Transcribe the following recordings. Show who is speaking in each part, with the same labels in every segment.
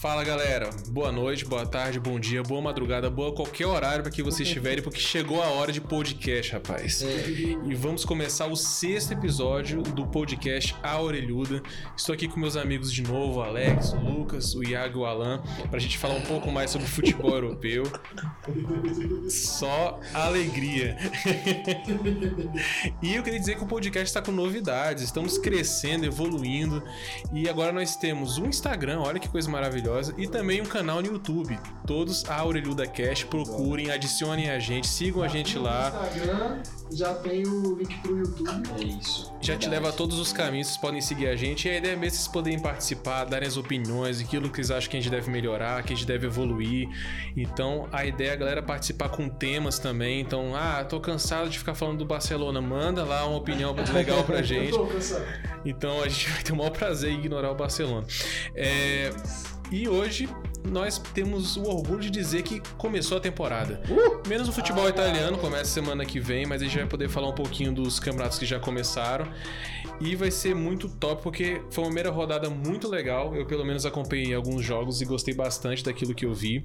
Speaker 1: Fala galera, boa noite, boa tarde, bom dia, boa madrugada, boa qualquer horário para que vocês estiverem, porque chegou a hora de podcast, rapaz. E vamos começar o sexto episódio do podcast A Orelhuda. Estou aqui com meus amigos de novo, Alex, o Lucas, o Iago e o Alan, pra gente falar um pouco mais sobre futebol europeu. Só alegria. e eu queria dizer que o podcast está com novidades, estamos crescendo, evoluindo. E agora nós temos um Instagram, olha que coisa maravilhosa, e também um canal no YouTube. Todos a Aurelhuda Cash, procurem, adicionem a gente, sigam a gente lá.
Speaker 2: No Instagram, já tem o link pro YouTube.
Speaker 3: É isso.
Speaker 1: Já te leva a todos os caminhos, vocês podem seguir a gente. E a ideia mesmo é vocês poderem participar, darem as opiniões, aquilo que vocês acham que a gente deve melhorar, que a gente deve evoluir. Então, a ideia é a galera participar com temas também. Então, ah, tô cansado de ficar falando do Barcelona, manda lá uma opinião legal
Speaker 2: É,
Speaker 1: pra gente.
Speaker 2: Eu tô cansado.
Speaker 1: Então a gente vai ter o maior prazer em ignorar o Barcelona. É, e hoje nós temos o orgulho de dizer que começou a temporada. Menos o futebol
Speaker 2: Ah,
Speaker 1: italiano,
Speaker 2: garoto.
Speaker 1: começa semana que vem, mas a gente vai poder falar um pouquinho dos campeonatos que já começaram. E vai ser muito top, porque foi uma primeira rodada muito legal. Eu, pelo menos, acompanhei alguns jogos e gostei bastante daquilo que eu vi.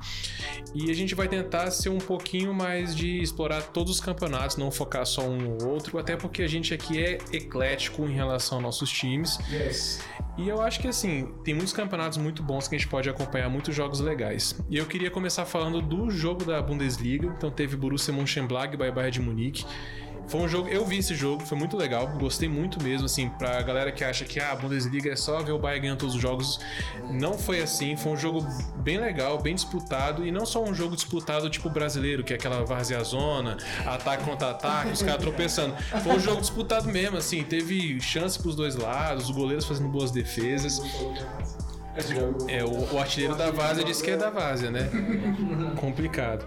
Speaker 1: E a gente vai tentar ser um pouquinho mais de explorar todos os campeonatos, não focar só um ou outro, até porque a gente aqui é eclético em relação aos nossos times.
Speaker 2: Yes.
Speaker 1: E eu acho que assim, tem muitos campeonatos muito bons que a gente pode acompanhar, muitos jogos legais. E eu queria começar falando do jogo da Bundesliga. Então teve Borussia Mönchengladbach e Bayern de Munique. Foi um jogo, eu vi esse jogo, foi muito legal, gostei muito mesmo, assim, pra galera que acha que ah, a Bundesliga é só ver o Bayern ganhando todos os jogos, não foi assim, foi um jogo bem legal, bem disputado, e não só um jogo disputado tipo brasileiro, que é aquela varzeazona, ataque contra ataque, os caras tropeçando. Foi um jogo disputado mesmo, assim, teve chance pros dois lados, os goleiros fazendo boas defesas.
Speaker 2: Tá
Speaker 1: É, o, o artilheiro da Várzea disse que é da Várzea, né? Complicado.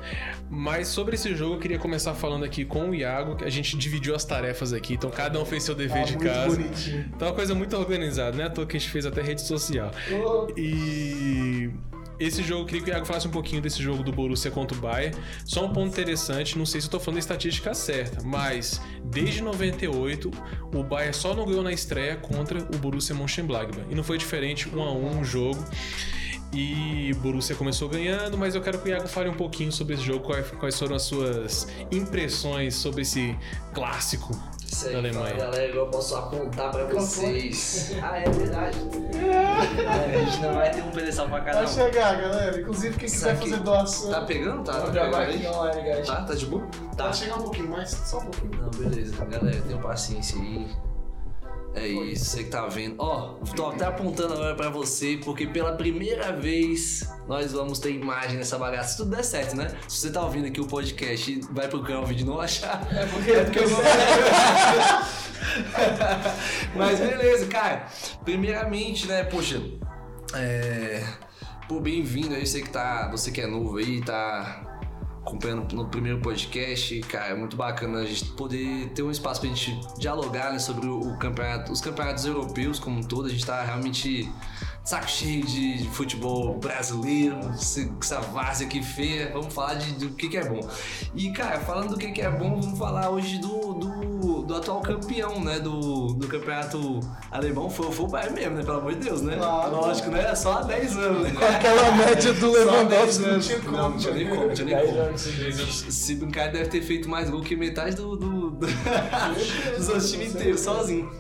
Speaker 1: Mas sobre esse jogo, eu queria começar falando aqui com o Iago, que a gente dividiu as tarefas aqui, então cada um fez seu dever de
Speaker 2: Ah, muito
Speaker 1: casa.
Speaker 2: bonitinho.
Speaker 1: Tá uma coisa muito organizada, né? À toa que a gente fez até rede social. E esse jogo, eu queria que o Iago falasse um pouquinho desse jogo do Borussia contra o Bayern. Só um ponto interessante, não sei se eu tô falando a estatística certa, mas desde 98, o Bayern só não ganhou na estreia contra o Borussia Mönchengladbach. E não foi diferente, um a um o jogo. E o Borussia começou ganhando, mas eu quero que o Iago fale um pouquinho sobre esse jogo, quais- quais foram as suas impressões sobre esse clássico
Speaker 3: Isso aí,
Speaker 1: da
Speaker 3: fala,
Speaker 1: Alemanha.
Speaker 3: galera, igual eu posso apontar pra vocês. Ah, é verdade. É, a gente não vai ter um pedestal pra cada
Speaker 2: Vai
Speaker 3: um.
Speaker 2: chegar, galera. Inclusive, quem quiser
Speaker 3: Sabe que-
Speaker 2: fazer doação,
Speaker 3: Tá pegando? Tá, tá
Speaker 2: vou
Speaker 3: pegando
Speaker 2: gravar
Speaker 3: aí?
Speaker 2: aqui online, então, é, guys.
Speaker 3: Tá, tá de boa? Tá.
Speaker 2: Vai chegar um pouquinho mais, só um pouquinho.
Speaker 3: Não, beleza. Galera, tenham paciência aí. É isso, você que tá vendo. Ó, tô até apontando agora pra você, porque pela primeira vez nós vamos ter imagem nessa bagaça. Se tudo der certo, né? Se você tá ouvindo aqui o podcast e vai pro canal o vídeo e não achar,
Speaker 2: É porque,
Speaker 3: eu vou- Mas beleza, cara. Primeiramente, né, poxa. É. Pô, bem-vindo aí, você que tá. Você que é novo aí, tá acompanhando no primeiro podcast, cara, é muito bacana a gente poder ter um espaço pra gente dialogar né, sobre o, o campeonato, os campeonatos europeus como um todo, a gente tá realmente de saco cheio de, de futebol brasileiro, esse- essa várzea que feia, vamos falar de, do que que é bom. E, cara, falando do que que é bom, vamos falar hoje do, do, do atual campeão, né, do, do campeonato alemão, foi, foi o Bayern mesmo, né, pelo amor de Deus, né?
Speaker 2: Claro.
Speaker 3: Lógico, né, só há 10 anos, né?
Speaker 2: Aquela média do
Speaker 3: Lewandowski
Speaker 2: não tinha como.
Speaker 3: né? Não, não tinha nem como, não tinha nem como.
Speaker 2: como.
Speaker 3: Se brincar, deve ter feito mais gol que metade do, do- do- dos outros times inteiros, sozinho.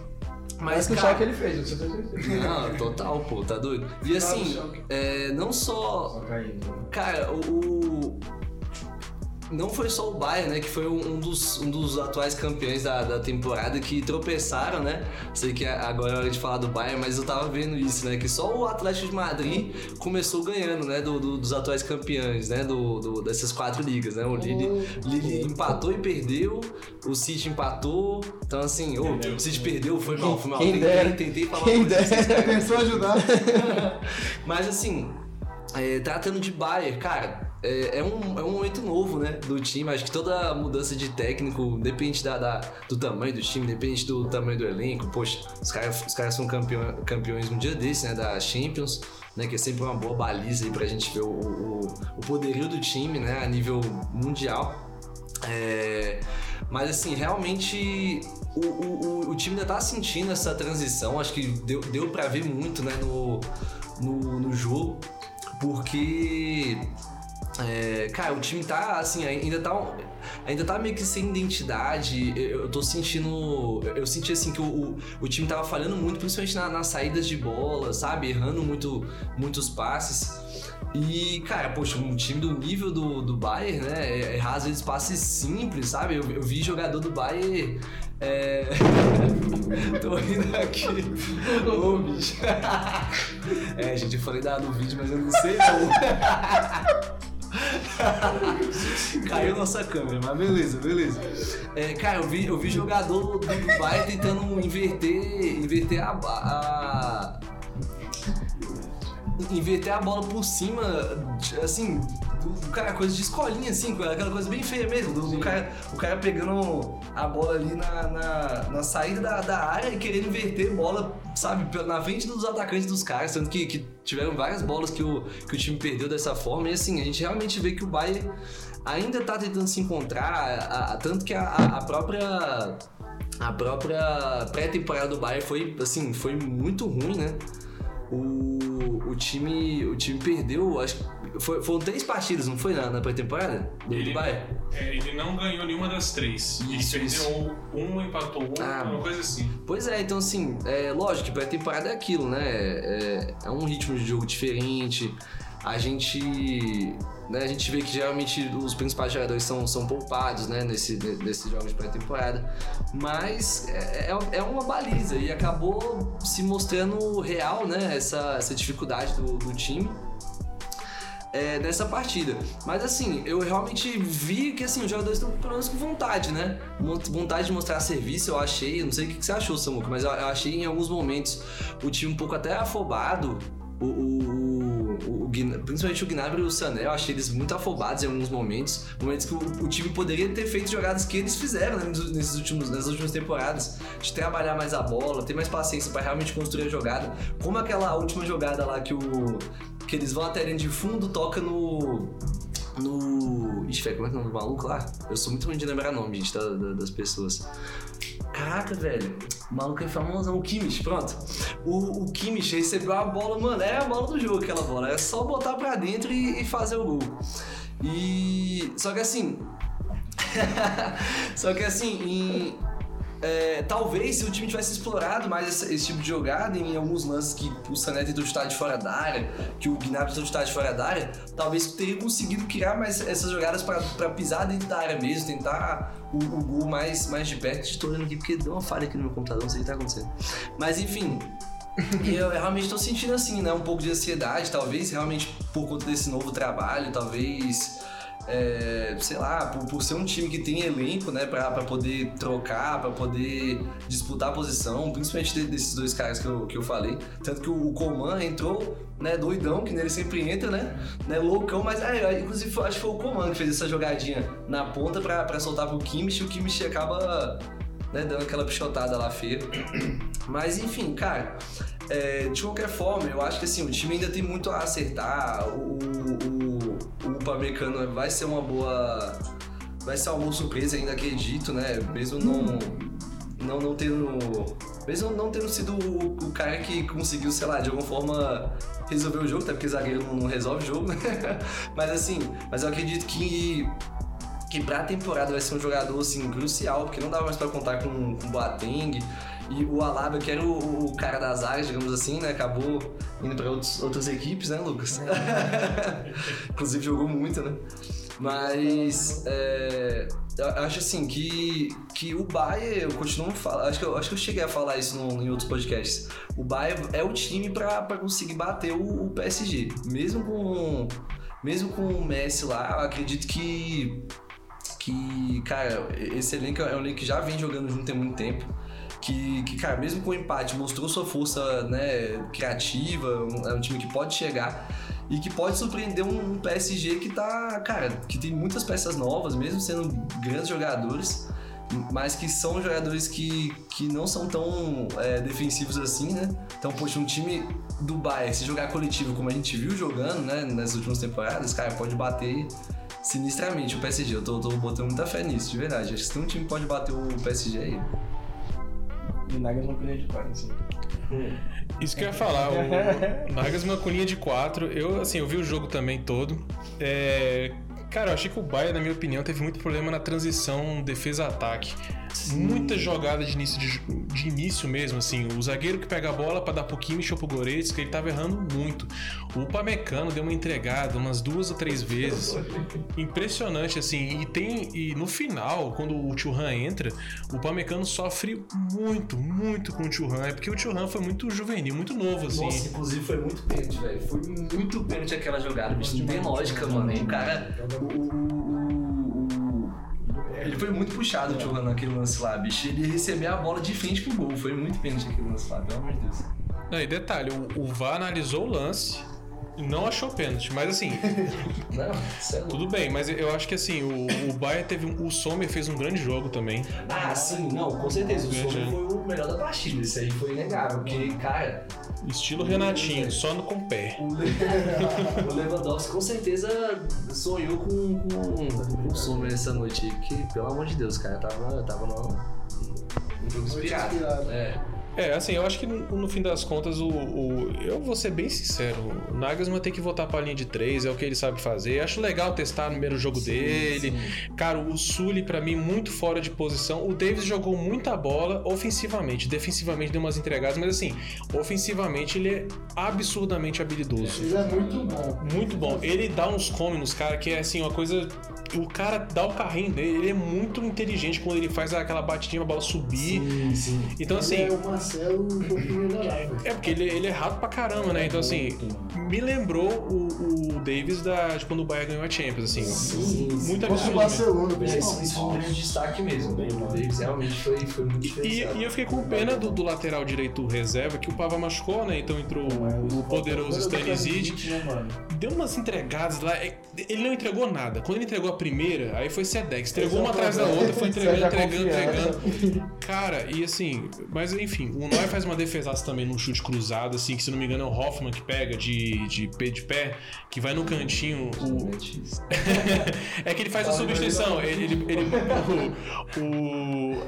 Speaker 3: Mas,
Speaker 2: Mas que
Speaker 3: cara...
Speaker 2: choque ele fez, eu tenho certeza.
Speaker 3: Não, total, pô, tá doido? E assim, é, não só...
Speaker 2: né?
Speaker 3: Cara, o... o- Não foi só o Bayern, né? Que foi um um dos, um dos atuais campeões da, da temporada que tropeçaram, né? Sei que a- agora é hora de falar do Bayern, mas eu tava vendo isso, né? Que só o Atlético de Madrid começou ganhando, né? do- do- dos atuais campeões, né? Do, do- dessas quatro ligas, né? O Lille,
Speaker 2: Uhum.
Speaker 3: Lille empatou e perdeu, o City empatou. Então, assim, ô, o City perdeu, foi mal, foi mal.
Speaker 2: Quem
Speaker 3: tentei,
Speaker 2: dera.
Speaker 3: tentei falar
Speaker 2: Quem
Speaker 3: uma coisa, vocês
Speaker 2: dera,
Speaker 3: cagaram.
Speaker 2: pensou ajudar.
Speaker 3: Mas assim, é, tratando de Bayer, cara, é, é um, é um momento novo, né? Do time. Acho que toda mudança de técnico, depende da, da- do tamanho do time, depende do tamanho do elenco. Poxa, os caras os caras são campeão, campeões um dia desse, né? Da Champions, né? Que é sempre uma boa baliza aí pra gente ver o, o, o poderio do time, né? A nível mundial. É, mas assim, realmente o, o, o- o time ainda tá sentindo essa transição. Acho que deu, deu para ver muito né, no, no, no jogo. Porque. é, cara, o time tá assim, ainda tá, um- ainda tá meio que sem identidade. Eu, eu tô sentindo. Eu senti assim que o, o, o time tava falhando muito, principalmente na- nas saídas de bola, sabe? Errando muito, muitos passes. E, cara, poxa, um time do nível do, do Bayern, né? é- Errar às vezes passes simples, sabe? Eu, eu vi jogador do Bayern. É... Tô rindo aqui. Ô, bicho. É, gente, eu falei da, no vídeo, mas eu não sei não. Caiu nossa câmera, mas beleza, beleza. É, cara, eu vi, eu vi jogador do Dubai tentando inverter, inverter a, a- Inverter a bola por cima, assim, do- cara, coisa de escolinha, assim, aquela coisa bem feia mesmo. do- do cara, o cara pegando a bola ali na, na, na saída da, da área e querendo inverter bola, sabe, pe- na frente dos atacantes dos caras, tanto que, que tiveram várias bolas que o, que o time perdeu dessa forma. E assim, a gente realmente vê que o Bayern ainda tá tentando se encontrar, a- a- tanto que a- a- a própria. A própria pré-temporada do Bayern foi, assim, foi muito ruim, né? O, o time o time perdeu, acho que foi- foram três partidas, não foi na, na pré-temporada do, do
Speaker 1: Ele-
Speaker 3: Bayern?
Speaker 1: É, ele não ganhou nenhuma das três.
Speaker 3: Isso,
Speaker 1: ele
Speaker 3: isso.
Speaker 1: perdeu um, empatou um,
Speaker 3: Ah.
Speaker 1: uma coisa assim.
Speaker 3: Pois é, então assim, é lógico que pré-temporada é aquilo, né? É, é um ritmo de jogo diferente. A gente, né, a gente vê que geralmente os principais jogadores são, são poupados, né, nesse, ne- nesses jogos de pré-temporada. Mas é, é- é uma baliza e acabou se mostrando real, né, essa, essa dificuldade do, do time. é, nessa partida. Mas assim, eu realmente vi que assim, os jogadores estão pelo menos com vontade, né? Mo- Vontade de mostrar serviço, eu achei. Eu não sei o que que você achou, Samuca, mas eu eu achei em alguns momentos o time um pouco até afobado. O, o- o- o Gna- principalmente o Gnabry e o Sané, eu achei eles muito afobados em alguns momentos. Momentos que o, o time poderia ter feito jogadas que eles fizeram né, nos- nesses últimos, nas últimas temporadas. De trabalhar mais a bola, ter mais paciência pra realmente construir a jogada. Como aquela última jogada lá que o, que eles vão até a linha de fundo, toca no. No. Ixi, velho, como é que é o nome do maluco lá? Eu sou muito ruim de lembrar nome, gente, da- da- das pessoas. Caraca, velho. O maluco é famosão. O Kimmich, pronto. O, o Kimmich recebeu a bola, mano. É a bola do jogo aquela bola. É só botar pra dentro e, e fazer o gol. E. Só que assim. só que assim, em, é, talvez se o time tivesse explorado mais esse, esse tipo de jogada em alguns lances que o Sané tentou chutar de fora da área, que o Gnabry tentou chutar de fora da área, talvez teria conseguido criar mais essas jogadas pra pra pisar dentro da área mesmo, tentar o, o gol mais, mais de perto. Estou olhando aqui porque deu uma falha aqui no meu computador, não sei o que tá acontecendo. Mas enfim, e eu realmente tô sentindo assim, né? Um pouco de ansiedade, talvez realmente por conta desse novo trabalho, talvez. é, sei lá, por, por ser um time que tem elenco, né, pra, pra poder trocar, pra poder disputar a posição, principalmente de- desses dois caras que eu, que eu falei. Tanto que o, o Coman entrou, né, doidão, que nele sempre entra, né, né loucão, mas é, inclusive foi- acho que foi o Coman que fez essa jogadinha na ponta pra, pra soltar pro Kimmich, e o Kimmich acaba, né, dando aquela pichotada lá feia. Mas enfim, cara, é, de qualquer forma, eu acho que assim, o time ainda tem muito a acertar. O, o, o Upamecano vai ser uma boa. Vai ser uma boa surpresa, ainda acredito, né? Mesmo não. Não, não tendo. Mesmo não tendo sido o, o cara que conseguiu, sei lá, de alguma forma resolver o jogo, até porque zagueiro não, não resolve o jogo, né? Mas assim, mas eu acredito que que pra temporada vai ser um jogador assim crucial, porque não dava mais pra contar com, com o Boateng e o Alaba, que era o, o cara das áreas, digamos assim, né? Acabou indo pra outros- outras equipes, né, Lucas? Inclusive jogou muito, né? Mas é, eu acho assim que, que o Bayern, eu continuo falando, acho que, eu, acho que eu cheguei a falar isso no- em outros podcasts. O Bayern é o time pra pra conseguir bater o, o PSG. Mesmo com, mesmo com o Messi lá, eu acredito que que, cara, esse elenco é um elenco que já vem jogando junto há muito tempo. Que, que, cara, mesmo com o empate, mostrou sua força né, criativa, um- é um time que pode chegar e que pode surpreender um, um PSG que tá, cara, que tem muitas peças novas, mesmo sendo grandes jogadores, mas que são jogadores que, que não são tão é, defensivos assim, né? Então, poxa, um time do Bayern, se jogar coletivo como a gente viu jogando, né, nas últimas temporadas, cara, pode bater sinistramente o PSG. Eu tô, tô botando muita fé nisso, de verdade. Acho que se um time pode bater o PSG aí.
Speaker 4: O Nagas não acreditar nisso.
Speaker 1: Isso que eu ia falar, o Nagasman com linha de 4. Eu, assim, eu vi o jogo também todo. É, Cara, eu achei que o Bayern, na minha opinião, teve muito problema na transição defesa-ataque. Muita jogada de início, de, jo- de início mesmo, assim. O zagueiro que pega a bola pra dar pro Kimmich ou pro Goretzka, ele tava errando muito. O Pamecano deu uma entregada umas duas ou três vezes. Impressionante, assim. E tem e no final, quando o Churran entra, o Pamecano sofre muito, muito com o Churran. É porque o Churran foi muito juvenil, muito novo, assim.
Speaker 3: Nossa, inclusive foi muito pênalti, velho. Foi muito pênalti aquela jogada, bicho. Não tem lógica, mano. E o cara. o- o- o- Ele foi muito puxado jogando naquele lance lá, bicho. Ele recebeu a bola de frente pro gol. Foi muito pênalti aquele lance lá, pelo amor de Deus.
Speaker 1: Não, e detalhe, o, o VAR analisou o lance. e Não achou pênalti, mas assim,
Speaker 3: Não, isso é louco.
Speaker 1: tudo bem, mas eu acho que assim, o, o Bayern teve. um- O Sommer fez um grande jogo também.
Speaker 3: Ah, sim, não, com certeza. O
Speaker 1: Grande,
Speaker 3: Souza
Speaker 1: né?
Speaker 3: foi o melhor da partida. Isso aí foi inegável. Porque, cara,
Speaker 1: Estilo Renatinho, só no com pé.
Speaker 3: O, Le... o Lewandowski com certeza sonhou com, com, com o Sommer essa noite. aí, Que, pelo amor de Deus, cara, tava, tava no, um jogo inspirado.
Speaker 2: inspirado.
Speaker 3: É.
Speaker 1: É, assim, eu acho que no, no fim das contas, o, o- Eu vou ser bem sincero, o Nagelsmann tem que voltar pra linha de três, é o que ele sabe fazer. Acho legal testar no primeiro jogo dele. Cara, o Sully, pra mim, muito fora de posição. O Davis jogou muita bola ofensivamente. Defensivamente deu umas entregadas, mas assim, ofensivamente ele é absurdamente habilidoso.
Speaker 2: Ele é muito bom.
Speaker 1: Muito bom. Ele dá uns come nos caras que é assim, uma coisa. O cara dá o carrinho dele, ele é muito inteligente quando ele faz aquela batidinha, a bola subir.
Speaker 3: Sim, sim.
Speaker 1: Então, assim.
Speaker 2: Ele é o Marcelo um pouquinho melhorado.
Speaker 1: É porque ele, ele é rato pra caramba, né? Então, assim, me lembrou o, o Davis da, de quando o Bayern ganhou a Champions, assim.
Speaker 3: Sim, sim.
Speaker 1: Muito
Speaker 2: Contra o
Speaker 1: absurdo. né?
Speaker 2: Barcelona,
Speaker 3: Isso, isso foi um
Speaker 2: principalmente.
Speaker 3: grande destaque mesmo. né? O Davis realmente foi, foi muito
Speaker 1: E,
Speaker 3: diferenciado.
Speaker 1: e eu fiquei com pena do, do lateral direito reserva, que o Pava machucou, né? Então entrou o, o poderoso Stanisic.
Speaker 2: né, mano?
Speaker 1: Deu umas entregadas lá. é- Ele não entregou nada. Quando ele entregou a primeira, aí foi Sedex. Entregou uma atrás da outra, foi entregando,
Speaker 2: Seja
Speaker 1: entregando,
Speaker 2: confiança.
Speaker 1: entregando. Cara, e assim, mas enfim, o Neuer faz uma defesaça também num chute cruzado, assim, que se não me engano é o Hoffman que pega de, de pé de pé, que vai no cantinho. O...
Speaker 3: Realmente isso.
Speaker 1: É que ele faz a substituição. Ele, ele, ele- o, o...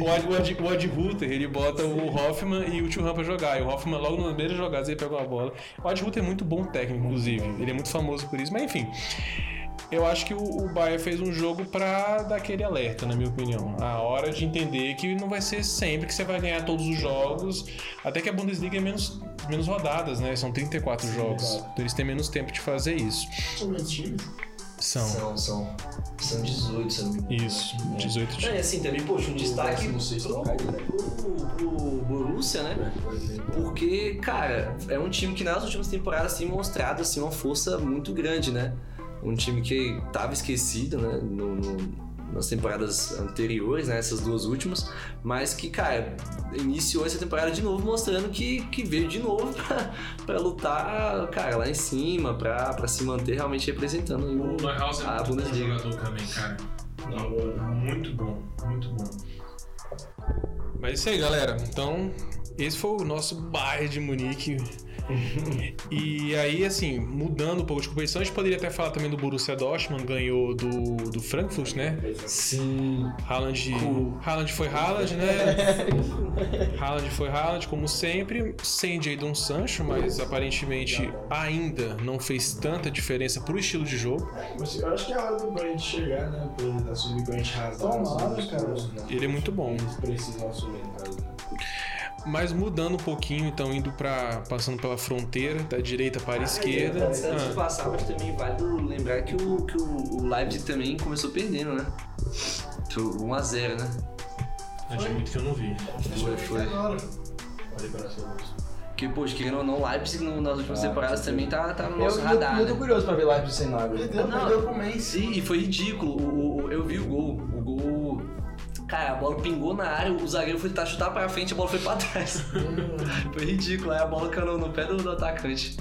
Speaker 1: O Ad, o, Ad, o Ad Ruther, ele bota o Hoffman e o Thuram pra jogar. E o Hoffman, logo nas primeiras jogadas, ele pegou a bola. O Ad Ruther é muito bom técnico, inclusive. Ele é muito famoso por isso, mas enfim. Eu acho que o, o Bayern fez um jogo pra dar aquele alerta, na minha opinião. A hora de entender que não vai ser sempre que você vai ganhar todos os jogos. Até que a Bundesliga é menos, menos rodadas, né? São 34 jogos. Então eles têm menos tempo de fazer isso.
Speaker 2: Tinha times.
Speaker 1: São.
Speaker 3: São, são, são 18, se eu não me engano.
Speaker 1: Então. Isso.
Speaker 3: É.
Speaker 1: 18
Speaker 3: Não,
Speaker 1: times.
Speaker 3: e assim, também, poxa, um destaque
Speaker 5: Não sei se
Speaker 3: pro,
Speaker 5: cai,
Speaker 3: pro, pro Borussia, né? Porque, cara, é um time que nas últimas temporadas tem mostrado assim, uma força muito grande, né? Um time que tava esquecido, né? No, no- nas temporadas anteriores, né? Essas duas últimas. Mas que, cara, iniciou essa temporada de novo, mostrando que, que veio de novo pra, pra lutar, cara, lá em cima, pra, pra se manter realmente representando. aí
Speaker 1: O
Speaker 3: o-
Speaker 1: Neuhaus é
Speaker 3: Ah,
Speaker 1: muito bom
Speaker 3: Bundesliga.
Speaker 1: jogador também, cara. Muito bom, muito bom. Mas é isso aí, galera. Então, esse foi o nosso bairro de Munique. e aí, assim, mudando um pouco de competição, a gente poderia até falar também do Borussia Dortmund, ganhou do, do Frankfurt, né?
Speaker 3: Sim.
Speaker 1: Haaland,
Speaker 3: Cool.
Speaker 1: Haaland foi Haaland, né? Haaland foi Haaland, como sempre, sem Jadon Sancho, mas aparentemente ainda não fez tanta diferença pro estilo de jogo.
Speaker 6: Mas Eu acho que é a hora do Brand chegar, né? Pra ele assumir o Brand rasgar.
Speaker 2: Tomara,
Speaker 6: os- os-
Speaker 2: cara.
Speaker 6: os- né?
Speaker 1: Ele é muito bom.
Speaker 6: Eles precisam assumir, no caso. né?
Speaker 1: Mas mudando um pouquinho, então indo para passando pela fronteira, da direita para a esquerda.
Speaker 3: Antes, antes de
Speaker 1: Ah,
Speaker 3: passar, mas também vale lembrar que o, que o, o Leipzig também começou perdendo, né? Foi 1x0, né?
Speaker 1: admito que eu não vi.
Speaker 3: Foi, foi.
Speaker 2: Agora,
Speaker 6: Olha pra essa luz.
Speaker 3: Porque, poxa, querendo ou não, o Leipzig no- nas últimas
Speaker 6: Ah,
Speaker 3: temporadas também tá, tá no
Speaker 7: Eu,
Speaker 3: nosso radar,
Speaker 7: eu tô
Speaker 3: né?
Speaker 7: curioso pra ver live do cenário.
Speaker 2: perdeu,
Speaker 3: Não.
Speaker 2: perdeu pro Mendes.
Speaker 3: Sim, e foi ridículo. O- o- o- eu vi o gol. O gol. Cara, a bola pingou na área, o zagueiro foi tentar chutar pra frente, a bola foi pra trás.
Speaker 7: Hum.
Speaker 3: foi ridículo. Aí a bola caiu no pé do, do atacante.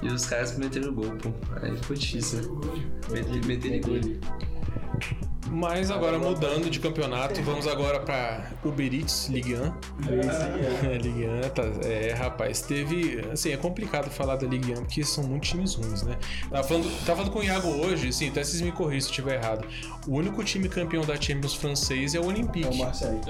Speaker 3: E os caras meteram o gol, pô. Aí ficou difícil, né? Meteram- Meteram gol.
Speaker 1: Mas agora mudando de campeonato, vamos agora para Uber Eats, Ligue 1. É, Ligue 1, tá, é, rapaz, teve. Assim, é complicado falar da Ligue 1 porque são muitos times ruins, né? Tava falando, tava falando com o Iago hoje, assim, até vocês me corrigem se eu estiver errado. O
Speaker 2: É
Speaker 1: único time campeão da Champions francês é o Olympique.
Speaker 6: É o Marseille.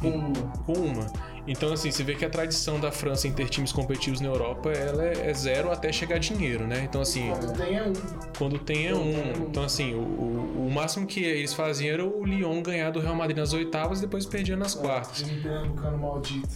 Speaker 1: Com uma. Então, assim, você vê que a tradição da França em ter times competitivos na Europa, ela é é zero até chegar dinheiro, né? Então, assim,
Speaker 2: Quando tem é um.
Speaker 1: quando tem é um. Então, assim, o, o- o máximo que eles faziam era o Lyon ganhar do Real Madrid nas oitavas e depois perdia nas quartas.
Speaker 2: Time pernambucano maldito.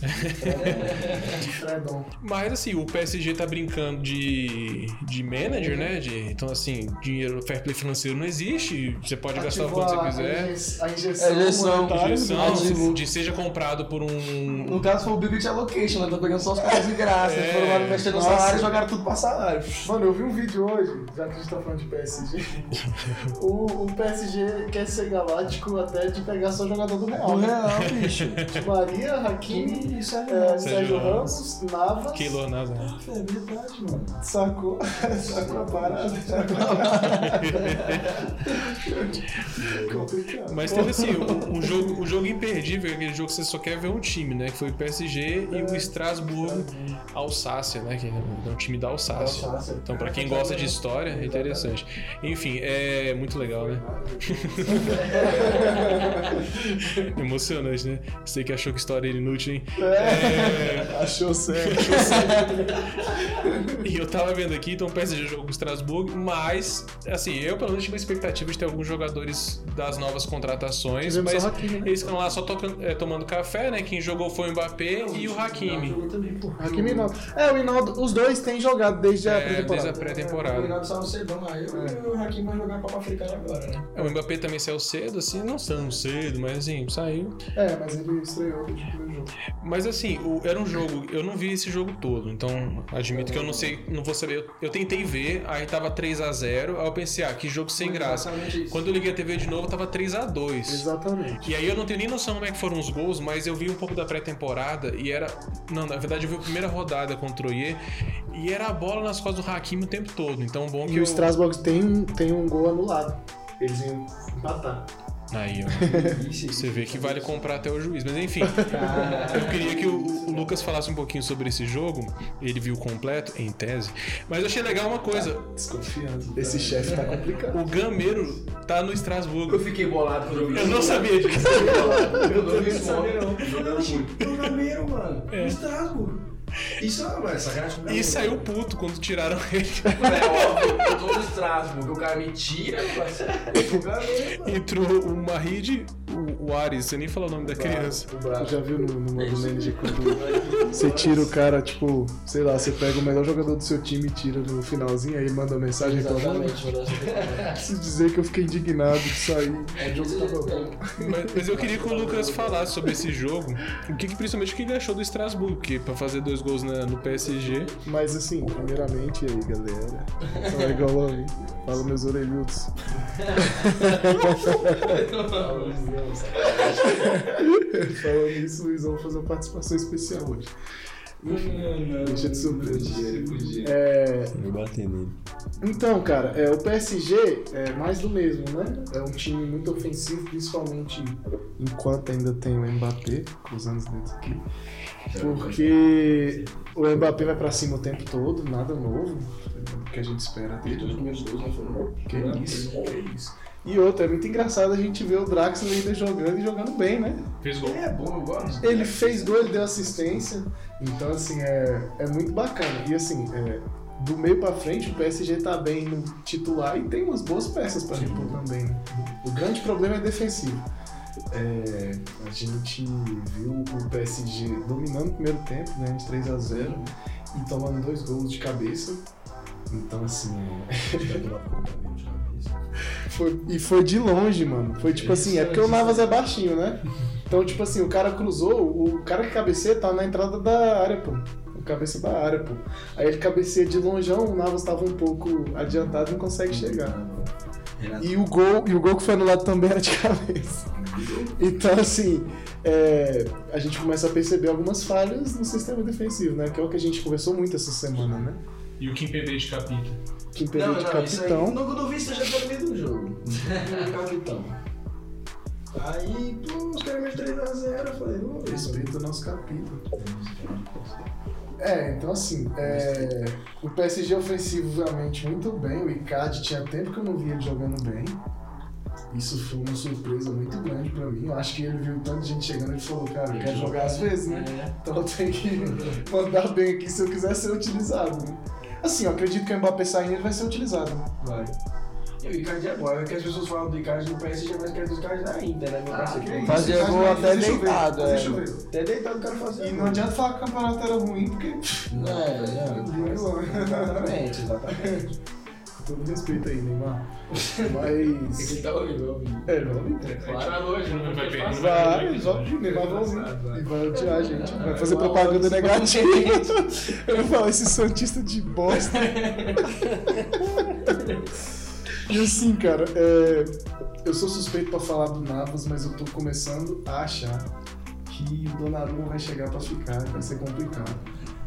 Speaker 2: Fredon.
Speaker 1: Mas, assim, o PSG tá brincando de, de manager, né? De- então, assim, dinheiro, fair play financeiro não existe, você pode gastar o
Speaker 2: Ativou
Speaker 1: quanto você
Speaker 2: a-
Speaker 1: quiser.
Speaker 2: A injeção.
Speaker 7: A injeção.
Speaker 2: monetária.
Speaker 1: Injeção
Speaker 7: Ativo.
Speaker 1: de seja comprado por um.
Speaker 7: No caso foi o Big Big Allocation, né? Tá pegando só os caras de graça. Eles foram lá mexer no
Speaker 2: É. Nossa.
Speaker 7: salário e jogaram tudo pra salário.
Speaker 2: Mano, eu vi um vídeo hoje, já que a gente tá falando de PSG. o, o PSG quer ser galáctico até de pegar só jogador do Real.
Speaker 7: Do
Speaker 2: né? Tipo,
Speaker 7: real, bicho.
Speaker 2: Maria, Hakimi,
Speaker 7: Que isso é
Speaker 6: né?
Speaker 2: é,
Speaker 7: verdade.
Speaker 2: Sérgio
Speaker 1: Sérgio
Speaker 2: Ramos, Navas.
Speaker 1: Keylor Navas.
Speaker 7: É verdade, mano.
Speaker 2: Sacou? Sacou a parada? Complicado. É.
Speaker 1: Mas teve assim, o, o jogo, o jogo imperdível, é aquele jogo que você só quer ver um time, né? Que foi o PSG e o Estrasburgo Alsácia, né? Que é um time da Alsácia.
Speaker 2: Alsácia.
Speaker 1: Então, pra quem gosta de história, é interessante. Enfim, é muito legal, né? Emocionante, né? Você que achou que história era inútil, hein?
Speaker 7: É,
Speaker 2: Achou certo.
Speaker 1: E eu tava vendo aqui, então o PSG jogou com o Strasbourg, mas, assim, eu pelo menos tinha uma expectativa de ter alguns jogadores das novas contratações,
Speaker 7: Tivemos
Speaker 1: mas
Speaker 7: só o Hakimi, né?
Speaker 1: eles estão lá só tocando- é, tomando café, né? Quem jogou foi o Mbappé e o Hakimi.
Speaker 2: Aqui me nota.
Speaker 7: É, o Hinaldo, os dois têm jogado desde a
Speaker 1: Hum. É, desde a
Speaker 7: pré-temporada.
Speaker 6: O
Speaker 1: pré-temporada.
Speaker 6: Renato só no Sebão aí. E o Hakim vai jogar a Copa Africana agora, né?
Speaker 1: É, O Mbappé também saiu cedo, assim, não tão cedo, mas assim, saiu.
Speaker 2: É, mas ele estreou no primeiro jogo.
Speaker 1: Mas assim, o- era um jogo, eu não vi esse jogo todo, então admito que eu não sei, não vou saber. Eu, eu tentei ver, aí tava 3x0, aí eu pensei, ah, que jogo sem graça.
Speaker 6: Exatamente isso.
Speaker 1: Quando eu liguei a TV de novo, tava 3x2.
Speaker 2: Exatamente.
Speaker 1: E aí eu não tenho nem noção como é que foram os gols, mas eu vi um pouco da pré-temporada e era. Não, na verdade eu vi a primeira rodada contra o Oiê e era a bola nas costas do Hakimi o tempo todo. Então bom que
Speaker 2: E o
Speaker 1: eu-
Speaker 2: Strasbourg tem, um- tem um gol anulado. Eles iam empatar.
Speaker 1: Aí, ó. Você vê que vale comprar até o juiz. Mas enfim, eu queria que o, o Lucas falasse um pouquinho sobre esse jogo. Ele viu completo, em tese. Mas eu achei legal uma coisa:
Speaker 2: Desconfiança. Esse chefe tá complicado.
Speaker 1: o Gameiro tá no Estrasburgo.
Speaker 8: Eu fiquei bolado com o jogo.
Speaker 1: Eu não sabia disso.
Speaker 8: Eu não vi esse
Speaker 6: Sabe,
Speaker 8: nome.
Speaker 6: não.
Speaker 8: Jogando muito.
Speaker 6: O Gameiro, mano.
Speaker 3: É.
Speaker 6: O Estrago.
Speaker 8: Isso é uma sacanagem.
Speaker 1: E saiu puto quando tiraram ele.
Speaker 8: É óbvio, eu tô no Strasbourg, o cara me tira, parceiro. O Gameiro, mano.
Speaker 1: Entrou o Mahid, o, o Ares, você nem falou o nome da criança.
Speaker 2: Tu já viu no, no modo manager quando você tira o cara, tipo, sei lá, você pega o melhor jogador do seu time e tira no finalzinho, aí ele manda uma mensagem reclamando.
Speaker 6: Exatamente, mano.
Speaker 2: Preciso dizer que eu fiquei indignado disso aí.
Speaker 6: É jogo que tava
Speaker 9: tá
Speaker 6: bom.
Speaker 1: Mas, mas eu queria que o Lucas falasse sobre esse jogo. O que, que principalmente o que ele achou do Estrasburgo, que pra fazer dois gols na- no PSG.
Speaker 2: Mas assim, primeiramente, e aí galera? Fala aí, Golão, fala meus orelhudos. Falando isso, o Luizão vai fazer uma participação especial hoje. Deixa de surpresa. É,
Speaker 10: Eu bati nele.
Speaker 2: Então, cara, é, o PSG é mais do mesmo, né? É um time muito ofensivo, principalmente enquanto ainda tem o Mbappé, cruzando os dedos aqui. Porque o Mbappé vai pra cima o tempo todo, nada novo, que a gente espera dele.
Speaker 8: Os meus dois não foram.
Speaker 2: Que isso, que isso. E outra, é muito engraçado a gente ver o Draxler ainda jogando e jogando bem, né?
Speaker 1: Fez gol.
Speaker 8: É bom, eu gosto.
Speaker 2: Ele fez gol, ele deu assistência. Então, assim, é, é muito bacana. E, assim, é, do meio pra frente, o PSG tá bem no titular e tem umas boas peças pra repor também. né? O grande problema é defensivo. É, a gente viu o PSG dominando o primeiro tempo, né, de 3 a 0 e tomando dois gols de cabeça. Então, assim, é, foi- e foi de longe, mano. Foi tipo assim, é porque o Navas é baixinho, né? Então, tipo assim, o cara cruzou, o cara que cabeceia tá na entrada da área, pô. O cabeça da área, pô. Aí ele cabeceia de longeão, o Navas tava um pouco adiantado e não consegue chegar. E o gol, e o gol que foi anulado também era de cabeça. Então, assim, é, a gente começa a perceber algumas falhas no sistema defensivo, né? Que é o que a gente conversou muito essa semana, né?
Speaker 1: E o Kim PB de capita.
Speaker 2: Quem
Speaker 8: Não,
Speaker 2: perdeu de
Speaker 8: não, isso aí.
Speaker 2: capitão.
Speaker 8: Não, quando eu vi isso, eu já tinha medo do jogo. Capitão. Aí, pô, os caras meteram 3x0. Eu falei, vamos ver.
Speaker 2: Respeito ao nosso capítulo. É, então assim, é, o PSG ofensivo realmente muito bem, o Icardi tinha tempo que eu não via ele jogando bem. Isso foi uma surpresa muito grande pra mim. Eu acho que ele viu tanta gente chegando e falou, cara, eu quero jogar às vezes, né? Então eu tenho que mandar bem aqui se eu quiser ser utilizado. né? Assim, eu acredito que o Mbappé saindo ele vai ser utilizado. né?
Speaker 6: Vai. E o Icardi é bom, é que as pessoas falam do Icardi no PSG, mas querem do Icardi na Inter, né? Meu parceiro, que é isso?
Speaker 7: Fazer
Speaker 2: Mas,
Speaker 7: gol
Speaker 2: mas,
Speaker 7: até
Speaker 2: deixa eu ver,
Speaker 7: deitado,
Speaker 2: Deixa eu
Speaker 7: é.
Speaker 2: ver.
Speaker 6: Até deitado o cara fazer.
Speaker 2: E não adianta falar que o campeonato era ruim, porque.
Speaker 6: É,
Speaker 2: Exatamente.
Speaker 6: Exatamente, exatamente.
Speaker 2: Todo respeito aí, Neymar. Mas.
Speaker 8: Ele tá horrível, eu ouvi.
Speaker 2: É, não me
Speaker 8: Claro, tá longe, não
Speaker 1: Vai
Speaker 8: vai
Speaker 1: ver.
Speaker 8: ver.
Speaker 2: Vai, vai, Neymar vai ouvir. E vai odiar a gente. Vai fazer propaganda negativa. Eu vou falar, esse Santista de bosta. E assim, cara, é, eu sou suspeito pra falar do Navas, mas eu tô começando a achar que o Donnarumma vai chegar pra ficar, vai ser complicado.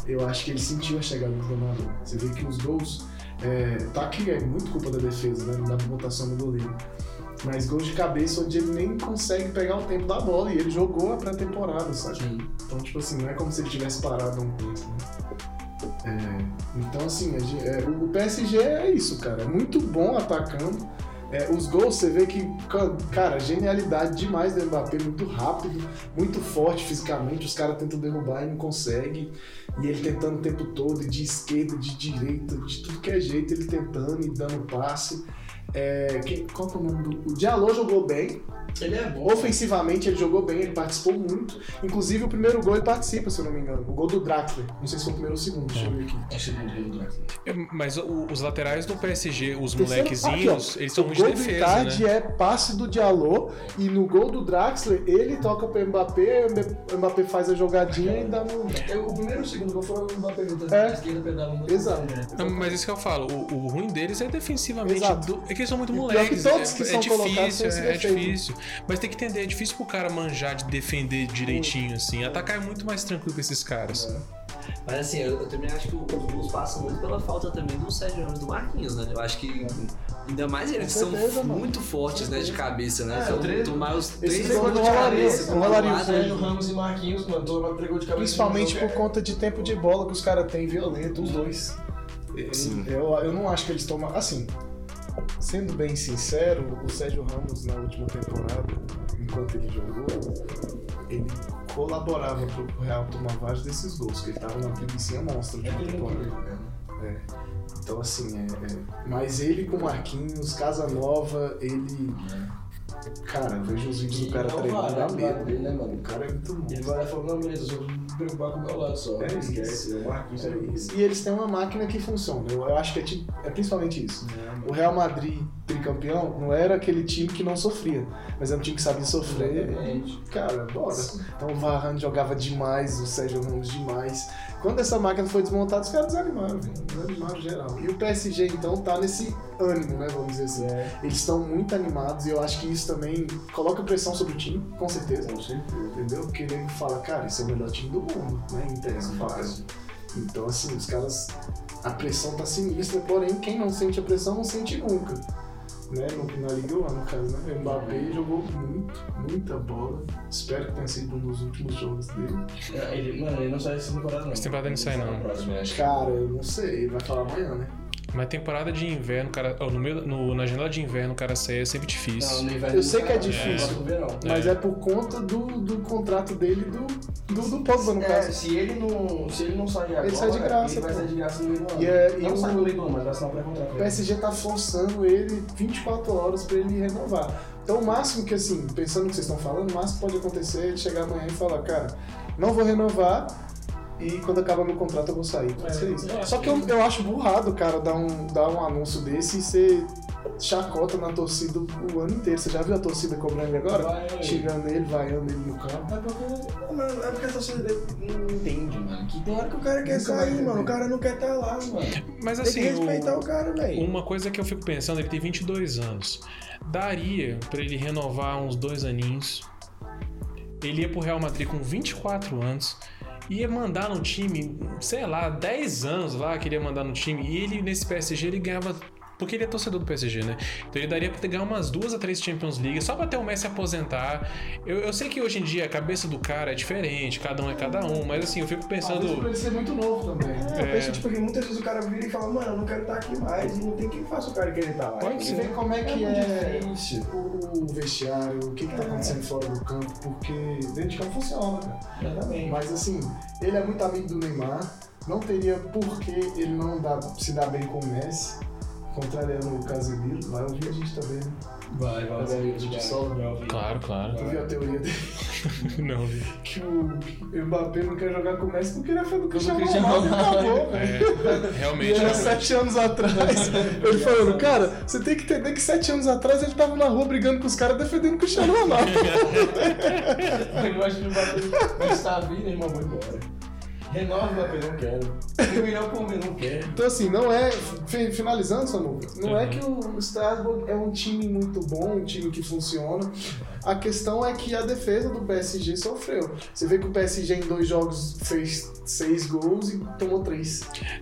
Speaker 2: Eu acho que ele sentiu a chegada do Donnarumma. Você vê que os gols. É, tá que é muito culpa da defesa, né? Não dá pra botar só no goleiro. Mas gols de cabeça onde ele nem consegue pegar o tempo da bola. E ele jogou a pré-temporada, sabe? Então, tipo assim, não é como se ele tivesse parado há um tempo, né? É, então, assim, a gente- é, o PSG é isso, cara. É muito bom atacando. É, os gols, você vê que, ca- cara, genialidade demais do Mbappé, muito rápido, muito forte fisicamente. Os caras tentam derrubar e não conseguem. E ele tentando o tempo todo, e de esquerda, de direita, de tudo que é jeito, ele tentando e dando passe. É, quem- qual que é o nome do. O Diallo jogou bem,
Speaker 8: Ele é bom.
Speaker 2: ofensivamente ele jogou bem, ele participou muito. Inclusive, o primeiro gol ele participa, se eu não me engano. O gol do Draxler. Não sei se foi o primeiro ou o segundo, deixa eu ver aqui.
Speaker 8: É segundo gol do Brasil.
Speaker 1: É, Mas o- os laterais do PSG, os
Speaker 2: Terceiro-
Speaker 1: molequezinhos,
Speaker 2: Aqui, ó.
Speaker 1: eles são
Speaker 2: o
Speaker 1: muito
Speaker 2: gol
Speaker 1: de
Speaker 2: do
Speaker 1: defesa,
Speaker 2: Icardi
Speaker 1: né?
Speaker 2: é passe do Diallo e no gol do Draxler ele toca pro Mbappé, o Mbappé faz a jogadinha e dá no.
Speaker 8: Eu- O primeiro e o segundo gol foram o Mbappé tentando
Speaker 2: É.
Speaker 8: na esquerda, pedalando. no-
Speaker 2: Exato.
Speaker 1: Não, mas isso que eu falo, o, o ruim deles é defensivamente.
Speaker 2: Exato.
Speaker 1: do- é que eles são muito
Speaker 2: E pior
Speaker 1: moleques.
Speaker 2: que todos
Speaker 1: é,
Speaker 2: que
Speaker 1: é
Speaker 2: são colocados
Speaker 1: difícil,
Speaker 2: têm esse
Speaker 1: é, é
Speaker 2: defeito.
Speaker 1: difícil. Mas tem que entender, é difícil pro cara manjar de defender direitinho, assim. Atacar é muito mais tranquilo com esses caras.
Speaker 2: É.
Speaker 3: Mas assim, eu, eu também acho que os gols passam muito pela falta também dos Sérgio Ramos e do Marquinhos, né? Eu acho que ainda mais eles
Speaker 2: Com
Speaker 3: são
Speaker 2: certeza, mano.
Speaker 3: muito fortes, né? De cabeça, né?
Speaker 8: É,
Speaker 3: Se
Speaker 8: o três-
Speaker 3: eu tomar os três
Speaker 2: dois
Speaker 3: gols de
Speaker 2: não rolariam,
Speaker 3: cabeça,
Speaker 2: não rolariam.
Speaker 3: tomar-
Speaker 8: Sérgio Ramos e Marquinhos, mano, todo mundo pegou de cabeça.
Speaker 2: Então, Principalmente por conta de tempo de bola que os caras têm violento, os é- dois.
Speaker 3: Sim.
Speaker 2: Eu, eu não acho que eles tomam. Assim, sendo bem sincero, o Sérgio Ramos na última temporada, enquanto ele jogou, ele colaborava pro pro Real tomar vários desses gols, que ele tava numa preguiça monstra de uma temporada. É. Então, assim, é, é. Mas ele com Marquinhos, Casa Nova, ele. Cara, eu vejo os vídeos do cara treinando, dá medo.
Speaker 8: Né, mano?
Speaker 2: O cara é muito bom.
Speaker 8: E agora falou, não, beleza, eu vou me preocupar com o meu lado só.
Speaker 2: É isso.
Speaker 8: Esquece, o Marquinhos
Speaker 2: É isso. E eles têm uma máquina que funciona. Eu, eu acho que é, ti- é principalmente isso. O Real Madrid, tricampeão, não era aquele time que não sofria, mas era um time que sabia sofrer.
Speaker 8: Exatamente.
Speaker 2: E, cara, bora. Então o Varane jogava demais, o Sérgio Ramos demais. Quando essa máquina foi desmontada, os caras desanimaram, velho. desanimaram geral. E o PSG, então, tá nesse ânimo, né? Vamos dizer assim.
Speaker 8: É.
Speaker 2: Eles estão muito animados e eu acho que isso também coloca pressão sobre o time, com certeza.
Speaker 8: Com certeza.
Speaker 2: Entendeu? Porque ele fala, cara, esse é o melhor time do mundo, né? Em tese, fácil. Então, assim, os caras. A pressão tá sinistra, porém, quem não sente a pressão não sente nunca. Né? No, na Liga 1, no caso, né? O Mbappé jogou muito, muita bola. Espero que tenha sido um dos últimos jogos dele.
Speaker 8: É, Ele, mano, ele não sai dessa temporada, não.
Speaker 1: Essa temporada não sai, não.
Speaker 8: na próxima, eu acho.
Speaker 2: Cara, eu não sei, ele vai falar amanhã, né?
Speaker 1: Mas temporada de inverno, cara, ó, no meio, no- na janela de inverno, o cara sair é
Speaker 8: Não,
Speaker 1: sempre difícil.
Speaker 8: no inverno
Speaker 2: Eu sei
Speaker 8: não
Speaker 2: que é
Speaker 8: sai, não.
Speaker 2: difícil.
Speaker 8: Agora no verão.
Speaker 2: Mas é por conta do, do contrato dele e do, do, do Pogba, no
Speaker 8: É,
Speaker 2: caso. né?
Speaker 8: se ele não, se ele não sair agora,
Speaker 2: sai de graça,
Speaker 8: ele vai
Speaker 2: pô.
Speaker 8: sair de graça no meio do ano.
Speaker 2: E é- e
Speaker 8: não
Speaker 2: o-
Speaker 8: sai no meio do ano, mas vai assinar pra
Speaker 2: O
Speaker 8: contrato.
Speaker 2: PSG tá forçando ele 24 horas pra ele renovar. Então, o máximo que, assim, pensando no que vocês estão falando, o máximo que pode acontecer é ele chegar amanhã e falar: Cara, não vou renovar e quando acabar meu contrato eu vou sair. Pode ser isso. Só que eu, eu acho burrado, cara, dar um, dar um anúncio desse e ser chacota na torcida o ano inteiro. Você já viu a torcida cobrando ele agora?
Speaker 8: Vai,
Speaker 2: Xingando ele, vaiando ele no carro.
Speaker 8: É porque, mano, é porque a torcida dele não entende, mano. Que tem hora que o cara quer
Speaker 2: Nunca vai
Speaker 8: sair,
Speaker 2: entender.
Speaker 8: mano. O cara não quer estar lá, mano.
Speaker 1: Mas
Speaker 8: tem que
Speaker 1: assim, um
Speaker 8: respeitar o, cara, velho.
Speaker 1: Uma coisa que eu fico pensando, ele tem 22 anos. Daria pra ele renovar uns dois aninhos. Ele ia pro Real Madrid com 24 anos. Ia mandar no time, sei lá, 10 anos lá que ele ia mandar no time. E ele, nesse PSG, ele ganhava Porque ele é torcedor do PSG, né? Então ele daria pra ganhar umas duas a três Champions League só pra ter o Messi aposentar. Eu, eu sei que hoje em dia a cabeça do cara é diferente, cada um é cada um, mas assim, eu fico
Speaker 2: Talvez pra
Speaker 1: pensando.
Speaker 2: ele ser muito novo também. né?
Speaker 6: É, eu penso, tipo, que muitas vezes o cara vira e fala, mano, eu não quero estar aqui mais, e não tem quem faça o cara querer estar lá.
Speaker 1: Pode
Speaker 2: E
Speaker 1: ser.
Speaker 2: ver como é que
Speaker 6: É muito
Speaker 2: é o o vestiário, o que, que tá acontecendo fora do campo, porque dentro de campo funciona, cara.
Speaker 6: Exatamente.
Speaker 2: Mas assim, ele é muito amigo do Neymar, não teria por que ele não dá- se dar bem com o Messi, contrariando o Casemiro, vai ouvir a gente também. né?
Speaker 8: Vai, vai, vai. vai, vai.
Speaker 1: Claro, claro.
Speaker 2: Tu viu a teoria dele
Speaker 1: Não,
Speaker 2: que o Mbappé não quer jogar com o Messi porque ele é fã do Cristiano
Speaker 7: Cristiano
Speaker 2: Ronaldo, e
Speaker 7: Ronaldo.
Speaker 2: acabou, velho.
Speaker 1: é,
Speaker 2: E
Speaker 1: realmente.
Speaker 2: era
Speaker 1: realmente.
Speaker 2: sete anos atrás. Ele falando, cara, você tem que entender que sete anos atrás ele tava na rua brigando com os caras defendendo o Cristiano Ronaldo.
Speaker 8: Eu acho que o Mbappé está vindo, irmão, vou embora. Renova o Mbappé, não quero. O melhor por mim, não quero.
Speaker 2: Então, assim, não é. fi- Finalizando, Samuca, não é que o Strasbourg é um time muito bom, um time que funciona. A questão é que a defesa do PSG sofreu. Você vê que o PSG em dois jogos fez seis gols e tomou três.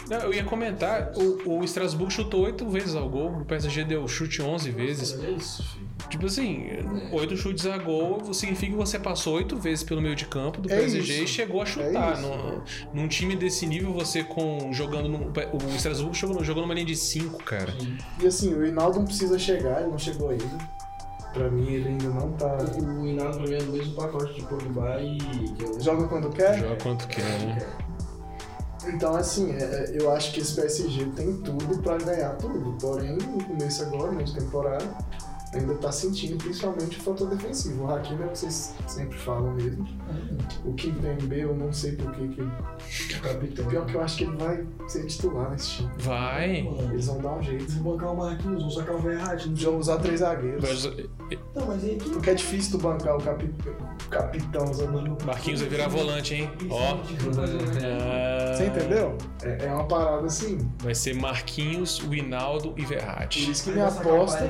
Speaker 1: Não, eu ia comentar, o, o Strasbourg chutou oito vezes ao gol, o PSG deu chute 11 vezes.
Speaker 8: É isso, filho.
Speaker 1: Tipo assim, oito chutes a gol significa que você passou oito vezes pelo meio de campo do
Speaker 2: É
Speaker 1: PSG e
Speaker 2: isso.
Speaker 1: chegou a chutar.
Speaker 2: isso.
Speaker 1: Num- num time desse nível, você com jogando no, o Strasbourg jogou, jogou numa linha de cinco, cara.
Speaker 2: E assim, o Hinaldo não precisa chegar, ele não chegou ainda. Pra mim, ele ainda não tá.
Speaker 8: O Hinaldo pra mim é o mesmo pacote de Pogba e... é
Speaker 2: Joga quando quer?
Speaker 1: Joga quanto quer, né?
Speaker 2: Então, assim, é- é- eu acho que esse PSG tem tudo pra ganhar tudo. Porém, no começo agora, na temporada, ainda tá sentindo principalmente o fator defensivo. O Hakimi é o que vocês sempre falam mesmo. O Kim Pembe, eu não sei por que que
Speaker 8: é Que capitão.
Speaker 2: Pior que eu acho que ele vai ser titular nesse time.
Speaker 1: Vai.
Speaker 7: É.
Speaker 8: Mano,
Speaker 2: Eles vão dar um jeito.
Speaker 6: Desbancar o Marquinhos, vão sacar o Verratti. não sei.
Speaker 2: Vão usar três zagueiros.
Speaker 1: Mas
Speaker 6: Não, mas aí que...
Speaker 2: Porque é difícil tu bancar o capi... capitão usando...
Speaker 1: Marquinhos vai virar volante, hein? Ó.
Speaker 8: tipo,
Speaker 1: Ah,
Speaker 2: Você entendeu? É, é uma parada assim.
Speaker 1: Vai ser Marquinhos, Winaldo e
Speaker 2: Por
Speaker 1: Verratti.
Speaker 2: isso que minha aposta...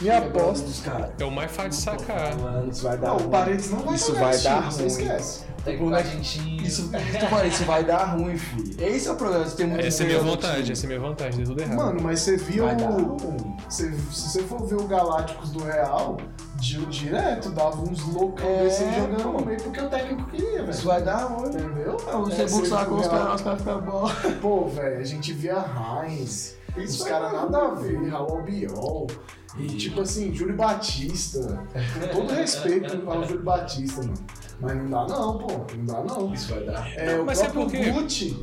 Speaker 2: Minha aposta...
Speaker 1: É o mais fácil de sacar.
Speaker 7: Isso vai dar
Speaker 2: Não, o
Speaker 7: ruim.
Speaker 2: Paredes não vai
Speaker 7: Isso
Speaker 2: jogar
Speaker 7: vai
Speaker 2: esse
Speaker 7: dar
Speaker 2: time, você
Speaker 7: ruim.
Speaker 2: esquece.
Speaker 3: Tem que a gente.
Speaker 7: Isso, tu fala, isso vai dar ruim, filho. Esse é o problema, você tem muito
Speaker 1: Essa é minha
Speaker 7: dinheiro no
Speaker 1: vontade,
Speaker 7: time.
Speaker 1: essa é minha vontade, deu tudo errado.
Speaker 2: Mano, mas você viu.
Speaker 7: Vai dar
Speaker 2: Você, se você for ver o Galácticos do Real, Gil direto, dava uns loucão
Speaker 7: É,
Speaker 2: desse jogando
Speaker 7: pô.
Speaker 2: no meio porque o técnico queria,
Speaker 7: Isso
Speaker 2: velho.
Speaker 7: vai dar ruim.
Speaker 2: Entendeu?
Speaker 7: O
Speaker 2: É,
Speaker 7: Cebu
Speaker 2: você
Speaker 7: lá
Speaker 2: viu
Speaker 7: com os
Speaker 2: o
Speaker 7: caras, os caras ficam bom.
Speaker 2: Real? Pô, velho, a gente via Heinz, os
Speaker 6: vai
Speaker 2: caras
Speaker 6: dar
Speaker 2: nada a ver, Raul Biol. E tipo assim, Júlio Batista. Com todo respeito ao Júlio Batista, mano. Mas não dá não, pô. Não dá não.
Speaker 8: Isso vai dar.
Speaker 2: É,
Speaker 1: Não,
Speaker 2: o
Speaker 1: mas sabe
Speaker 2: próprio
Speaker 1: por quê?
Speaker 2: Gucci,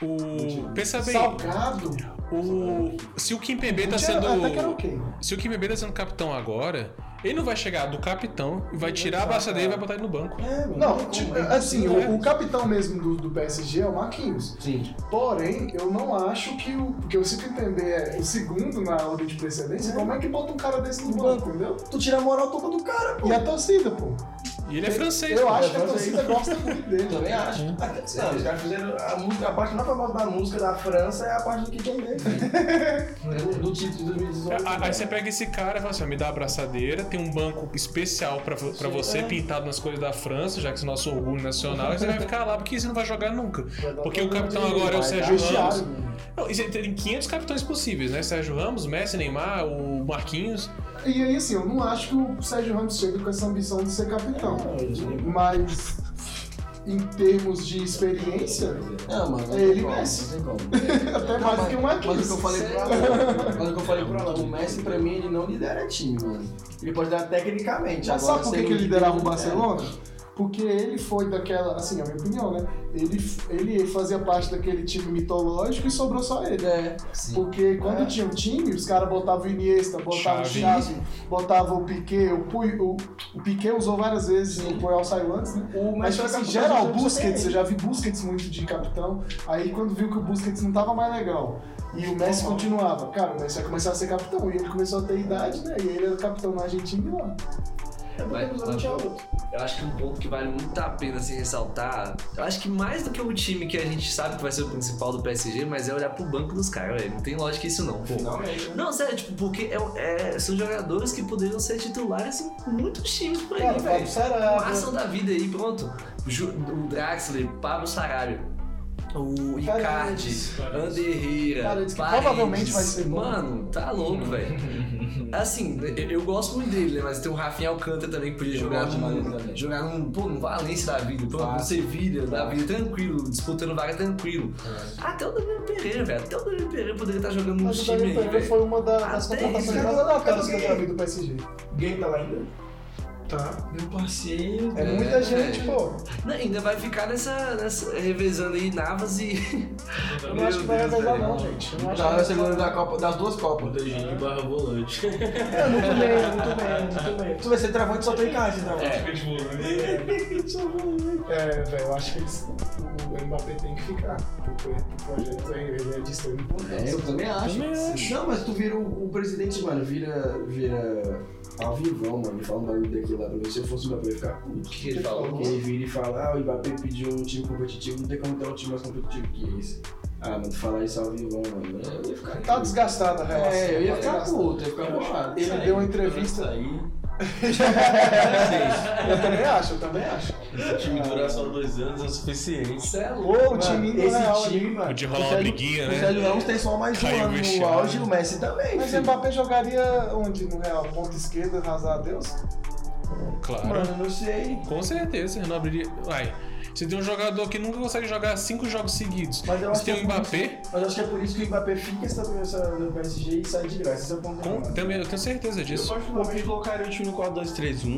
Speaker 1: O... Pensa bem,
Speaker 2: Salgado.
Speaker 1: o... se o Kim Pembe tá
Speaker 2: Gucci era-
Speaker 1: sendo.
Speaker 2: um Até que era ok.
Speaker 1: Se o Kim Pembe tá sendo capitão agora, ele não vai chegar do capitão e vai tirar a baça
Speaker 2: é.
Speaker 1: dele e vai botar ele no banco.
Speaker 7: É,
Speaker 2: Não, tipo, assim,
Speaker 1: Não é?
Speaker 2: o, o capitão mesmo do, do PSG é o Marquinhos.
Speaker 7: Sim.
Speaker 2: Porém, eu não acho que o. Porque eu sempre entender é o segundo na ordem de precedência, como é que bota um cara desse no banco, entendeu?
Speaker 6: Tu tira a moral toda do
Speaker 1: É,
Speaker 6: cara, pô.
Speaker 2: E a torcida, pô.
Speaker 1: E ele é francês,
Speaker 2: Eu
Speaker 1: pô.
Speaker 2: acho que a torcida gosta muito dele.
Speaker 6: Também acho. Não, os caras fizeram a, música, a parte mais famosa da música da França é a parte do que tem dele.
Speaker 8: No título de 2018.
Speaker 1: A- Aí você pega esse cara e fala assim: ó, me dá a abraçadeira, tem um banco especial pra, vo- pra você,
Speaker 2: é.
Speaker 1: pintado nas cores da França, já que isso é nosso orgulho nacional, e você vai ficar lá porque você não vai jogar nunca. Porque o capitão agora é o Sérgio Ramos.
Speaker 2: Vestiário, mano.
Speaker 1: Não, e você tem 500 capitães possíveis, né? Sérgio Ramos, Messi, Neymar, o Marquinhos.
Speaker 2: E aí, assim, eu não acho que o Sérgio Ramos chega com essa ambição de ser capitão.
Speaker 7: É,
Speaker 2: Mas, em termos de experiência,
Speaker 7: Não, É, mano.
Speaker 2: Ele
Speaker 7: não tem
Speaker 2: e
Speaker 7: como,
Speaker 2: Messi.
Speaker 7: Não tem como.
Speaker 2: até mais do que
Speaker 7: Mas o
Speaker 2: o Marquinhos.
Speaker 7: que eu falei pro Alan, mas o que eu falei pro Alan, o Messi pra mim ele não lidera time, mano. Ele pode dar tecnicamente.
Speaker 2: Mas
Speaker 7: agora,
Speaker 2: sabe por
Speaker 7: ser
Speaker 2: que, que
Speaker 7: um
Speaker 2: ele liderava o
Speaker 9: é.
Speaker 7: líder,
Speaker 2: Barcelona? Porque ele foi daquela, assim, a minha opinião, né? Ele, ele fazia parte daquele time mitológico e sobrou só ele.
Speaker 7: É,
Speaker 2: Porque quando tinha um time, os caras botavam o Iniesta, botavam o
Speaker 1: Xavi.
Speaker 2: Xavi, botavam o Piquet, o Puy, o, o Piquet usou várias vezes, o Puyol saiu antes, né?
Speaker 6: O
Speaker 2: Mas,
Speaker 6: melhor
Speaker 2: tipo assim,
Speaker 6: capitão
Speaker 2: geral,
Speaker 6: do mundo
Speaker 2: Busquets,
Speaker 6: tem
Speaker 2: eu
Speaker 6: ele.
Speaker 2: já vi Busquets muito de capitão, aí quando viu que o Busquets não tava mais legal, e o Messi continuava, cara, o Messi vai começar a ser capitão, e ele começou a ter idade, né? E ele era capitão na Argentina e lá.
Speaker 6: É porque
Speaker 3: Mas-
Speaker 6: os outros tinham outro.
Speaker 3: Eu acho que um ponto que vale muito a pena se ressaltar, eu acho que mais do que o time que a gente sabe que vai ser o principal do PSG, mas é olhar pro banco dos caras, velho. Não tem lógica isso não, pô.
Speaker 6: Finalmente, né?
Speaker 3: Não, sério, tipo, porque é- é- são jogadores que poderiam ser titulares em muitos times por aí,
Speaker 2: Cara,
Speaker 9: é,
Speaker 3: velho.
Speaker 2: Fábio Sarabia,
Speaker 3: Passam da vida aí, pronto. Ju- O Draxler, Pablo Sarabia. O Icardi, Anderreira,
Speaker 2: Paredes, que provavelmente vai ser bom.
Speaker 3: Mano, tá louco, velho. Assim, eu, eu gosto muito dele, né? Mas tem o Rafinha Alcântara também que podia jogar
Speaker 9: gosto demais dele
Speaker 3: num,
Speaker 9: também.
Speaker 3: jogar num, pô, num Valência da vida, pô, num Sevilha da vida, tranquilo, disputando vaga tranquilo. Até o Danilo Pereira, velho. Até o Danilo Pereira poderia estar jogando num
Speaker 2: Mas o
Speaker 3: time aí,
Speaker 2: Danilo Pereira
Speaker 3: velho.
Speaker 2: foi uma da- das
Speaker 3: Até isso,
Speaker 2: contratações
Speaker 3: né?
Speaker 2: mais adaptadas que eu já vi do PSG.
Speaker 11: Game tá lá ainda?
Speaker 2: Tá.
Speaker 11: Meu parceiro.
Speaker 2: É muita gente, pô.
Speaker 3: Não, ainda vai ficar nessa, nessa- revezando aí Navas e.
Speaker 2: Eu não acho que vai
Speaker 3: Meu Deus,
Speaker 2: revezar,
Speaker 3: velho.
Speaker 2: não, gente. Eu não acho
Speaker 9: Já
Speaker 2: que
Speaker 9: é o segundo da Copa, das duas Copas.
Speaker 12: Dejinho barra volante.
Speaker 2: É, muito bem, muito bem, muito bem.
Speaker 9: Tu vai ser travante só tem Icardi, então.
Speaker 1: Fica de volante.
Speaker 2: É, velho, eu acho que eles, o Mbappé tem que ficar. Porque o projeto é, ele é de extrema
Speaker 9: É,
Speaker 2: importância.
Speaker 9: eu também acho. Não, mas tu vira o, o presidente, mano, vira. vira. ao vivão, mano, e fala um bagulho daquilo lá pra mim. Se eu fosse o Mbappé, eu ia ficar puto.
Speaker 3: Que ele falou.
Speaker 9: Porque ele vira e fala, ah, o Mbappé pediu um time competitivo, não tem como ter um time mais competitivo que esse. Ah, mano, tu falar isso ao vivão, mano. Eu ia ficar.
Speaker 2: Tá desgastada a relação.
Speaker 9: É, eu ia ficar
Speaker 2: Desgastada.
Speaker 9: puto, eu ia ficar bolado.
Speaker 2: Ele deu um uma entrevista.
Speaker 12: Aí,
Speaker 2: Eu também acho, eu também acho.
Speaker 12: o time durar só dois anos é o suficiente.
Speaker 3: Isso é
Speaker 2: Pô,
Speaker 3: louco.
Speaker 2: o
Speaker 9: Mano,
Speaker 2: time indo
Speaker 9: esse
Speaker 2: real
Speaker 9: time,
Speaker 2: ali, mano.
Speaker 1: Podia rolar uma briguinha,
Speaker 9: O
Speaker 1: né?
Speaker 9: Sérgio Ramos tem só mais um
Speaker 1: Caiu
Speaker 9: ano no
Speaker 1: recheado.
Speaker 9: auge, o Messi também.
Speaker 2: Mas o
Speaker 9: filho.
Speaker 2: Mbappé jogaria onde no Real? Ponta esquerda, razar a Deus?
Speaker 1: Claro.
Speaker 9: Mano, eu não sei.
Speaker 1: Com certeza, eu não abriria. Ai, você tem um jogador que nunca consegue jogar cinco jogos seguidos.
Speaker 9: Mas eu
Speaker 1: Você
Speaker 9: acho
Speaker 1: tem
Speaker 9: que
Speaker 1: o
Speaker 9: é por
Speaker 1: Mbappé,
Speaker 9: Mas acho que é por isso que o Mbappé fica essa essa- no PSG e sai de graça. Esse é o ponto
Speaker 1: com-
Speaker 9: errado.
Speaker 1: também, eu tenho certeza
Speaker 12: Eu
Speaker 1: disso.
Speaker 12: particularmente colocaria o time no 4-2-3-1.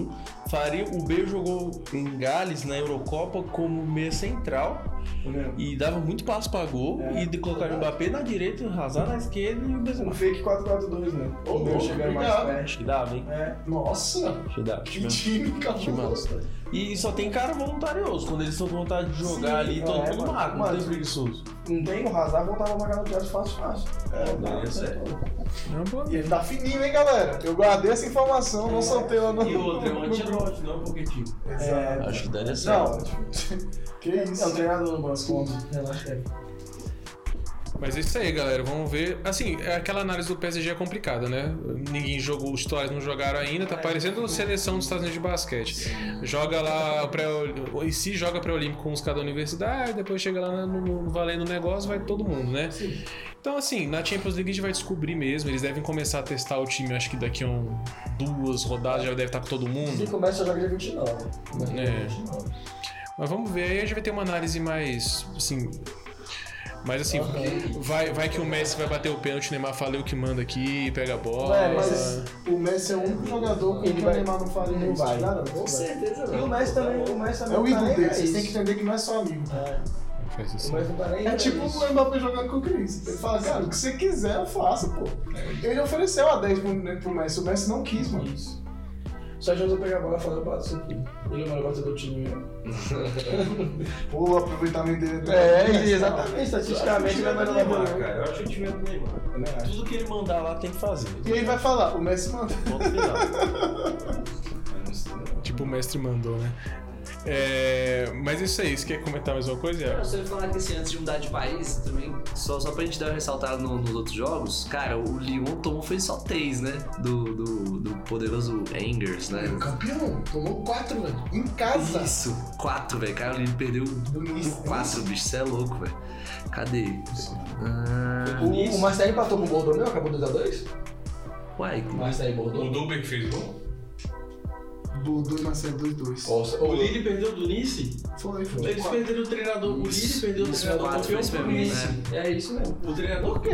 Speaker 12: Faria o Bale jogou em Gales na Eurocopa como meia central
Speaker 9: Entendeu?
Speaker 12: e dava muito passo pra gol e de- colocaria o Mbappé na direita, o Hazard na esquerda e o
Speaker 9: Um
Speaker 12: Benzema.
Speaker 9: fake 4-4-2, né?
Speaker 12: Ô,
Speaker 9: O meu
Speaker 12: louco,
Speaker 9: chegando
Speaker 12: cuidado.
Speaker 9: mais
Speaker 12: Acho que dava, hein?
Speaker 9: perto. É.
Speaker 2: Nossa!
Speaker 12: Acho que dava.
Speaker 2: Que time,
Speaker 12: Timaço.
Speaker 2: cabuloso.
Speaker 12: E só tem cara voluntarioso. Quando eles estão com vontade de jogar
Speaker 9: Sim,
Speaker 12: ali, todo
Speaker 9: é,
Speaker 12: mundo
Speaker 9: mano.
Speaker 12: marca, não
Speaker 9: Mano,
Speaker 12: tem preguiçoso.
Speaker 9: Não tem o Hazard, voltava a marcar no teatro fácil, fácil.
Speaker 12: É,
Speaker 1: É uma boa.
Speaker 2: E ele tá fininho, hein, galera? Eu guardei essa informação, não soltei lá no.
Speaker 12: E outro, é um
Speaker 2: no- no-
Speaker 12: antilote, não é um Pochettino.
Speaker 2: Exato. é
Speaker 12: Acho que daria certo.
Speaker 9: É, Não,
Speaker 2: Que
Speaker 9: é um
Speaker 2: isso?
Speaker 9: treinador no né, banco. ponto. Relaxa aí.
Speaker 1: Mas é isso aí, galera. Vamos ver. Assim, é aquela análise do PSG é complicada, né? Ninguém jogou, os titulares não jogaram ainda. Tá parecendo a seleção dos Estados Unidos de basquete. Joga lá o pré E se joga pré-olímpico com os caras da universidade, depois chega lá no, no valendo o negócio, vai todo mundo, né? Então, assim, na Champions League a gente vai descobrir mesmo. Eles devem começar a testar o time, acho que daqui a um, duas rodadas já deve estar com todo mundo.
Speaker 9: Se começa a jogar dia 29.
Speaker 1: É. Mas vamos ver, aí a gente vai ter uma análise mais, assim... Mas assim, vai, vai que o Messi vai bater o pênalti, o Neymar fala eu que manda aqui, pega a bola.
Speaker 2: Ué, É, mas o Messi é o único jogador com
Speaker 9: Ele
Speaker 2: quem o
Speaker 9: vai-
Speaker 2: Neymar não faria
Speaker 9: Não
Speaker 2: isso.
Speaker 9: vai.
Speaker 2: Garanto.
Speaker 3: Com certeza
Speaker 9: E
Speaker 3: não.
Speaker 9: o Messi também, o Messi também
Speaker 2: né? É o
Speaker 9: tá
Speaker 2: ídolo
Speaker 9: nem
Speaker 2: dele,
Speaker 9: pra
Speaker 2: vocês têm que
Speaker 9: isso.
Speaker 2: entender que não é só amigo.
Speaker 1: Faz isso.
Speaker 9: O Messi não tá nem
Speaker 2: É
Speaker 9: pra
Speaker 2: tipo
Speaker 9: isso.
Speaker 2: o Mbappé jogando com o Cris. Ele fala, cara, o que você quiser eu faço, pô. Ele ofereceu a 10 pro, pro Messi, o Messi não quis, mano.
Speaker 9: Isso. Só Jesus pegar a bola e falar, eu bato isso aqui. Ele é o melhor batedor do time mesmo.
Speaker 2: Pô, o aproveitamento dele é
Speaker 9: É, Estatisticamente, ele é o melhor
Speaker 12: Neymar,
Speaker 9: batedor.
Speaker 12: cara. Eu acho que o time é do Neymar.
Speaker 9: Também acho.
Speaker 12: Tudo que ele mandar lá tem que fazer.
Speaker 2: E aí vai falar, o Messi manda.
Speaker 12: Ponto final.
Speaker 1: Tipo o mestre mandou, né? É, mas isso aí, você quer comentar mais uma coisa?
Speaker 3: Cara,
Speaker 1: Iago?
Speaker 3: Você vai falar que assim, antes de mudar de país, também, só, só pra gente dar uma ressaltada no- nos outros jogos, cara, o Lyon tomou foi só três, né? Do, do, do poderoso Angers, né?
Speaker 2: Campeão, tomou 4, velho. Em casa.
Speaker 3: Isso, quatro, velho. Caroline perdeu
Speaker 2: Do Nice.
Speaker 3: quatro, bicho. Você é louco, velho. Cadê?
Speaker 2: é
Speaker 3: Ah,
Speaker 9: O, o Marcelo empatou com o Bordeaux, meu? Acabou 2x2?
Speaker 3: uai,
Speaker 9: O Marcelo e Bordeaux?
Speaker 1: Duber que fez gol?
Speaker 2: Bordeaux e Marcelo 2-2.
Speaker 9: Nossa,
Speaker 12: O
Speaker 9: o
Speaker 12: Lille perdeu do Nice?
Speaker 2: Foi, foi.
Speaker 12: Eles perderam o treinador. O Lille perdeu o
Speaker 3: isso,
Speaker 12: treinador campeão
Speaker 3: quatro, foi isso
Speaker 12: pro
Speaker 3: mesmo, né?
Speaker 12: Nice.
Speaker 2: né?
Speaker 9: É isso mesmo.
Speaker 12: O treinador que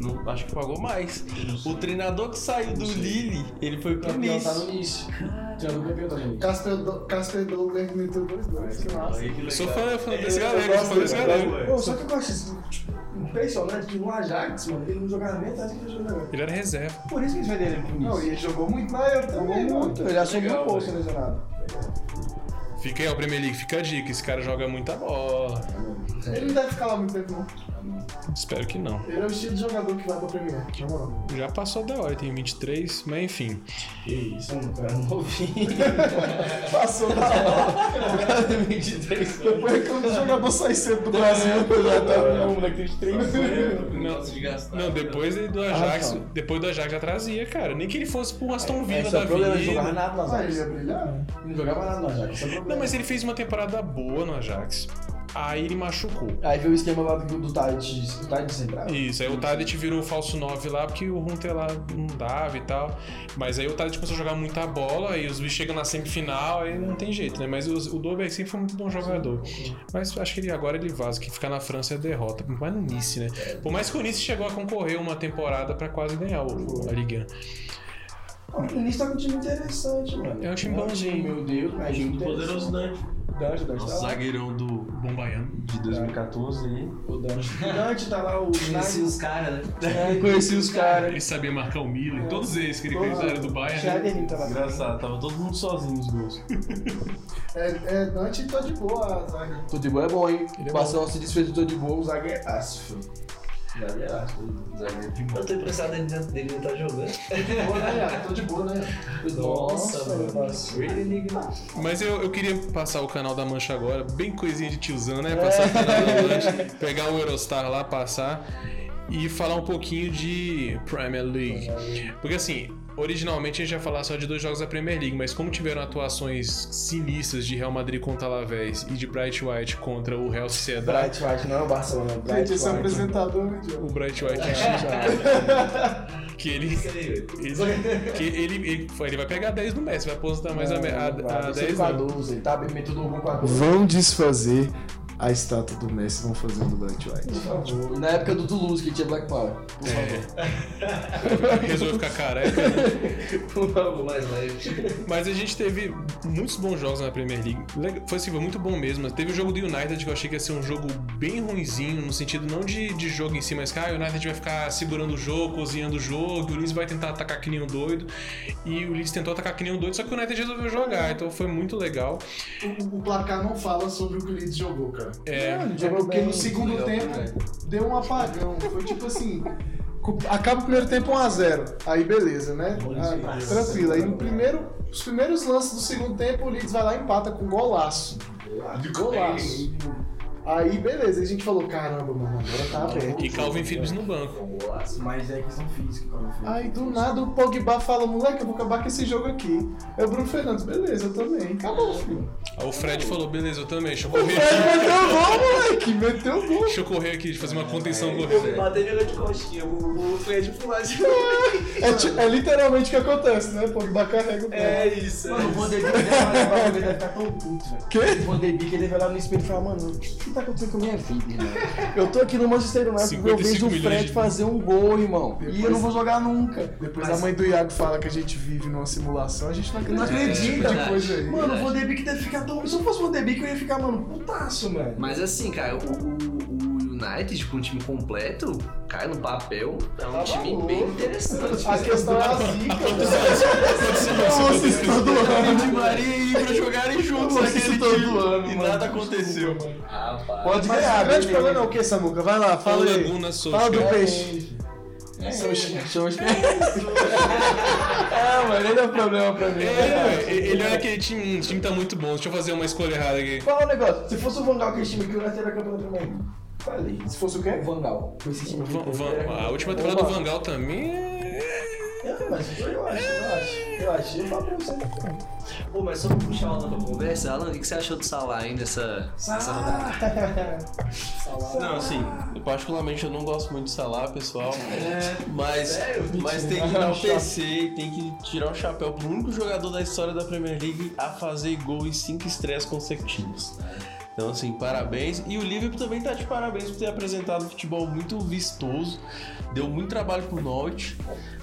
Speaker 12: não, acho que pagou mais. O treinador que saiu do Lille, ele foi
Speaker 9: O
Speaker 12: pro
Speaker 9: campeão
Speaker 12: Nice.
Speaker 9: tá no início. Treinador campeão também.
Speaker 2: Casper Do- Casper Douglas né, meteu 2-2, que massa.
Speaker 1: Eu sou fã, eu sou fã desse
Speaker 2: Eu
Speaker 1: galera, eu
Speaker 2: gosto
Speaker 1: sou fã desse
Speaker 2: dele,
Speaker 1: galera.
Speaker 9: Pô, só que eu acho isso, tipo, impressionante que no um Ajax, mano, ele não jogava metade que ele jogava.
Speaker 1: Ele era reserva.
Speaker 9: Por isso que eles venderam ele pro
Speaker 2: Não,
Speaker 9: Nice.
Speaker 2: e ele jogou muito na Euro também,
Speaker 9: Jogou
Speaker 2: mano.
Speaker 9: muito, ele achou que
Speaker 12: Legal,
Speaker 9: não pôde
Speaker 12: velho.
Speaker 9: ser lesionado.
Speaker 1: Fica aí, ó, Premier League, fica a dica, esse cara joga muita bola.
Speaker 2: É. Ele não deve ficar lá muito tempo, não.
Speaker 1: Espero que não.
Speaker 2: Ele é o estilo de jogador que vai pra Premier. Na moral.
Speaker 1: Já passou da hora, tem 23, mas enfim.
Speaker 12: Que isso, um cara novinho.
Speaker 2: Passou
Speaker 9: né?
Speaker 2: da hora.
Speaker 12: cara tem 23 anos.
Speaker 2: Depois que o jogador sai cedo do Brasil, eu já tava.
Speaker 12: Um moleque tem 23 anos. Nossa, de gastar.
Speaker 1: Não, depois ele- do Ajax, depois do Ajax já trazia, cara. Nem que ele fosse pro Aston Villa
Speaker 9: Esse
Speaker 1: da
Speaker 9: Ah, então. é o problema, ele não
Speaker 1: vida.
Speaker 9: jogava nada no
Speaker 2: Ah, ele
Speaker 9: Ajax.
Speaker 2: ia brilhar?
Speaker 9: Ele não jogava nada no Ajax, esse é o
Speaker 1: Não,
Speaker 9: problema.
Speaker 1: mas ele fez uma temporada boa no Ajax. Aí ele machucou.
Speaker 9: Aí veio o esquema lá do, do Tite, do Tite central.
Speaker 1: Isso, aí o Tadic virou o falso 9 lá, porque o Hunter lá não dava e tal. Mas aí o Tadic começou a jogar muita bola, e os bichos chegam na semifinal, aí não tem jeito, né? Mas o, o Dober sempre foi muito bom jogador. Mas acho que ele agora ele vaza, que ficar na França é derrota. Mas no Nice, né? Por mais que o Nice chegou a concorrer uma temporada pra quase ganhar o, a Liga.
Speaker 9: Pô, O Nice tá com um time interessante, mano.
Speaker 1: É um time bonzinho. É um
Speaker 9: Meu Deus, mas time
Speaker 3: Um
Speaker 13: Muito poderoso,
Speaker 9: interessante.
Speaker 13: né?
Speaker 9: Dante, Dante
Speaker 10: Nosso
Speaker 9: tá lá.
Speaker 10: zagueirão do
Speaker 1: Bom baiano.
Speaker 10: de 2014 aí.
Speaker 9: O Dante. O Dante tá lá, o
Speaker 3: Conheci os caras, né?
Speaker 2: É,
Speaker 9: Schneider. Conheci os caras.
Speaker 1: Ele sabia marcar o Miller, todos eles que ele
Speaker 2: Todos.
Speaker 1: fez na área do Bayern. né?
Speaker 2: Schneiderlin tá lá.
Speaker 10: Engraçado, tava todo mundo sozinho os gols.
Speaker 2: É, é Dante tá de boa, a zaga.
Speaker 9: Futebol é bom, hein?
Speaker 1: Ele é
Speaker 9: Barcelona se desfez do de boa, o zagueiraço, filho. Zagueiraço. Zagueiro de boa.
Speaker 3: Eu tô impressionado dele, dele não tá jogando.
Speaker 2: De boa, né, Yara? Tô de boa, né?
Speaker 3: Nossa, mano. é Really League.
Speaker 1: Mas eu, eu queria passar o canal da Mancha agora, bem coisinha de tiozão, né? Passar o canal da Mancha, pegar o Eurostar lá, passar e falar um pouquinho de Premier League. Porque assim, originalmente a gente ia falar só de dois jogos da Premier League, mas como tiveram atuações sinistras de Real Madrid contra o Alavés e de Bright White contra o Real Sociedad,
Speaker 9: Bright White, não é o Barcelona, é o Bright
Speaker 2: Gente, esse um
Speaker 9: White.
Speaker 2: apresentador, né, Diogo?
Speaker 1: o Bright White que ele ele- que ele, ele, ele vai pegar 10 no Messi, vai aposentar mais a, me- a, né? a 10
Speaker 9: com a
Speaker 1: não.
Speaker 9: 12, ele tá metendo o gol com a 12.
Speaker 2: Vão desfazer a estátua do Messi, vão fazer o do Dante White.
Speaker 9: E na época do Toulouse, que tinha Black Power. Por favor.
Speaker 1: Resolveu É. ficar careca, né?
Speaker 3: Por favor, mais leve.
Speaker 1: Mas a gente teve muitos bons jogos na Premier League. Legal- Foi assim, foi muito bom mesmo. Teve o jogo do United que eu achei que ia ser um jogo bem ruinzinho, no sentido não de, de jogo em si, mas que ah, o United vai ficar segurando o jogo, cozinhando o jogo, e o Leeds vai tentar atacar que nem um doido. E o Leeds tentou atacar que nem um doido, só que o United resolveu jogar, então foi muito legal.
Speaker 2: O, o placar não fala sobre o que o Leeds jogou, cara.
Speaker 1: É,
Speaker 2: É porque no segundo tempo deu um apagão. Foi tipo assim. cu- Acaba o primeiro tempo 1x0. Aí beleza, né? Ah, tranquilo. Aí no primeiro. Os primeiros lances do segundo tempo, o Leeds vai lá e empata com um golaço.
Speaker 9: Ah,
Speaker 2: Golaço. Aí beleza, Aí a gente falou, caramba, mano, agora tá aberto.
Speaker 1: e Calvin Phillips no banco.
Speaker 13: Mas é questão física, cara.
Speaker 2: Aí do nada o Pogba fala, moleque, eu vou acabar com esse jogo aqui. É o Bruno Fernandes, beleza, eu também. Acabou, filho.
Speaker 1: Aí o Fred falou: beleza, eu também, deixa eu correr
Speaker 2: Aí
Speaker 1: aqui.
Speaker 2: meteu gol, moleque, meteu gol.
Speaker 1: Deixa eu correr aqui, deixa eu fazer uma contenção
Speaker 3: Eu me
Speaker 1: corrida.
Speaker 3: bater jogando de costinha, o o Fred pular de
Speaker 2: É, ti- é literalmente o que acontece, né? Pogba carrega o pé.
Speaker 3: É isso.
Speaker 13: Mano, o Vanderbilt deve estar tão puto, velho.
Speaker 9: O Van de Beek, ele vai lá no espelho e fala, mano, o que que tá acontecendo com a minha vida, né?" irmão? Eu tô aqui no Manchester United porque
Speaker 1: 55
Speaker 9: eu vejo o
Speaker 1: milhões
Speaker 9: Fred
Speaker 1: de-
Speaker 9: fazer um gol, irmão. E eu
Speaker 2: Depois-
Speaker 9: não vou jogar nunca.
Speaker 2: Depois a mãe do Iago fala que a gente vive numa simulação, a gente não acredita.
Speaker 9: Não
Speaker 2: nesse tipo
Speaker 9: acredita,
Speaker 2: de coisa aí.
Speaker 9: Mano, o Van de Beek deve ficar tão... Se eu fosse o Van de Beek, eu ia ficar, mano, putaço, mano.
Speaker 3: Mas assim, cara, o, o- o United com o time completo, cara, no papel, é
Speaker 9: Tá
Speaker 3: um time bem interessante.
Speaker 2: A questão é a zica, né?
Speaker 10: Vocês todo ano.
Speaker 9: de Maria e Ibra jogarem juntos
Speaker 10: naquele
Speaker 9: todo ano,
Speaker 10: E
Speaker 9: tá mano.
Speaker 10: nada aconteceu.
Speaker 3: Rapaz.
Speaker 9: Pode
Speaker 2: Mas
Speaker 9: ganhar,
Speaker 2: o grande
Speaker 9: beleza.
Speaker 2: problema é o que, Samuca? Vai lá, fala
Speaker 1: Fala
Speaker 2: aí.
Speaker 1: Laguna
Speaker 2: Fala do
Speaker 1: Solskjaer.
Speaker 2: peixe.
Speaker 9: É, são os... São os... É, mano, ele é um problema pra mim.
Speaker 1: É, ele olha aquele time, hum, o time tá muito bom, deixa eu fazer uma escolha errada aqui.
Speaker 9: Qual é o negócio? Se fosse o Vangal com esse time aqui, o United era campeão também. Falei.
Speaker 2: Se fosse o quê?
Speaker 9: O Vangal. Com esse time aqui.
Speaker 1: Van- Van- a última temporada do Vangal também é.
Speaker 9: É, mas eu acho, eu acho. Eu acho. Eu falo pra você.
Speaker 3: Pô, mas só pra puxar o Alan pra conversa, Alan, o que que você achou do Salah aí nessa, nessa rodada?
Speaker 10: Não, assim, eu particularmente eu não gosto muito de salar, pessoal. Mas, mas tem que dar o PC e tem que tirar o chapéu pro único jogador da história da Premier League a fazer gol em cinco estreias consecutivas. Então, assim, parabéns. E o Liverpool também tá de parabéns por ter apresentado um futebol muito vistoso. Deu muito trabalho pro Norwich.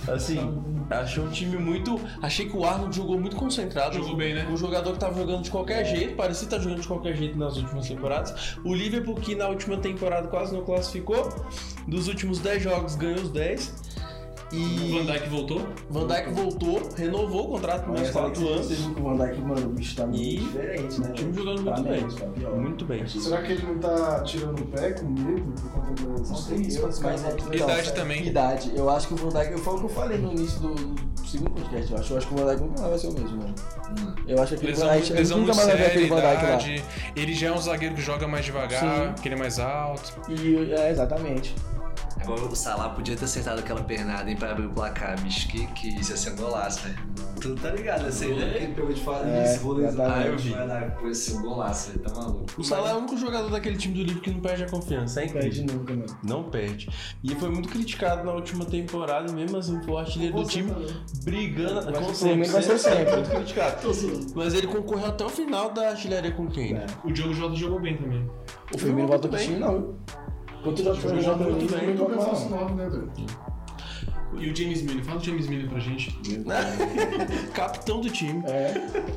Speaker 10: Assim, achei um time muito. Achei que o Arnold jogou muito concentrado.
Speaker 1: Jogou bem, né?
Speaker 10: Um jogador que tava jogando de qualquer jeito, parecia estar jogando de qualquer jeito nas últimas temporadas. O Liverpool, que na última temporada quase não classificou, dos últimos 10 jogos ganhou os 10.
Speaker 1: Van
Speaker 10: E
Speaker 1: Dijk voltou?
Speaker 10: Van Dijk voltou, renovou o contrato por mais 4 anos.
Speaker 9: Vocês viram que o Van Dijk, mano, o bicho tá muito
Speaker 10: E-
Speaker 9: diferente, né?
Speaker 10: O time jogando
Speaker 9: Tá
Speaker 10: muito bem.
Speaker 9: menos, tá pior.
Speaker 10: Muito bem.
Speaker 2: Será que ele não tá tirando o pé com medo por conta do...
Speaker 9: Não sei isso, mas é que-
Speaker 1: Idade
Speaker 9: não, sério,
Speaker 1: também.
Speaker 9: Idade. Eu acho que o Van Dijk, foi o que eu falei no início do, do segundo podcast, eu acho. Eu acho que o Van Dijk nunca mais vai ser o mesmo, mano. Eu acho que aquele
Speaker 1: Hum. Lesão,
Speaker 9: Van Dijk,
Speaker 1: lesão
Speaker 9: nunca
Speaker 1: muito
Speaker 9: mais vai ver
Speaker 1: séria,
Speaker 9: aquele tá. Van Dijk lá.
Speaker 1: idade. Ele já é um zagueiro que joga mais devagar,
Speaker 9: Sim.
Speaker 1: porque ele é mais alto.
Speaker 9: E, é, exatamente.
Speaker 3: Agora o Salah podia ter acertado aquela pernada, hein, pra abrir o placar, bicho, que, que isso ia ser um golaço, velho.
Speaker 14: Tu tá ligado essa aí,
Speaker 10: Vôlei?
Speaker 14: né?
Speaker 3: Ele pegou de fora
Speaker 9: É,
Speaker 3: isso, vou lesar. Ah,
Speaker 9: exatamente.
Speaker 3: eu vi. Vai dar com esse golaço, ele tá maluco.
Speaker 10: O Salah é o único jogador daquele time do Liverpool que não perde a confiança, é incrível.
Speaker 9: Perde nunca, mano.
Speaker 10: Não perde. E foi muito criticado na última temporada, e mesmo assim foi o artilheiro do
Speaker 2: tá
Speaker 10: time,
Speaker 9: tá
Speaker 10: brigando com sempre.
Speaker 9: menos vai ser sempre.
Speaker 10: Muito criticado. Mas ele concorreu até o final da artilharia com quem?
Speaker 9: É.
Speaker 1: O Diogo Jota jogou bem também.
Speaker 9: O Firmino volta com o
Speaker 10: bem.
Speaker 9: time, não. Quanto já foi
Speaker 10: Jogou
Speaker 9: jogado
Speaker 10: muito
Speaker 9: muito
Speaker 10: bem,
Speaker 9: bem,
Speaker 10: nunca
Speaker 9: não.
Speaker 2: né, velho?
Speaker 1: E o James Miller? Fala do James Miller pra gente.
Speaker 10: Capitão do time.
Speaker 9: É.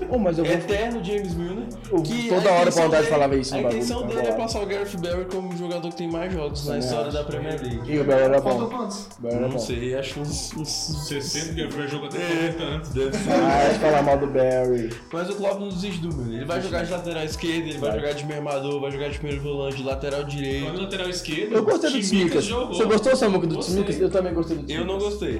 Speaker 9: Ô, mas eu vou.
Speaker 10: Eterno James Milner.
Speaker 9: Eu-
Speaker 10: que
Speaker 9: toda
Speaker 10: a
Speaker 9: hora o
Speaker 10: intenção
Speaker 9: Baldade
Speaker 10: dele-
Speaker 9: falava isso
Speaker 10: A
Speaker 9: no bagulho,
Speaker 10: intenção
Speaker 9: tá
Speaker 10: dele é
Speaker 9: bolado.
Speaker 10: passar o Gareth Barry como o jogador que tem mais jogos na
Speaker 9: Também
Speaker 10: história
Speaker 9: acho.
Speaker 10: da Premier League.
Speaker 9: E o Bell era bom.
Speaker 2: Faltou quantos?
Speaker 9: O Bell era
Speaker 10: Não
Speaker 9: é. bom.
Speaker 10: sei, acho uns, uns
Speaker 1: 60 que vai jogar até 40 anos.
Speaker 10: deve ser.
Speaker 9: Ah, de falar mal do Barry.
Speaker 10: Mas o Klopp não desiste do meu. Ele vai jogar de lateral esquerda, ele vai jogar de meio armador, vai jogar de primeiro volante, de lateral
Speaker 1: Olha
Speaker 10: direito.
Speaker 1: o é. lateral esquerdo.
Speaker 9: Eu gostei do
Speaker 1: Tsimikas
Speaker 9: Tsimikas.
Speaker 1: jogou.
Speaker 9: Você gostou, Samuca, do
Speaker 1: Gostei.
Speaker 9: Tsimikas? Eu também gostei do Tsimikas.
Speaker 10: Eu não gostei.
Speaker 9: Não, mas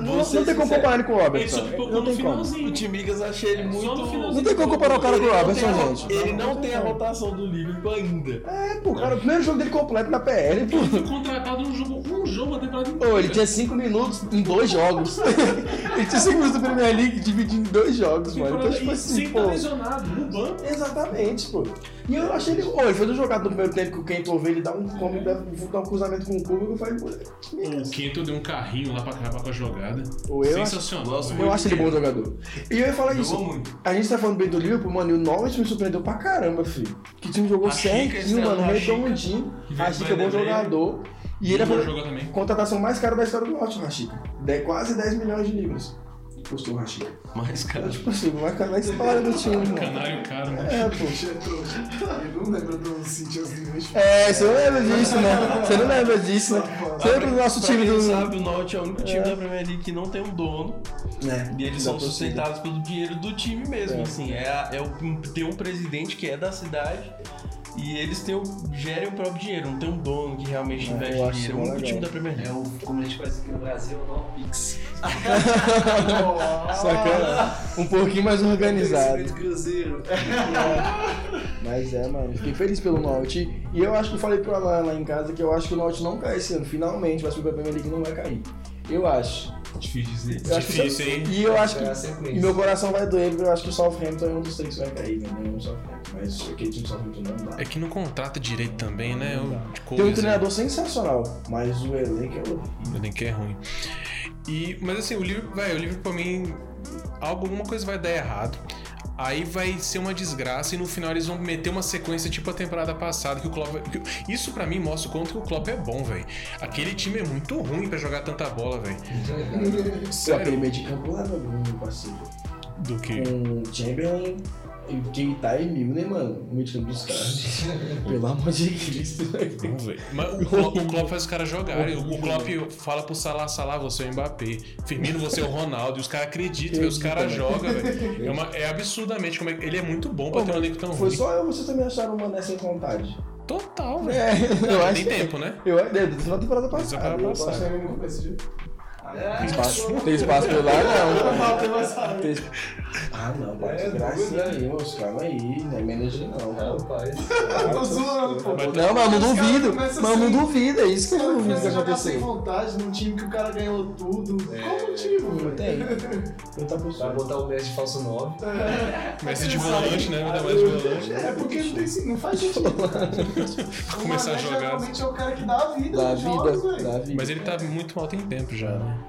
Speaker 9: não,
Speaker 10: Vou
Speaker 9: não
Speaker 10: ser
Speaker 9: tem como
Speaker 10: sincero.
Speaker 9: comparar ele com o
Speaker 1: Ele
Speaker 9: Robertson.
Speaker 1: só pipocou
Speaker 9: Não
Speaker 1: no
Speaker 9: tem como.
Speaker 1: finalzinho.
Speaker 10: O Timigas achei ele muito.
Speaker 1: no finalzinho.
Speaker 9: Não tem como comparar o cara com o
Speaker 10: Ele não tem
Speaker 9: Robertson,
Speaker 10: a-
Speaker 9: Ah, gente.
Speaker 10: Ele não tem a rotação do Liverpool ainda.
Speaker 9: É, pô, cara, o primeiro jogo dele completo na PL, pô.
Speaker 1: Ele foi contratado num jogo, um jogo a temporada inteira.
Speaker 9: Pô, ele tinha 5 minutos em dois jogos. ele tinha 5 minutos da Premier League dividindo em dois jogos, mano. Então,
Speaker 1: Temporada-
Speaker 9: tipo
Speaker 1: e
Speaker 9: assim,
Speaker 1: sem
Speaker 9: pô.
Speaker 1: estar lesionado, no banco.
Speaker 9: Exatamente, pô. E eu achei ele. Ô, ele fez um jogado no primeiro tempo que o Kento vê, ele dá um, come, dá, dá um cruzamento com o público e faz.
Speaker 1: O Quinto deu um carrinho lá pra acabar com a jogada.
Speaker 9: Ou eu acho-
Speaker 1: Sensacional.
Speaker 9: Eu acho ele bom jogador. E eu ia falar isso.
Speaker 10: Jogou muito.
Speaker 9: A gente tá falando bem do Liverpool, mano, e o Norwich me surpreendeu pra caramba, filho. Que time jogou
Speaker 10: A Chica, esse
Speaker 9: certinho,
Speaker 10: ano,
Speaker 9: mano,
Speaker 10: a Chica.
Speaker 9: redondinho.
Speaker 1: veio
Speaker 9: A Chica
Speaker 1: do
Speaker 9: é bom
Speaker 1: Bayern de
Speaker 9: jogador. E ele é
Speaker 1: Ele vai
Speaker 9: a
Speaker 1: jogar também.
Speaker 9: contratação mais cara da história do Norte, Rashica. De, quase 10 milhões de libras. Custou o Rashica.
Speaker 10: Mas,
Speaker 9: Então,
Speaker 10: cara.
Speaker 9: tipo assim, uma cara história do time, mano.
Speaker 1: Canário caro, né? mano.
Speaker 9: É, pô.
Speaker 2: Ele não lembra do City as duas.
Speaker 9: É, você não lembra disso, né? Você não lembra disso, né? Você lembra do nosso
Speaker 10: Pra
Speaker 9: time
Speaker 10: quem
Speaker 9: do.
Speaker 10: não sabe, o Norte é o único time da Premier League que não tem um dono.
Speaker 9: É,
Speaker 10: E eles
Speaker 9: da
Speaker 10: são
Speaker 9: torcida.
Speaker 10: sustentados pelo dinheiro do time mesmo, assim. É, a- é o, tem um presidente que é da cidade e eles têm o, gerem o próprio dinheiro, não tem um dono que realmente
Speaker 9: É,
Speaker 10: investe
Speaker 9: eu acho
Speaker 10: dinheiro. É o
Speaker 9: isso
Speaker 10: único
Speaker 9: legal.
Speaker 10: time da Premier League.
Speaker 3: É o, como a gente faz aqui no Brasil, é o Norpix.
Speaker 9: Sacana? Um pouquinho mais organizado.
Speaker 3: Conhecimento Cruzeiro.
Speaker 9: Mas é, mano, fiquei feliz pelo Norte. E eu acho que eu falei pra lá, lá em casa que eu acho que o Norte não cai esse ano. Finalmente, vai subir pra Premier League e não vai cair. Eu acho.
Speaker 1: Difícil dizer.
Speaker 9: Eu acho que-
Speaker 1: Difícil, hein?
Speaker 9: E eu acho que.
Speaker 10: É.
Speaker 3: Será sempre
Speaker 9: E
Speaker 3: isso.
Speaker 9: meu coração vai doer, porque eu acho que o Southampton é um dos três que vai cair, né? Não é o Southampton, mas aquele time do Southampton não dá.
Speaker 1: É que não contrata direito também, né? Eu, de
Speaker 9: Tem um
Speaker 1: coisa,
Speaker 9: treinador sensacional, mas o elenco é horrível.
Speaker 1: né? Nem que é ruim. E, mas assim, o livro, vai, o livro pra mim, algo- alguma coisa vai dar errado. Aí vai ser uma desgraça e no final eles vão meter uma sequência tipo a temporada passada que o Klopp. que- isso pra mim mostra o quanto que o Klopp é bom, velho. Aquele time é muito ruim pra jogar tanta bola, velho.
Speaker 9: Pô, aquele meio de campo lá, meu parceiro.
Speaker 1: Do que
Speaker 9: Com o Chamberlain, e Keita e Milner, mano. O meio de campo dos caras. Pelo amor de Cristo, velho.
Speaker 1: Não, velho. Mas o Klopp, o Klopp faz os caras jogarem. O Klopp fala pro Salah, Salah, você é o Mbappé. Firmino, você é o Ronaldo. E os caras acreditam, velho. os
Speaker 9: né?
Speaker 1: caras jogam, velho. É, uma- é absurdamente como é que- Ele é muito bom pra
Speaker 9: Pô,
Speaker 1: ter um
Speaker 9: mas
Speaker 1: elenco tão
Speaker 9: Foi
Speaker 1: ruim.
Speaker 9: só eu, vocês também acharam o Mané sem vontade.
Speaker 1: Total, velho.
Speaker 9: É, eu
Speaker 1: Tem
Speaker 9: acho.
Speaker 1: tempo, né?
Speaker 9: Eu lembro, final da temporada passada.
Speaker 1: temporada
Speaker 9: Eu
Speaker 1: passada.
Speaker 9: acho
Speaker 2: Lembra no começo, viu?
Speaker 9: que espaço- Tem espaço pra eu ir lá, não. Tem esp- Ah, não, bate gracinha aí, moço. Calma aí, não é manager não.
Speaker 3: Rapaz.
Speaker 2: Tô zoando, pô.
Speaker 9: Não, mas eu não
Speaker 2: Os caras
Speaker 9: duvido. Mas
Speaker 2: começam
Speaker 9: eu não
Speaker 2: assim.
Speaker 9: duvido, é isso que
Speaker 2: Os
Speaker 9: eu não
Speaker 2: caras
Speaker 9: duvido que
Speaker 2: começam a jogar sem
Speaker 9: aconteceu. É.
Speaker 2: vontade num time que o cara ganhou tudo. Qual o motivo,
Speaker 9: Não
Speaker 2: velho?
Speaker 9: tem. Eu tá por
Speaker 3: Vai
Speaker 9: cima.
Speaker 3: botar o Messi de falso 9.
Speaker 1: Messi de volante, né? Ainda mais volante.
Speaker 2: É porque não, tem, sen- não faz sentido.
Speaker 1: Pra começar a jogar.
Speaker 2: Geralmente é o cara que dá a vida
Speaker 9: Da
Speaker 2: nos jogos,
Speaker 9: vida,
Speaker 2: velho.
Speaker 9: da vida.
Speaker 1: Mas ele tá muito mal tem tempo já, né?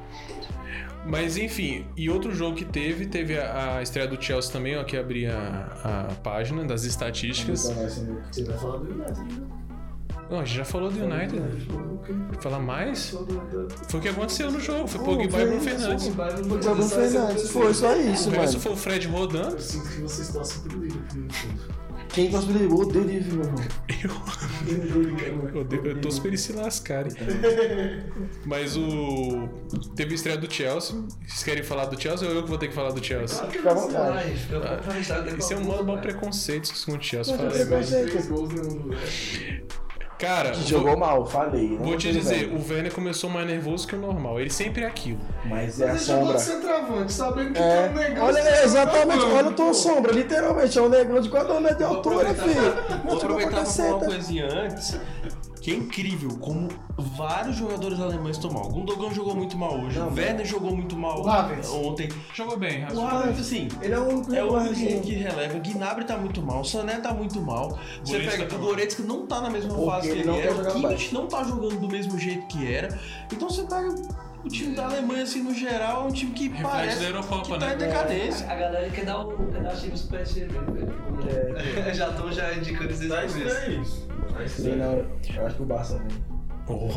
Speaker 1: Mas enfim, e outro jogo que teve, teve a, a estreia do Chelsea também, ó, que abri a, a página das estatísticas.
Speaker 9: Então,
Speaker 3: Você vai falar do United.
Speaker 1: Não, a gente já falou do United, né? Falar mais? Foi o que aconteceu no jogo, foi
Speaker 9: Pô,
Speaker 1: Pogba e
Speaker 9: foi
Speaker 1: Bruno
Speaker 9: isso,
Speaker 1: Fernandes.
Speaker 9: Foi o Bruno
Speaker 2: é
Speaker 9: Fernandes, foi só isso,
Speaker 1: Pega Se
Speaker 9: mano.
Speaker 1: for o Fred rodando,
Speaker 2: Eu sinto que vocês torcem pro Liverpool.
Speaker 9: Quem gosta do Liverpool, odeia o Liverpool, meu irmão.
Speaker 1: eu, de- eu tô super ele se lascar. então. Mas o. Teve a estreia do Chelsea. Vocês querem falar do Chelsea ou eu que vou ter que falar do Chelsea?
Speaker 9: Fica à vontade.
Speaker 1: Isso é um modo mal preconceito com o Chelsea.
Speaker 9: É, Mas né?
Speaker 1: fala
Speaker 9: eu
Speaker 1: aí, velho.
Speaker 9: gostei,
Speaker 2: Três gols nenhum.
Speaker 1: Cara,
Speaker 9: que
Speaker 1: Ah, vou-
Speaker 9: Jogou mal, falei. né?
Speaker 1: Vou te
Speaker 9: Tudo
Speaker 1: dizer,
Speaker 9: bem.
Speaker 1: o Werner começou mais nervoso que o normal. Ele sempre é aquilo.
Speaker 9: Mas é a
Speaker 2: Ele jogou
Speaker 9: sombra.
Speaker 2: de centroavante, sabendo que
Speaker 9: É.
Speaker 2: tem um negócio.
Speaker 9: Olha,
Speaker 2: que
Speaker 9: exatamente,
Speaker 2: tá
Speaker 9: olha a tua
Speaker 2: pô.
Speaker 9: sombra, literalmente, é um negão de 4 metros de altura, filho.
Speaker 14: Vou aproveitar
Speaker 10: tava com uma
Speaker 2: caceta.
Speaker 10: coisinha antes. Que é incrível como vários jogadores alemães estão mal. O Gundogan jogou muito mal hoje, o Werner jogou muito mal
Speaker 2: O Havertz.
Speaker 10: ontem.
Speaker 1: Jogou bem,
Speaker 10: O Havertz, assim,
Speaker 15: Ele é
Speaker 2: um
Speaker 15: o único
Speaker 10: é o
Speaker 15: jogador
Speaker 10: único
Speaker 15: que-
Speaker 10: que releva. Gnabry tá muito mal, Sané tá muito mal. Você
Speaker 1: Goretzka
Speaker 10: pega
Speaker 1: tá
Speaker 10: o
Speaker 1: mal.
Speaker 10: Goretzka não tá na mesma
Speaker 9: Porque
Speaker 10: fase que
Speaker 9: ele
Speaker 10: ele
Speaker 9: não quer
Speaker 10: era, o
Speaker 9: jogar
Speaker 10: Kimmich não tá jogando do mesmo jeito que era. Então você pega o time da Alemanha, assim, no geral, é um time que
Speaker 1: Reflexo da
Speaker 10: parece
Speaker 1: Eurocopa,
Speaker 10: que tá em
Speaker 1: né?
Speaker 10: decadência.
Speaker 3: A galera quer dar o quer dar o time pro PSG mesmo, né, velho. já estão já indicando esses começos.
Speaker 9: É, Sim, não, eu acho que o Barça vem.
Speaker 1: Oh.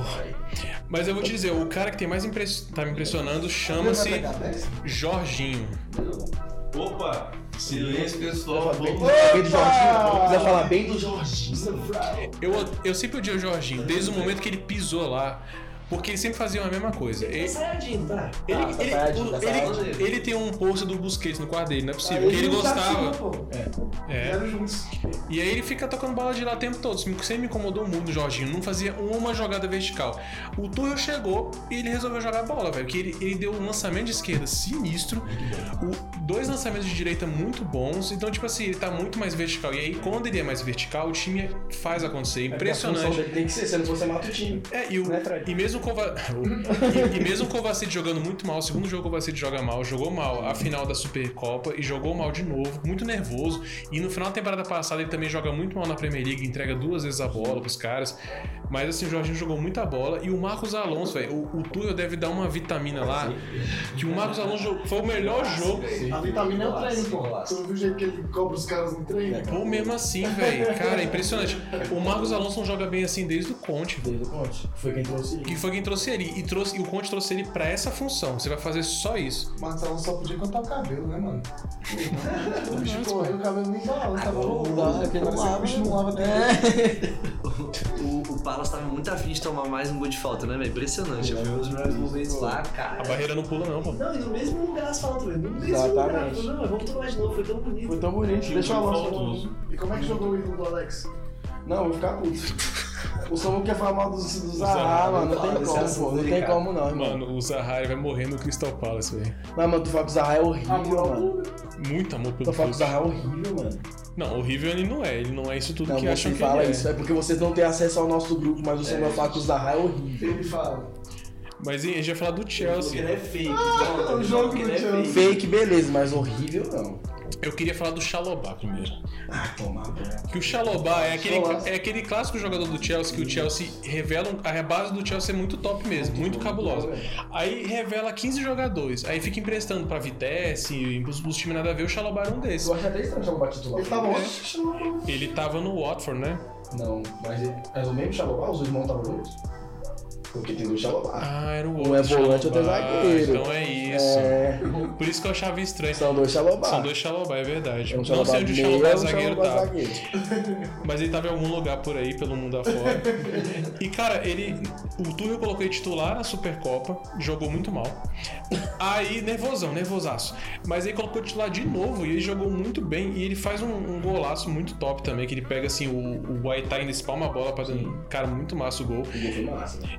Speaker 1: Mas eu vou te dizer, o cara que tem mais impress... tá me impressionando chama-se Jorginho.
Speaker 10: Opa! Silêncio, pessoal.
Speaker 9: Bem do Jorginho, precisa falar bem do Jorginho.
Speaker 1: Eu, eu sempre odiei o Jorginho, desde o momento que ele pisou lá. Porque ele sempre fazia a mesma coisa. Ele,
Speaker 3: Saiadinho, tá?
Speaker 1: ele,
Speaker 9: tá
Speaker 1: ele-
Speaker 9: safadinho,
Speaker 1: o-
Speaker 9: tá
Speaker 1: ele-
Speaker 3: safadinho.
Speaker 1: ele tem um posto do Busquets no quarto dele, não é possível. Porque ele
Speaker 2: tá assim.
Speaker 1: gostava. É.
Speaker 2: Eram juntos.
Speaker 1: E aí ele fica tocando bola de lá o tempo todo. Isso me- sempre me incomodou muito, o Jorginho. Não fazia uma jogada vertical. O Tuchel chegou e ele resolveu jogar bola, velho. Que ele, ele deu um lançamento de esquerda sinistro, o- dois lançamentos de direita muito bons. Então, tipo assim, ele tá muito mais vertical. E aí, quando ele é mais vertical, o time faz acontecer.
Speaker 9: A função
Speaker 1: Impressionante.
Speaker 9: dele tem que ser, se não você mata o time.
Speaker 1: É, e, o-
Speaker 9: Né, Fred?
Speaker 1: e mesmo o Cova- e, e mesmo o Kovacic jogando muito mal, o segundo jogo o Kovacic joga mal, jogou mal a final da Supercopa e jogou mal de novo, muito nervoso. E no final da temporada passada ele também joga muito mal na Premier League, entrega duas vezes a bola pros caras. Mas assim, o Jorginho jogou muita bola e o Marcos Alonso, velho, o, o Tuchel deve dar uma vitamina lá, que o Marcos Alonso jogou- foi o melhor jogo.
Speaker 2: A
Speaker 9: tá
Speaker 2: vitamina é o treino, pô.
Speaker 3: Golaço.
Speaker 2: Tu não viu o jeito que ele cobra os caras no treino?
Speaker 1: Ou mesmo assim, velho, cara, é impressionante. O Marcos Alonso não joga bem assim desde o Conte,
Speaker 9: Desde o Conte. Foi quem trouxe ele.
Speaker 1: que foi quem trouxe ele e trouxe e o Conte trouxe ele pra essa função. Você vai fazer só isso.
Speaker 2: O Marcos Alonso só podia cortar o cabelo, né, mano? O bicho correu, o cabelo nem balão, tava rolando.
Speaker 9: aquele
Speaker 2: Parecia que O bicho
Speaker 9: né?
Speaker 2: não
Speaker 9: É.
Speaker 2: lava até
Speaker 3: O, o Palace tava muito afim de tomar mais um gol de falta, né, velho? Impressionante. Eu vi os melhores momentos lá,
Speaker 1: A
Speaker 3: cara.
Speaker 1: barreira não pula, não, mano.
Speaker 3: Não, e no mesmo lugar as faltas, velho. No mesmo lugar.
Speaker 9: Exatamente.
Speaker 3: Não, vamos tomar de novo, foi tão bonito.
Speaker 9: Foi tão bonito. Deixa o Alonso.
Speaker 2: E como é que jogou o ídolo do Alex?
Speaker 9: Não, eu vou ficar puto. O Samu quer falar mal dos, dos Zaha, mano. Não é tem
Speaker 3: Fala desse assunto
Speaker 9: como, pô. Não
Speaker 3: aí,
Speaker 9: tem
Speaker 3: cara.
Speaker 9: como, não, irmão.
Speaker 1: Mano, o Zahari vai morrer no Crystal Palace, velho.
Speaker 9: Não, mano, tu fala que o Zaha é horrível, mano.
Speaker 1: Muito amor pelo
Speaker 9: Tu fala que
Speaker 1: clube.
Speaker 9: o Zaha é horrível, mano.
Speaker 1: Não, horrível ele não é. Ele não é isso tudo
Speaker 9: Não,
Speaker 1: que acham
Speaker 9: você
Speaker 1: que
Speaker 9: fala
Speaker 1: ele
Speaker 9: isso.
Speaker 1: é.
Speaker 9: É porque vocês não têm acesso ao nosso grupo, mas você vai falar que o Zaha é horrível.
Speaker 2: Ele fala.
Speaker 1: Mas hein, a gente vai falar do Chelsea.
Speaker 15: é fake.
Speaker 3: tá
Speaker 15: Ah,
Speaker 2: o jogo do
Speaker 3: é
Speaker 2: Chelsea.
Speaker 9: Fake, beleza, mas horrível não.
Speaker 1: Eu queria falar do Xalobá primeiro.
Speaker 9: Ah, toma.
Speaker 1: Que o Xalobá é aquele, é aquele clássico jogador do Chelsea que o Chelsea revela. um- A base do Chelsea é muito top mesmo, muito cabulosa. Aí revela 15 jogadores. Aí fica emprestando pra Vitesse, pros, pros times nada a ver. O Xalobá era um desses.
Speaker 9: Eu acho até estranho chamar titular.
Speaker 2: Ele tá né? tava ótimo.
Speaker 1: Ele tava no Watford, né?
Speaker 9: Não, mas, ele- mas o mesmo Xalobá, os irmãos estavam doidos. Porque tem dois Xalobá.
Speaker 1: Ah, era o outro.
Speaker 9: Um é volante, outro é
Speaker 1: Xalobá.
Speaker 9: zagueiro.
Speaker 1: Então é isso.
Speaker 9: É,
Speaker 1: Por isso que eu achava estranho.
Speaker 9: são dois Xalobá.
Speaker 1: São dois Xalobá, é verdade.
Speaker 9: É um
Speaker 1: não
Speaker 9: Xalobá
Speaker 1: sei onde o
Speaker 9: meia,
Speaker 1: Xalobá
Speaker 9: um
Speaker 1: zagueiro tá.
Speaker 9: Xalobá
Speaker 1: tava.
Speaker 9: zagueiro.
Speaker 1: Mas ele tava em algum lugar por aí, pelo mundo afora. e, cara, ele. O Tuchel colocou ele titular na Supercopa, jogou muito mal. Aí, nervosão, nervosaço. Mas aí colocou ele titular de novo e ele jogou muito bem. E ele faz um, um golaço muito top também, que ele pega assim, o, o Aitai ainda espalma a bola pra dentro. Cara, muito massa o gol.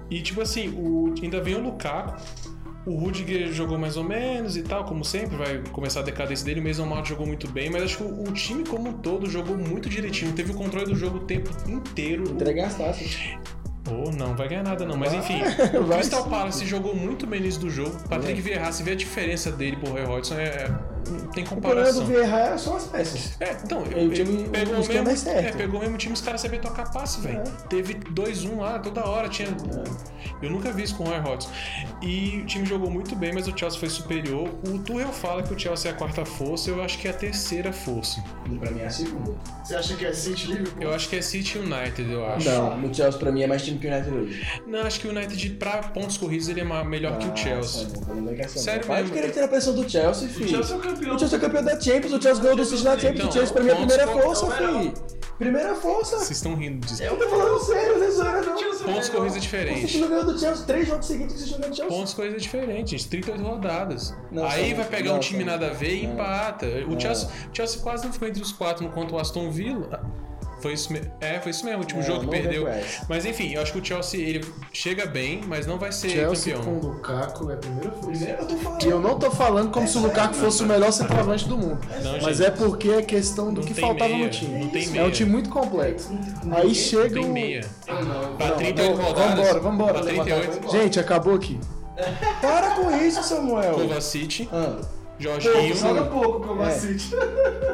Speaker 1: E tipo assim, o, ainda vem o Lukaku. O Rudiger jogou mais ou menos e tal, como sempre, vai começar a decadência dele. O Mason Mount jogou muito bem, mas acho que o, o time como um todo jogou muito direitinho. Teve o controle do jogo o tempo inteiro.
Speaker 9: Entregar as taças.
Speaker 1: Ou não, vai ganhar nada não, mas enfim. O
Speaker 9: Vai
Speaker 1: Crystal
Speaker 9: sim.
Speaker 1: Palace jogou muito bem no início do jogo. Patrick Vieira, se vê a diferença dele pro Roy Hodgson, é, é- não tem
Speaker 9: O problema do
Speaker 1: comparação.
Speaker 9: Vieira é só as peças.
Speaker 1: É, então,
Speaker 9: É, o time-
Speaker 1: ele pegou
Speaker 9: o
Speaker 1: o
Speaker 9: esquema
Speaker 1: mesmo,
Speaker 9: é certo. É.
Speaker 1: é, pegou o mesmo time, os caras sabiam tocar passe, velho. Teve 2-1 lá toda hora, tinha. Eu nunca vi isso com o Roy Hodgson. E o time jogou muito bem, mas o Chelsea foi superior. O Tuchel fala que o Chelsea é a quarta força, eu acho que é a terceira força.
Speaker 9: Pra mim é a segunda.
Speaker 2: Você acha que é City Liverpool?
Speaker 1: Eu acho que é City e United, eu acho.
Speaker 9: Não, no Chelsea pra mim é mais time que o United hoje.
Speaker 1: Não, acho que o United, pra pontos corridos, ele é ma- melhor
Speaker 9: Ah,
Speaker 1: que o Chelsea. Sério
Speaker 9: Sério Para de
Speaker 1: mesmo?
Speaker 9: querer ter a pressão do Chelsea, filho. O Chelsea
Speaker 15: é o campeão.
Speaker 9: é campeão da Champions, o Chelsea ganhou do City na Champions.
Speaker 1: Então,
Speaker 9: O Chelsea pra mim é a
Speaker 1: pontos
Speaker 9: primeira
Speaker 1: co-
Speaker 9: força, filho. Primeira força.
Speaker 1: Vocês estão rindo disso.
Speaker 9: Eu tô falando sério, não é zoeira não. O
Speaker 1: Pontos corridos é
Speaker 9: City
Speaker 1: diferente.
Speaker 9: não ganhou do Chelsea, três jogos seguidos que o City não ganhou do Chelsea.
Speaker 1: Pontos corridos é diferente, gente. 38 rodadas.
Speaker 9: Não,
Speaker 1: Aí
Speaker 9: só-
Speaker 1: vai pegar um
Speaker 9: não,
Speaker 1: time
Speaker 9: só-
Speaker 2: É,
Speaker 1: nada a ver e
Speaker 9: não.
Speaker 1: empata. O
Speaker 9: Não.
Speaker 1: Chelsea, o Chelsea quase não ficou entre os quatro no quanto o Aston Villa. Foi Foi isso, me- é, foi isso mesmo. O último
Speaker 2: É,
Speaker 1: jogo que
Speaker 2: não
Speaker 1: perdeu.
Speaker 2: vem com essa.
Speaker 1: Mas enfim, eu acho que o Chelsea ele chega bem, mas não vai ser
Speaker 2: Chelsea
Speaker 1: campeão.
Speaker 2: com o Lukaku é a primeira vez.
Speaker 8: Primeiro eu tô falando.
Speaker 2: E eu não tô falando como se o Lukaku fosse o melhor centroavante do mundo.
Speaker 1: Não,
Speaker 2: Mas
Speaker 1: gente,
Speaker 2: é porque é questão do
Speaker 1: Não
Speaker 2: que
Speaker 1: tem
Speaker 2: faltava
Speaker 1: meia,
Speaker 2: no time.
Speaker 1: não tem
Speaker 2: É um
Speaker 1: meia.
Speaker 2: time muito complexo. Aí
Speaker 1: não
Speaker 2: chega
Speaker 1: tem
Speaker 2: o.
Speaker 1: meia.
Speaker 8: Ah, não.
Speaker 1: Pra
Speaker 2: Não,
Speaker 1: 38
Speaker 2: não,
Speaker 1: rodadas.
Speaker 2: Vambora, vambora.
Speaker 1: Pra 38.
Speaker 2: Gente, acabou aqui. Para com isso, Samuel.
Speaker 1: Kovacic,
Speaker 2: Ah,
Speaker 1: Jorginho,
Speaker 8: Joga pouco com o
Speaker 2: É,
Speaker 8: Macite.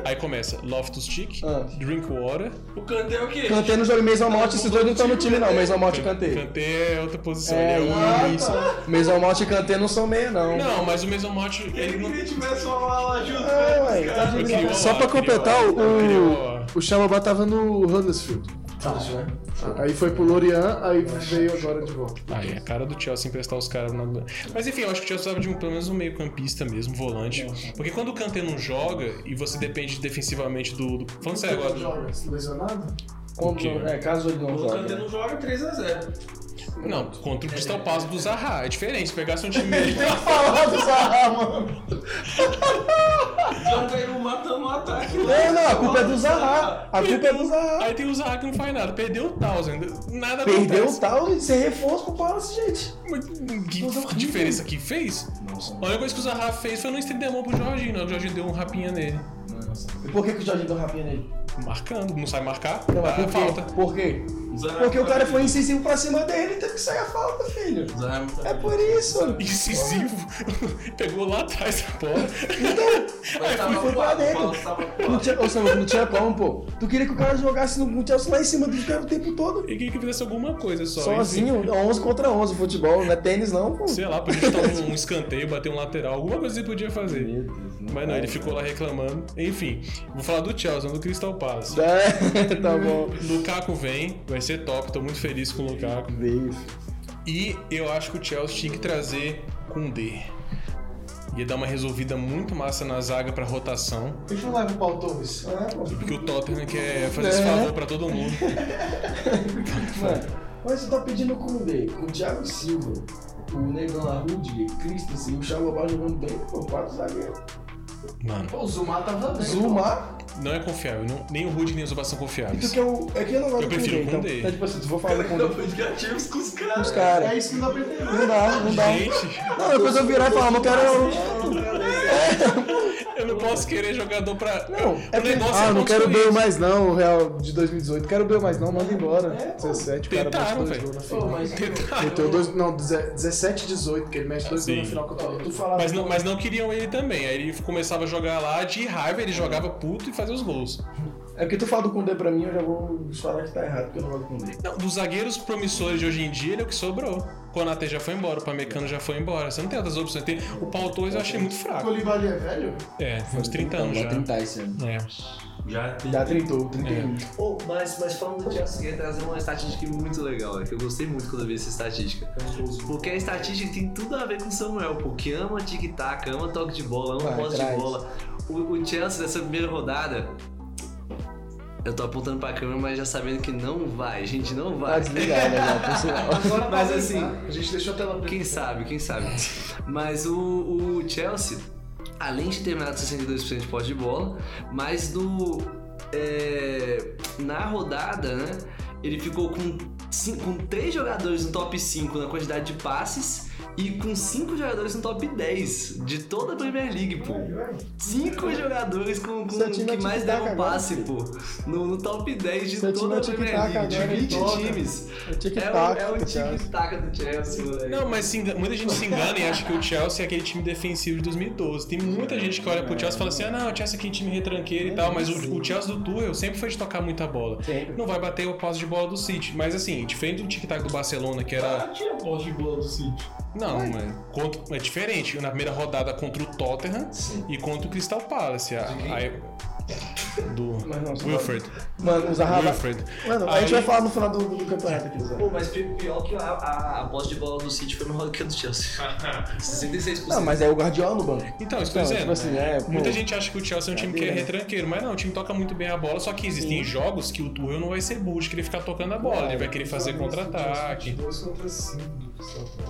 Speaker 1: aí começa Loftus Cheek,
Speaker 2: Ah.
Speaker 1: Drinkwater,
Speaker 10: O Kanté é o quê?
Speaker 2: Kanté não joga em Mason Mount, esses dois não estão no time, não. Mason Mount e Kanté.
Speaker 1: Kanté é outra posição,
Speaker 2: É,
Speaker 1: ele é um.
Speaker 2: isso. Mason Mount e Kanté não são meia, não.
Speaker 1: Não, mas o Mesomort, ele não.
Speaker 8: Se tivesse uma ala junto,
Speaker 2: Ah,
Speaker 8: velho.
Speaker 2: ué.
Speaker 1: Eu queria o
Speaker 2: Só
Speaker 1: Ola,
Speaker 2: pra
Speaker 1: eu queria
Speaker 2: completar,
Speaker 1: Ola, eu queria
Speaker 2: o,
Speaker 1: Ola.
Speaker 2: o Xalobá tava no Huddersfield. Aí foi pro Lorient, aí veio agora de volta.
Speaker 1: Ah, é a cara do Chelsea emprestar os caras na... Mas enfim, eu acho que o Chelsea precisava de um, pelo menos um meio campista mesmo, volante. Porque quando o Kanté não joga e você depende defensivamente do... do... Falando sério agora... do-
Speaker 2: Joga, se lesionado?
Speaker 1: O quê?
Speaker 7: É, caso ele não
Speaker 8: O Kanté
Speaker 7: jogue.
Speaker 8: não joga 3x0.
Speaker 1: Não, contra o Crystal Palace do Zaha. É diferente, se pegasse um time...
Speaker 2: Falar do Zaha, mano.
Speaker 8: Já caiu matando no ataque.
Speaker 2: Não, não, a culpa é do Zaha. A culpa é do Zaha.
Speaker 1: Aí tem o Zaha que não faz nada. Perdeu o Townsend. Nada
Speaker 2: Perdeu o
Speaker 1: acontece.
Speaker 2: tal e ser reforço pro Palace, gente.
Speaker 1: Mas Que diferença que fez? A única coisa que o Zaha fez foi não estender a mão pro Jorginho. não. O Jorginho deu um rapinha nele.
Speaker 7: E por que, que o Jorginho deu rapinha nele?
Speaker 1: Marcando, não sai marcar.
Speaker 7: Não, mas
Speaker 1: dá
Speaker 7: por
Speaker 1: falta. tá
Speaker 7: quê? Por quê?
Speaker 8: Zaha-
Speaker 7: Porque o cara foi incisivo pra cima dele e teve que sair a falta, filho.
Speaker 1: tá
Speaker 7: É por isso.
Speaker 1: incisivo, pegou lá atrás da bola.
Speaker 7: Aí foi pra dentro. Não tinha, ô, Samuel, não tinha como, pô. Tu queria que o cara jogasse no no Chelsea lá em cima do cara o tempo todo.
Speaker 1: E queria que fizesse alguma coisa só.
Speaker 2: Sozinho, 11 contra 11 futebol, não é tênis não, pô.
Speaker 1: Enfim, sei lá, podia chutar um, um escanteio, bater um lateral, alguma coisa ele podia fazer. Mas não, ele ficou lá reclamando. Enfim, vou falar do Chelsea, não do Crystal Palace.
Speaker 2: É, tá bom.
Speaker 1: Lukaku vem, vai ser top, tô muito feliz com o Lukaku.
Speaker 2: Veio.
Speaker 1: E eu acho que o Chelsea tinha que trazer Koundé. Ia dar uma resolvida muito massa na zaga pra rotação.
Speaker 2: Por que não leva o Paul Torres?
Speaker 1: Porque o Tottenham quer fazer esse favor pra todo mundo.
Speaker 7: Mano, mas você tá pedindo com o D, o Thiago Silva, o Negão Arrude, Christensen e o Xalobá jogando bem, pô, quatro zagueiros.
Speaker 1: Mano,
Speaker 6: Pô, o Zumar tava bem.
Speaker 7: Zuma,
Speaker 1: não é confiável. não- nem o Rudy nem o Zubá são
Speaker 7: e tu
Speaker 1: confiáveis.
Speaker 7: quer o. É que eu não gosto
Speaker 1: Eu
Speaker 7: do Koundé,
Speaker 1: prefiro o
Speaker 7: então.
Speaker 1: Koundé.
Speaker 7: É tipo assim, tu vou falar com o
Speaker 8: Negativos com os caras.
Speaker 7: os caras.
Speaker 2: É isso que não dá pra entender.
Speaker 7: Não dá, não dá.
Speaker 1: Gente,
Speaker 7: Não, depois eu virar e falar, não quero.
Speaker 1: eu não posso querer jogador pra.
Speaker 7: Não,
Speaker 1: o negócio é
Speaker 2: Ah, não quero o
Speaker 1: construir.
Speaker 2: Bale mais não, o Real de 2018. Quero o Bale mais não, manda embora.
Speaker 7: É,
Speaker 2: 17, o cara mexe
Speaker 1: Tentaram,
Speaker 2: dois
Speaker 1: velho.
Speaker 2: gols na
Speaker 6: Pô,
Speaker 2: final.
Speaker 6: mas
Speaker 2: Meteu dois, não, 17, 18, que ele mexe dois gols
Speaker 1: sim.
Speaker 2: na final contra o
Speaker 6: tu
Speaker 2: Liverpool.
Speaker 6: falava.
Speaker 1: Mas não, mas não queriam ele também. Aí ele começava a jogar lá, de raiva ele jogava puto e fazia os gols.
Speaker 7: É porque tu fala do Koundé pra mim, eu já vou falar que tá errado, porque eu não gosto do Koundé.
Speaker 1: Não, dos zagueiros promissores de hoje em dia, ele é o que sobrou. O Konate já foi embora, o Pamecano já foi embora. Você não tem outras opções. Tem, o Paulo Torres eu achei muito
Speaker 2: O
Speaker 1: fraco.
Speaker 2: Colibali é velho?
Speaker 1: É, tem uns 30 anos já.
Speaker 7: esse ano.
Speaker 1: É.
Speaker 8: Já tem.
Speaker 7: Já trintou, 31.
Speaker 2: É
Speaker 3: Pô, mas, mas falando do Chelsea, eu ia trazer uma estatística muito legal, é que eu gostei muito quando eu vi essa estatística. Porque a estatística tem tudo a ver com o Samuel, porque ama tic-tac, ama toque de bola, ama
Speaker 7: Vai,
Speaker 3: posse de
Speaker 7: traz.
Speaker 3: bola. O, o Chelsea nessa primeira rodada. Eu tô apontando pra câmera, mas já sabendo que não vai, gente, não
Speaker 7: Tá
Speaker 3: vai.
Speaker 7: desligado já, por sinal.
Speaker 3: Mas assim,
Speaker 2: A gente deixou a tela preta.
Speaker 3: quem sabe, quem sabe. Mas o, o Chelsea, além de ter terminado 62% de posse de bola, mas do. é, na rodada, né? Ele ficou com, cin- com três jogadores no top 5 na quantidade de passes e com cinco jogadores no top 10 de toda a Premier League, pô. Cinco jogadores com, com
Speaker 2: Seu time é
Speaker 3: que mais
Speaker 2: tic-tac
Speaker 3: deram um
Speaker 2: agora,
Speaker 3: passe, pô. No, no top 10 de
Speaker 2: Seu time
Speaker 3: toda
Speaker 2: é
Speaker 3: a Premier
Speaker 2: tic-tac
Speaker 3: League, de
Speaker 2: agora,
Speaker 3: 20
Speaker 2: toca.
Speaker 3: times.
Speaker 2: É
Speaker 3: É o,
Speaker 2: tic-tac.
Speaker 3: é o
Speaker 2: tá ligado?
Speaker 3: tic-tac do Chelsea, moleque.
Speaker 1: Não, mas se engana- muita gente se engana e acha que o Chelsea é aquele time defensivo de 2012. Tem muita gente que olha pro Chelsea e fala assim: ah, não, o Chelsea é aquele time retranqueiro e tal, mas o, o Chelsea do Tuchel sempre foi de tocar muita bola. Não vai bater o passo de bola do City. Mas assim, diferente do tic-tac do Barcelona, que era.
Speaker 8: Tira a posse de bola do City.
Speaker 1: Não, mano. Contra- é diferente. Na primeira rodada contra o Tottenham e contra o Crystal Palace. A, a- do
Speaker 7: Mas não, só-
Speaker 1: Wilfred.
Speaker 7: Mano, o Zaha vai-
Speaker 1: Wilfred.
Speaker 7: Mano, a
Speaker 1: Aí-
Speaker 7: gente vai falar no final do, do campeonato aqui, Zé.
Speaker 3: Pô, mas pi- pior que a, a, a posse de bola do City foi melhor do que a do Chelsea. 66%.
Speaker 7: Não, mas é o Guardiola no banco.
Speaker 1: Então, estou
Speaker 7: Não,
Speaker 1: dizendo.
Speaker 7: tipo assim, é, pô,
Speaker 1: Muita gente acha que o Chelsea é um time que é
Speaker 7: Cadeira.
Speaker 1: retranqueiro, mas não, o time toca muito bem a bola, só que existem jogos que o Tuchel não vai ser burro de querer ficar tocando a bola, ele vai querer fazer contra-ataque.
Speaker 7: tipo
Speaker 2: 22 contra 5.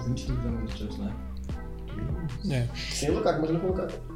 Speaker 7: 22 anos de Chelsea, né?
Speaker 1: É.
Speaker 7: Sem o Lukaku, mas não é. com o Lukaku.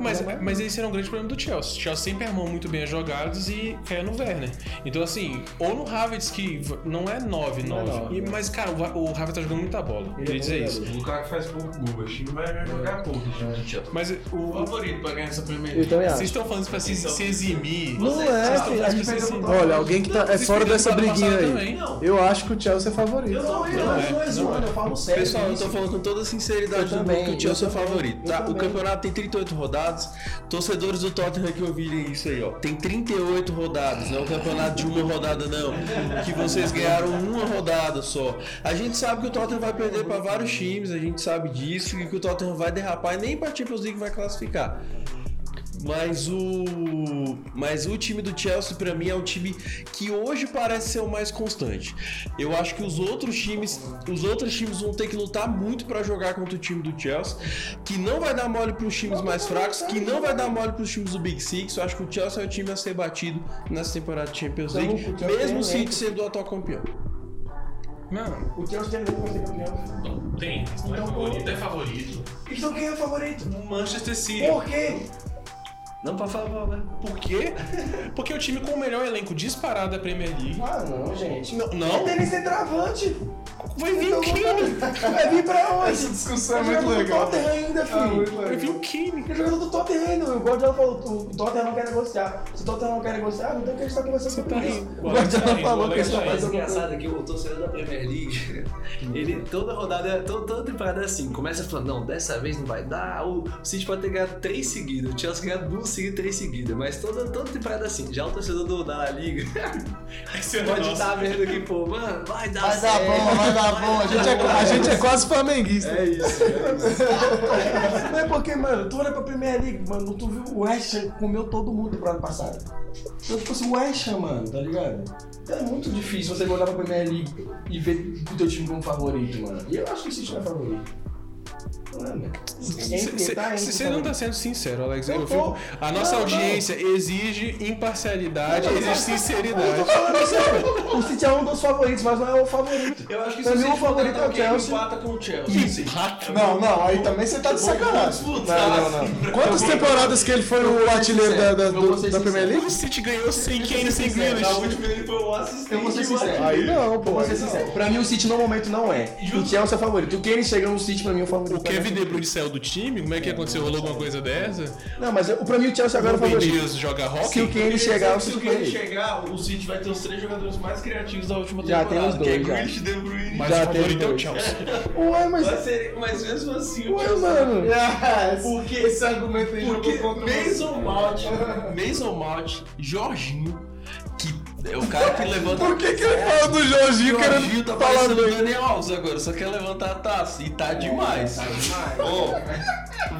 Speaker 1: Mas, mas esse era um grande problema do Chelsea. O Chelsea sempre armou muito bem as jogadas e caiu no Werner. Então, assim, ou no Havertz, que v- não é 9, 9.
Speaker 7: né?
Speaker 1: E- Mas, cara, o Va- o Havertz tá jogando muita bola.
Speaker 7: é
Speaker 1: Queria dizer isso.
Speaker 16: O Lukaku um faz pouco gol, acho que vai jogar pouco esse time do Chelsea.
Speaker 1: Mas o,
Speaker 16: Favorito pra ganhar essa Premier
Speaker 17: Eu
Speaker 16: League.
Speaker 17: também
Speaker 1: vocês
Speaker 17: acho.
Speaker 1: estão falando isso pra se, se eximir.
Speaker 17: Não é,
Speaker 1: Vocês
Speaker 17: filho, a
Speaker 1: estão falando isso pra
Speaker 17: gente
Speaker 1: se
Speaker 17: perdeu
Speaker 1: eximir.
Speaker 2: Olha, alguém que tá é
Speaker 1: Vocês
Speaker 2: fora
Speaker 1: perderam
Speaker 2: dessa
Speaker 1: ano
Speaker 2: briguinha
Speaker 1: passado
Speaker 2: aí.
Speaker 1: também.
Speaker 2: Eu acho que o Chelsea é favorito.
Speaker 9: Eu não, eu
Speaker 1: Não
Speaker 9: não,
Speaker 1: é,
Speaker 9: sou zoando, eu falo sério.
Speaker 10: Pessoal, eu
Speaker 9: gente.
Speaker 10: tô falando com toda sinceridade
Speaker 17: Eu
Speaker 10: do mundo
Speaker 17: também,
Speaker 10: que o Chelsea é
Speaker 17: eu
Speaker 10: o favorito,
Speaker 17: também,
Speaker 10: tá?
Speaker 17: eu
Speaker 10: O
Speaker 17: também.
Speaker 10: campeonato tem 38 rodadas. Torcedores do Tottenham que ouvirem isso aí, ó. Tem 38 rodadas, não é um campeonato de uma rodada, não. Que vocês ganharam uma rodada só. A gente sabe que o Tottenham vai perder pra vários times, a gente sabe disso, e que o Tottenham vai derrapar e nem pra Champions League vai classificar. Mas o mas o time do Chelsea pra mim é um time que hoje parece ser o mais constante. Eu acho que os outros times, os outros times vão ter que lutar muito pra jogar contra o time do Chelsea, que não vai dar mole pros times mais fracos, que não vai dar mole pros times do Big Six. Eu acho que o Chelsea é o time a ser batido nessa temporada de Champions
Speaker 17: Então,
Speaker 10: League,
Speaker 17: o Chelsea tem
Speaker 10: mesmo o
Speaker 17: um
Speaker 10: City
Speaker 17: elenco.
Speaker 10: sendo o atual campeão.
Speaker 1: Não,
Speaker 9: O Chelsea tem elenco pra ser campeão.
Speaker 16: Não tem, não é
Speaker 9: Então,
Speaker 16: favorito, é favorito.
Speaker 9: Então quem é o favorito?
Speaker 1: o Manchester City.
Speaker 9: Por quê?
Speaker 3: Não, por favor, né?
Speaker 1: Por quê? Porque é o time com o melhor elenco disparado da Premier League.
Speaker 9: Ah, não, gente.
Speaker 1: Não,
Speaker 9: Não
Speaker 1: não.
Speaker 9: tem nem centroavante. Então
Speaker 1: vai vir o Kane.
Speaker 9: Vai vir pra onde?
Speaker 2: discussão
Speaker 9: Tá jogando do Tottenham ainda,
Speaker 2: Ah, muito
Speaker 9: filho.
Speaker 1: Vai vir
Speaker 2: legal.
Speaker 1: o Kane.
Speaker 9: Tá jogando do Tottenham ainda. O Guardiola falou, o Tottenham não quer negociar. Se o Tottenham não quer negociar, não tem o que a gente tá conversando
Speaker 1: Você
Speaker 9: sobre
Speaker 1: tá
Speaker 9: isso.
Speaker 1: rindo.
Speaker 17: O Guardiola falou que
Speaker 1: Alex
Speaker 17: ele tá
Speaker 1: tá rindo.
Speaker 3: Mas o engraçado é que o torcedor da Premier League, ele toda rodada, toda, toda temporada é assim, começa falando, não, dessa vez não vai dar, o City pode ter ganhado três seguidas, o Chelsea ganhar duas seguidas, três seguidas, mas toda, toda temporada é assim, já o torcedor do, da La Liga
Speaker 1: Esse é o
Speaker 3: pode
Speaker 1: nosso.
Speaker 3: estar vendo aqui, pô, mano, vai dar
Speaker 17: Vai dar
Speaker 3: certo.
Speaker 17: bom, vai dar bom. A gente é
Speaker 2: A gente é quase flamenguista.
Speaker 9: É isso, Não é porque, mano, tu olha pra Premier League, mano, tu viu o West Ham comeu todo mundo pro ano passado. Então, tipo assim, o West Ham, mano, tá ligado? Então é muito difícil você olhar pra Premier League e ver o teu time como favorito, mano. E eu acho que o City não é favorito. Não é, mano? Enfim, tá entre
Speaker 1: Você não tá sendo sincero, Alex. Eu
Speaker 9: Eu
Speaker 1: fico-
Speaker 9: tô.
Speaker 1: A nossa
Speaker 9: Não,
Speaker 1: audiência exige imparcialidade, exige
Speaker 9: Eu tô
Speaker 1: sinceridade.
Speaker 9: falando sério. O City é um dos favoritos, mas não é o favorito.
Speaker 10: Eu acho que
Speaker 9: Pra mim, o favorito
Speaker 18: tá
Speaker 9: é o Chelsea.
Speaker 10: empata com o Chelsea.
Speaker 2: Não, não, aí também você tá de sacanagem.
Speaker 10: Não, não, não.
Speaker 2: Quantas temporadas que ele foi o artilheiro da, da,
Speaker 18: Eu vou
Speaker 2: do-
Speaker 18: ser
Speaker 2: da Premier League?
Speaker 1: O City ganhou sem Kane, sem
Speaker 10: Na
Speaker 1: Grealish.
Speaker 10: última ele foi um assistente.
Speaker 18: Eu vou ser sincero.
Speaker 2: Aí não, pô.
Speaker 18: Vou ser sincero. Pra mim o City no momento não é. O Chelsea é o favorito. O Kane chega no City pra mim é o favorito.
Speaker 1: O Kevin De Bruyne saiu do time? Como é que aconteceu? Rolou alguma coisa dessa?
Speaker 18: Não, mas eu- pra mim o Chelsea agora é
Speaker 1: O
Speaker 18: o
Speaker 1: Ben
Speaker 18: favorito.
Speaker 1: Dias
Speaker 18: Se
Speaker 1: joga
Speaker 18: o
Speaker 1: hockey?
Speaker 18: Kane chegar, o
Speaker 10: Se
Speaker 18: City
Speaker 10: o
Speaker 18: é
Speaker 10: Kane
Speaker 18: favorito.
Speaker 10: chegar, o City vai ter os três jogadores mais criativos da última
Speaker 18: Já
Speaker 10: temporada.
Speaker 18: tem os dois,
Speaker 10: Que é
Speaker 18: já.
Speaker 10: Grealish, De Bruyne.
Speaker 1: Mas
Speaker 18: Já
Speaker 1: o favorito
Speaker 18: teve
Speaker 1: é o
Speaker 18: dois.
Speaker 1: Chelsea.
Speaker 2: Ué, mas.
Speaker 10: Vai ser- Mas mesmo assim, o
Speaker 2: Ué,
Speaker 10: Chelsea-
Speaker 2: mano.
Speaker 10: Porque-
Speaker 2: esse argumento aí
Speaker 10: Porque
Speaker 2: jogou contra
Speaker 10: Mason Mount, Mason Mount, Jorginho, que é o cara que levanta.
Speaker 2: Por que, que ele fala do Jorginho
Speaker 10: Jorginho
Speaker 2: querendo
Speaker 10: tá
Speaker 2: falar
Speaker 10: parecendo o
Speaker 2: do
Speaker 10: Daniel Alves agora, só quer levantar a taça. E tá demais. Ó,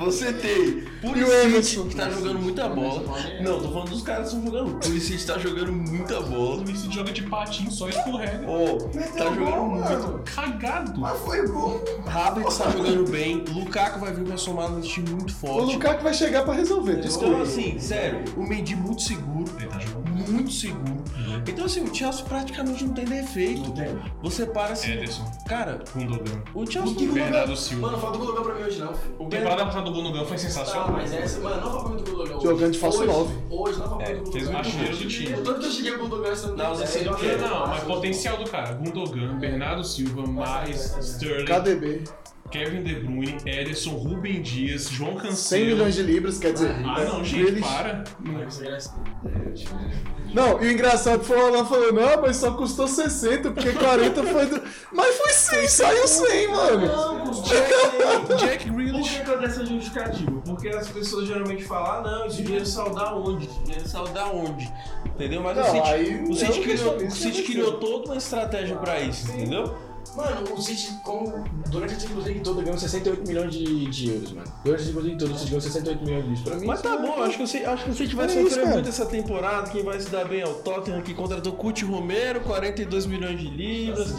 Speaker 10: você tem Pulisic, que tá jogando muita bola. Não, tô falando dos caras que estão jogando. Pulisic tá jogando muita bola.
Speaker 1: O City joga de patinho, só escorrega.
Speaker 10: Ó, tá jogando muito.
Speaker 1: Cagado.
Speaker 10: Havertz tá jogando bem. Lukaku vai vir pra somar num time muito
Speaker 2: O
Speaker 10: forte.
Speaker 2: Lukaku vai chegar pra resolver,
Speaker 10: Então,
Speaker 2: desculpa.
Speaker 10: assim, sério, o Mendy muito seguro, muito seguro.
Speaker 2: Uhum.
Speaker 10: Então, assim, o Chelsea praticamente não tem defeito. Você para assim,
Speaker 1: Ederson,
Speaker 10: cara,
Speaker 1: Gundogan,
Speaker 10: o Chelsea não
Speaker 1: Bernardo Silva.
Speaker 19: Mano, falta o Gologan pra mim hoje, não. filho.
Speaker 1: O temporada passada do Gundogan foi
Speaker 19: Tá,
Speaker 1: sensacional.
Speaker 19: mas essa, mano, não fala muito do Gologan.
Speaker 2: Jogando de falso nove.
Speaker 19: Hoje, não fala
Speaker 1: É,
Speaker 19: muito do
Speaker 1: fez o
Speaker 19: Gologan.
Speaker 1: artilheiro do time.
Speaker 19: Eu- Tanto que eu cheguei com o Gologan, você não
Speaker 10: Na ausência
Speaker 19: ideia,
Speaker 10: do
Speaker 19: eu
Speaker 10: Pedro.
Speaker 19: acho
Speaker 1: Não, mas
Speaker 19: fácil.
Speaker 1: é potencial do cara. Gundogan, Bernardo Silva, mais Sterling,
Speaker 2: KDB.
Speaker 1: Kevin De Bruyne, Ederson, Rubem Dias, João
Speaker 2: 100
Speaker 1: Cancelo.
Speaker 2: milhões de libras, quer dizer.
Speaker 1: Ah, não, gente,
Speaker 2: Grealish.
Speaker 1: para.
Speaker 2: Não, e o engraçado foi o Alan falando, não, mas só custou 60, porque 40 foi do... Mas foi 100, saiu 100, mano.
Speaker 19: Não, custou
Speaker 1: Jack
Speaker 16: Por
Speaker 1: Grealish.
Speaker 16: que que eu dou essa justificativa? Porque as pessoas geralmente falam, ah, não, esse dinheiro saudar onde?
Speaker 10: Ele saiu da onde? Entendeu? Mas
Speaker 2: Não,
Speaker 10: o City,
Speaker 2: aí é
Speaker 10: o City
Speaker 2: eu
Speaker 10: criou,
Speaker 2: não
Speaker 10: o City
Speaker 2: sei.
Speaker 10: criou toda uma estratégia pra isso, entendeu?
Speaker 19: Mano, o City, como, durante a Champions League toda, ganhou 68 milhões de, de euros, mano. Durante a Champions League toda, o City ganhou 68 milhões de euros. Pra mim,
Speaker 10: Mas tá bom, acho que, o City- acho que o City vai
Speaker 2: É
Speaker 10: sofrer
Speaker 2: isso, cara.
Speaker 10: muito essa temporada. Quem vai se dar bem é o Tottenham, que contratou Cuti Romero, 42 milhões de libras.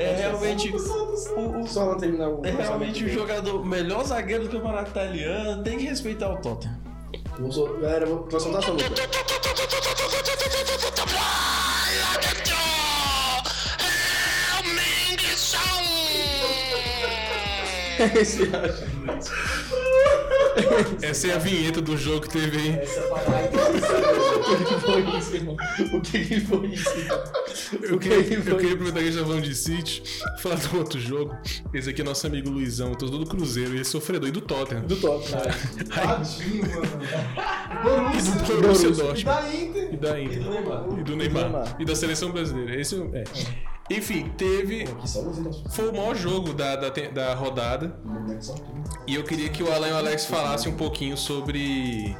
Speaker 10: É realmente. o- o-
Speaker 2: Só não terminar o...
Speaker 10: É realmente o jogador, o melhor zagueiro do campeonato italiano, tem que respeitar o Tottenham.
Speaker 18: Vamos sol- Galera, vou- nós soltar essa luta.
Speaker 1: Essa é a vinheta do jogo que teve aí.
Speaker 2: O que que foi isso?
Speaker 1: Eu queria, eu queria aproveitar que a gente tá falando de City, falar do outro jogo. Esse aqui é nosso amigo Luizão, todo do Cruzeiro, e ele é sofredor e do Tottenham.
Speaker 2: Do Tottenham.
Speaker 1: Tadinho,
Speaker 2: mano.
Speaker 1: E do Borussia
Speaker 2: Borussia.
Speaker 1: Dortmund.
Speaker 2: E da Inter.
Speaker 1: E da Inter. E do Neymar. E da seleção brasileira. Esse é. Enfim, teve. Foi o maior jogo da, da, te- da rodada.
Speaker 19: né?
Speaker 1: E eu queria que o Alan e o Alex falassem um pouquinho sobre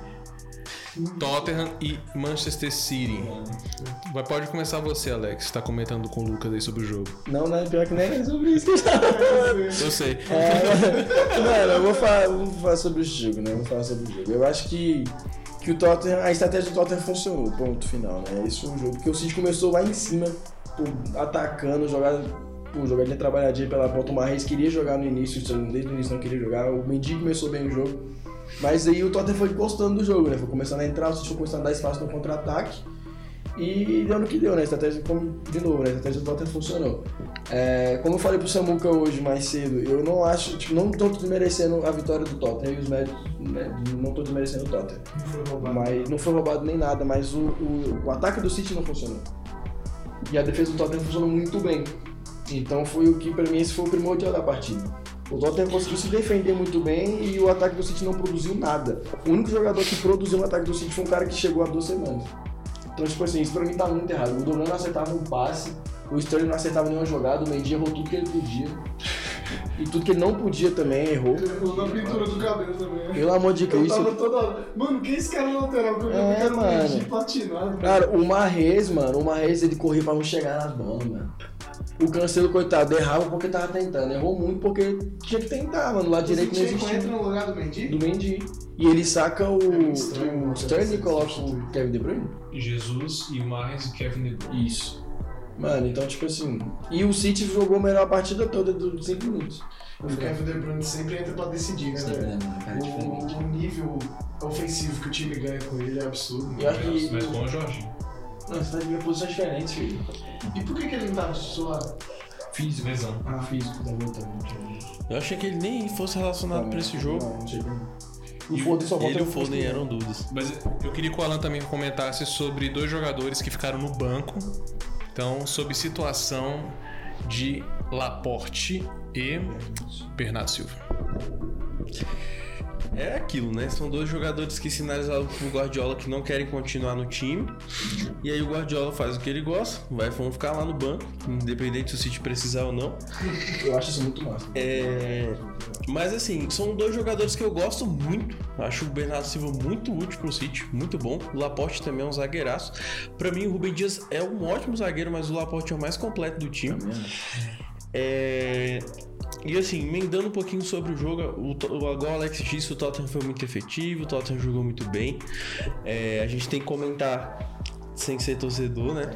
Speaker 1: Tottenham e Manchester City. Vai, pode começar você, Alex. Tá comentando com o Lucas aí sobre o jogo.
Speaker 9: Não,
Speaker 18: né?
Speaker 9: não, pior que nem é sobre isso que a gente tá falando.
Speaker 1: Eu sei.
Speaker 9: É, mano, eu vou falar, eu vou falar sobre o jogo, né? Eu Vou falar sobre o jogo. Eu acho que, que o Tottenham, a estratégia do Tottenham funcionou, ponto final, né? Isso foi um jogo que o City começou lá em cima, pô, atacando, jogada, pô, jogadinha trabalhadinha pela ponta. O Marreis queria jogar no início, desde o início não queria jogar. O Mendy começou bem o jogo. Mas aí o Tottenham foi gostando do jogo, né? Foi começando a entrar, o City foi começando a dar espaço no contra-ataque. E deu no que deu, né? A estratégia, como, de novo, né? A estratégia do Tottenham funcionou. É, como eu falei pro Samuca hoje mais cedo, eu não acho, tipo, não tô desmerecendo a vitória do Tottenham e os méritos, né? Não tô desmerecendo o Tottenham. Mas não foi roubado nem nada, mas o, o, o ataque do City não funcionou. E a defesa do Tottenham funcionou muito bem. Então foi o que, pra mim, esse foi o primordial da partida. O Tottenham conseguiu se defender muito bem e o ataque do City não produziu nada. O único jogador que produziu um ataque do City foi um cara que chegou há duas semanas. Então, tipo assim, isso pra mim tá muito errado. O Dolan não acertava um passe, o Sterling não acertava nenhuma jogada, o Mendy errou tudo que ele podia. E tudo que ele não podia também errou.
Speaker 2: Na pintura do cabelo também.
Speaker 9: Pelo amor de
Speaker 2: Eu
Speaker 9: Cristo.
Speaker 2: tava toda hora. Mano, quem é esse cara lateral que eu
Speaker 9: É,
Speaker 2: vi
Speaker 9: mano.
Speaker 2: cara de platinado?
Speaker 9: Cara, o Marrez, mano, o Marrez ele corria pra não chegar nas bolas, mano. O Cancelo, coitado, errava porque tava tentando. Errou muito porque tinha que tentar, mano. Lá direito não
Speaker 2: Zinchenko entra
Speaker 9: existia.
Speaker 2: no lugar do Mendy?
Speaker 9: Do Mendy. E ele saca o,
Speaker 2: estranho,
Speaker 9: o
Speaker 2: mano.
Speaker 9: Sterling e coloca o Kevin De Bruyne.
Speaker 20: Jesus e o Marres e Kevin De Bruyne.
Speaker 9: Isso. Mano, então, tipo assim. E o City jogou a melhor partida toda dos 5 minutos.
Speaker 2: O Kevin De Bruyne sempre entra pra decidir, né, velho? O, o nível ofensivo que o time ganha com ele é absurdo.
Speaker 9: Eu acho que.
Speaker 20: Mas bom, Jorge.
Speaker 9: Não, você tá em posições diferentes, filho.
Speaker 2: E por que, que ele não tá suado?
Speaker 20: Fiz lesão.
Speaker 2: Ah, físico da luta.
Speaker 10: Eu achei que ele nem fosse relacionado pra esse jogo.
Speaker 9: Não, não chega. O Foden só um volta
Speaker 10: Ele e o
Speaker 9: depois
Speaker 10: Foden é,
Speaker 9: que-
Speaker 10: eram dúvidas.
Speaker 1: Mas eu queria que o Alan também comentasse sobre dois jogadores que ficaram no banco. Então, sobre situação de Laporte e Bernardo Silva.
Speaker 10: É aquilo, né? São dois jogadores que sinalizaram pro Guardiola que não querem continuar no time. E aí o Guardiola faz o que ele gosta, vai vão ficar lá no banco, independente se o City precisar ou não.
Speaker 9: Eu acho isso muito massa.
Speaker 10: É, Mas assim, são dois jogadores que eu gosto muito. Acho o Bernardo Silva muito útil pro City, muito bom. O Laporte também é um zagueiraço. Pra mim, o Rubem Dias é um ótimo zagueiro, mas o Laporte é o mais completo do time. É, E assim, emendando um pouquinho sobre o jogo, o, To- o- igual o Alex disse, o Tottenham foi muito efetivo, o Tottenham jogou muito bem. É, a gente tem que comentar sem ser torcedor, né?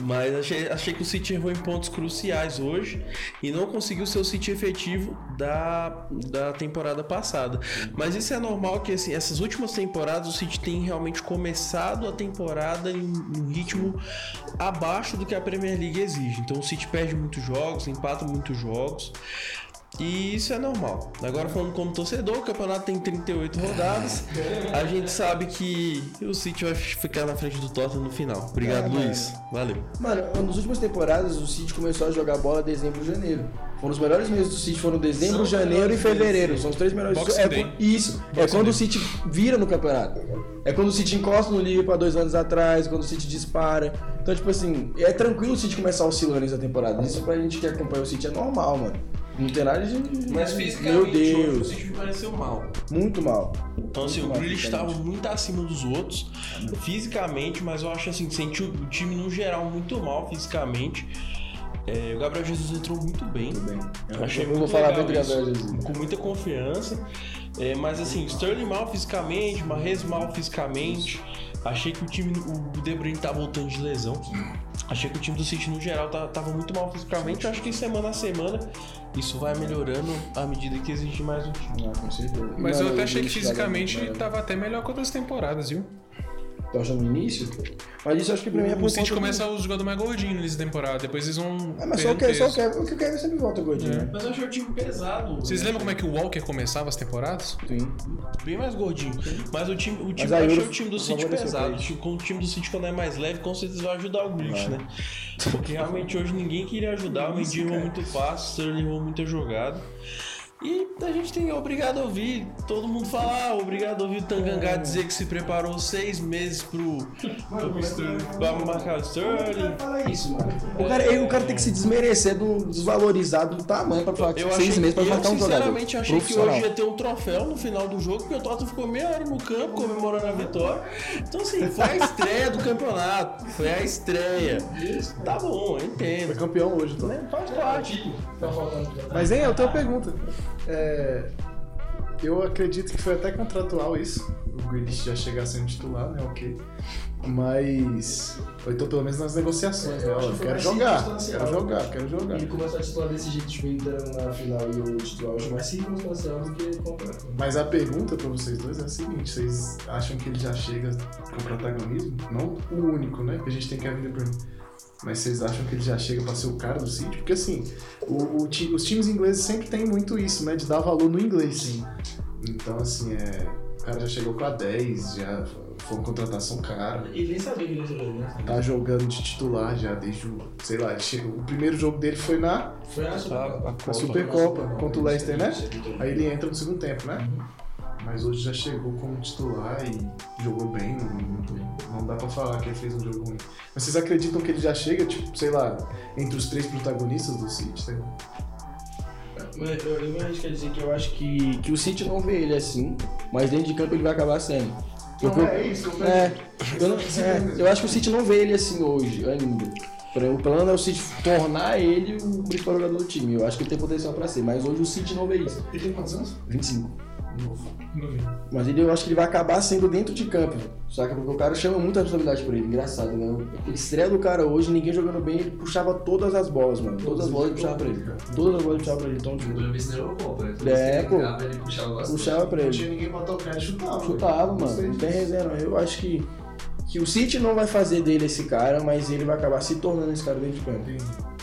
Speaker 10: Mas achei, achei que o City errou em pontos cruciais hoje e não conseguiu ser o City efetivo da, da temporada passada. Mas isso é normal que assim, essas últimas temporadas o City tem realmente começado a temporada em um ritmo abaixo do que a Premier League exige. Então o City perde muitos jogos, empata muitos jogos. E isso é normal. Agora falando como torcedor, o campeonato tem 38 rodadas. A gente sabe que o City vai ficar na frente do Tottenham no final. Obrigado,
Speaker 9: É,
Speaker 10: Luiz. Valeu.
Speaker 9: Mano, nas últimas temporadas o City começou a jogar bola dezembro e janeiro. Foram os melhores meses do City, foram dezembro,
Speaker 3: São
Speaker 9: janeiro e
Speaker 3: melhores
Speaker 9: fevereiro.
Speaker 3: meses,
Speaker 9: São os três melhores.
Speaker 1: Boxing
Speaker 9: é,
Speaker 1: Day.
Speaker 9: quan- Isso, é quando o City vira no campeonato. É quando o City encosta no livro há dois anos atrás, quando o City dispara. Então, tipo assim, é tranquilo o City começar oscilando essa temporada. Isso pra gente que acompanha o City é normal, mano. Não tem nada de.
Speaker 3: Mas
Speaker 9: Meu
Speaker 3: fisicamente,
Speaker 9: Deus,
Speaker 1: tipo
Speaker 10: O City me pareceu mal.
Speaker 1: assim.
Speaker 9: muito mal.
Speaker 10: Então, assim, o
Speaker 9: Muito mal,
Speaker 10: Grealish estava muito acima dos outros fisicamente, mas eu acho assim, senti o time no geral muito mal fisicamente. É, o Gabriel Jesus entrou muito bem.
Speaker 9: Eu
Speaker 10: Achei
Speaker 9: vou
Speaker 10: muito
Speaker 9: falar
Speaker 10: legal
Speaker 9: bem do Gabriel
Speaker 10: isso.
Speaker 9: Jesus.
Speaker 10: com muita confiança. É, mas assim, Sterling mal fisicamente, Mahrez mal fisicamente. Achei que o time, o De Bruyne tá voltando de lesão. Achei que o time do City no geral tá- tava muito mal fisicamente. Eu acho que semana a semana isso vai melhorando à medida que exige mais um time.
Speaker 9: Ah, com certeza.
Speaker 1: Mas
Speaker 9: Mano,
Speaker 1: eu até achei que
Speaker 9: gente, joga muito,
Speaker 1: fisicamente tá-
Speaker 9: mano.
Speaker 1: tava até melhor que outras temporadas, viu?
Speaker 9: tu acha Então, no início. Mas isso eu acho que pra mim é
Speaker 1: O
Speaker 9: por
Speaker 1: City
Speaker 9: conta
Speaker 1: começa os jogadores mais gordinhos no início da temporada, depois eles vão.
Speaker 9: do- É, mas só o
Speaker 1: perdendo
Speaker 9: Kevin, só o
Speaker 1: peso.
Speaker 9: Kevin, porque o Kevin sempre volta gordinho, né?
Speaker 10: É.
Speaker 20: Mas eu achei o time pesado. Né?
Speaker 1: Vocês lembram como é que o Walker começava as temporadas?
Speaker 9: Sim.
Speaker 10: Bem mais gordinho. Mas o time, o time
Speaker 9: a
Speaker 10: eu achei
Speaker 9: Euro
Speaker 10: o time do City
Speaker 9: favoreceu
Speaker 10: pesado.
Speaker 9: pra
Speaker 10: Tipo, Com o time do City quando é mais leve, com certeza vai ajudar o Grealish, né? Porque realmente hoje ninguém queria ajudar, o Mendy errou muito passo, o Sterling errou muita jogada. E a gente tem obrigado a ouvir todo mundo falar, obrigado a ouvir o Tangangá dizer que se preparou seis meses pro. pra marcar o Sterling.
Speaker 7: Fala é isso, mano.
Speaker 9: O cara, ele- o cara tem que se desmerecer do desvalorizado do tamanho pra falar que seis meses pra
Speaker 10: eu
Speaker 9: marcar um jogador.
Speaker 10: sinceramente achei que
Speaker 9: profissional.
Speaker 10: hoje ia ter um troféu no final do jogo, porque o Tottenham ficou meia hora no campo comemorando a vitória. Então, assim, foi a estreia do campeonato. Foi a estreia. Tá bom, eu entendo.
Speaker 2: campeão hoje, tá?
Speaker 10: Faz parte.
Speaker 6: Tá faltando.
Speaker 7: né?
Speaker 2: Mas, hein, eu tenho uma pergunta. É, eu acredito que foi até contratual isso. O Grealish já chegar sendo titular, né? Ok. Mas. Ou então, pelo menos nas negociações, né?
Speaker 7: Eu acho
Speaker 2: Olha,
Speaker 7: que foi
Speaker 2: quero
Speaker 7: mais
Speaker 2: jogar.
Speaker 7: circunstancial.
Speaker 2: Quero jogar, quero jogar.
Speaker 7: Ele começou a titular desse jeito, tipo, entrando na final e o titular hoje é mais circunstancial do que completo.
Speaker 2: Mas a pergunta pra vocês dois é a seguinte: vocês acham que ele já chega com protagonismo? Não o único, né? Porque a gente tem Kevin De Bruyne. Mas vocês acham que ele já chega pra ser o cara do City? Porque assim, o- o ti- os times ingleses sempre têm muito isso, né? De dar valor no inglês. Então, assim, é, o cara já chegou com a 10, já foi uma contratação cara.
Speaker 6: E nem sabia que ele jogou, né?
Speaker 2: Tá jogando de titular já desde o. Sei lá, ele chegou- o primeiro jogo dele foi na,
Speaker 6: Foi a sua.
Speaker 2: na Supercopa contra o Leicester, né? Aí ele entra no segundo tempo, né? Mas hoje já chegou como titular e jogou bem. Não, não- não dá pra falar que ele fez um jogo ruim. Mas vocês acreditam que ele já chega, tipo, sei lá, entre os três protagonistas do City? né? sei lá?
Speaker 8: Mas Eu, eu me arrisco a dizer que eu acho que, que o City não vê ele assim, mas dentro de campo ele vai acabar sendo. Porque eu-
Speaker 2: isso que
Speaker 8: É, eu, não- é, eu acho que o City não vê ele assim hoje ainda. Pra- O plano é o City tornar ele o principal jogador do time. Eu acho que ele tem potencial pra ser, mas hoje o City não vê isso.
Speaker 2: Ele tem quantos anos?
Speaker 8: 25. Mas ele, eu acho que ele vai acabar sendo dentro de campo. Saca? Porque o cara chama muita responsabilidade por ele. Engraçado, né? A estreia do cara hoje, ninguém jogando bem, ele puxava todas as bolas, mano. Todas as bolas ele puxava pra ele. Todas as bolas ele puxava pra ele. Então, tipo,
Speaker 3: Primeira vez na Eurocopa, né?
Speaker 8: É, pô.
Speaker 3: Ele puxava bastante.
Speaker 8: puxava pra
Speaker 2: Não
Speaker 8: ele.
Speaker 2: tinha ninguém pra tocar e chutava.
Speaker 8: Chutava, mano.
Speaker 2: Gostei
Speaker 8: Não
Speaker 2: disso.
Speaker 8: tem resenha, não. Eu acho que, que o City não vai fazer dele esse cara, mas ele vai acabar se tornando esse cara dentro de campo.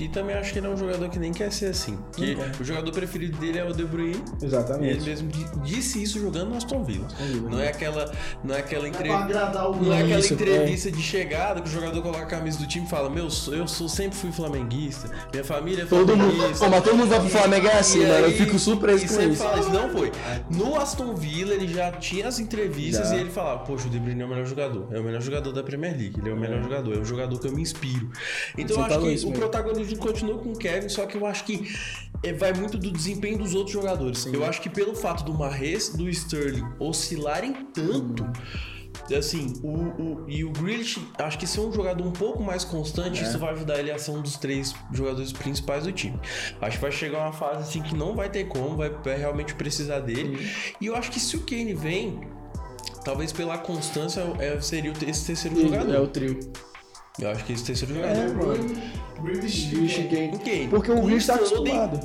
Speaker 10: E também acho que ele é um jogador que nem quer ser assim. Porque o jogador preferido dele é o De Bruyne. E ele
Speaker 8: Exatamente.
Speaker 10: mesmo di- disse isso jogando no Aston Villa. Não é aquela, não é aquela
Speaker 2: É pra
Speaker 10: entrevista.
Speaker 2: agradar o
Speaker 10: Não é aquela
Speaker 8: Isso,
Speaker 10: entrevista de chegada que o jogador coloca a camisa do time e fala: Meu, eu sou, sempre fui flamenguista, minha família é
Speaker 8: Todo mundo.
Speaker 10: flamenguista.
Speaker 8: Pô, mas todo mundo vai pro Flamengo é assim,
Speaker 10: E
Speaker 8: mano. Eu
Speaker 10: aí-
Speaker 8: fico
Speaker 10: e
Speaker 8: surpreso com
Speaker 10: sempre
Speaker 8: isso.
Speaker 10: fala isso, não foi. No Aston Villa ele já tinha as entrevistas e ele falava: Poxa, o De Bruyne é o melhor jogador. É o melhor jogador da Premier League. Ele é o melhor jogador. É o jogador que eu me inspiro. Então
Speaker 8: Você
Speaker 10: eu acho
Speaker 8: falou
Speaker 10: que
Speaker 8: isso
Speaker 10: o
Speaker 8: mesmo.
Speaker 10: protagonismo continua com o Kevin, só que eu acho que é, vai muito do desempenho dos outros jogadores. Eu acho que pelo fato do Mahrez do Sterling oscilarem tanto.
Speaker 8: Hum.
Speaker 10: Assim, o, o- e o Grealish, acho que ser um jogador um pouco mais
Speaker 8: É.
Speaker 10: constante, isso vai ajudar ele a ser um dos três jogadores principais do time. Acho que vai chegar uma fase assim que não vai ter como, vai, vai realmente precisar dele. E eu acho que se o Kane vem, talvez pela constância é, seria o te- esse terceiro jogador.
Speaker 8: É o trio. É,
Speaker 10: Eu acho que esse terceiro
Speaker 2: né,
Speaker 10: jogador. é
Speaker 8: Grealish e Kane.
Speaker 10: O Kane.
Speaker 8: Porque o Grealish tá
Speaker 10: Foden
Speaker 8: acostumado.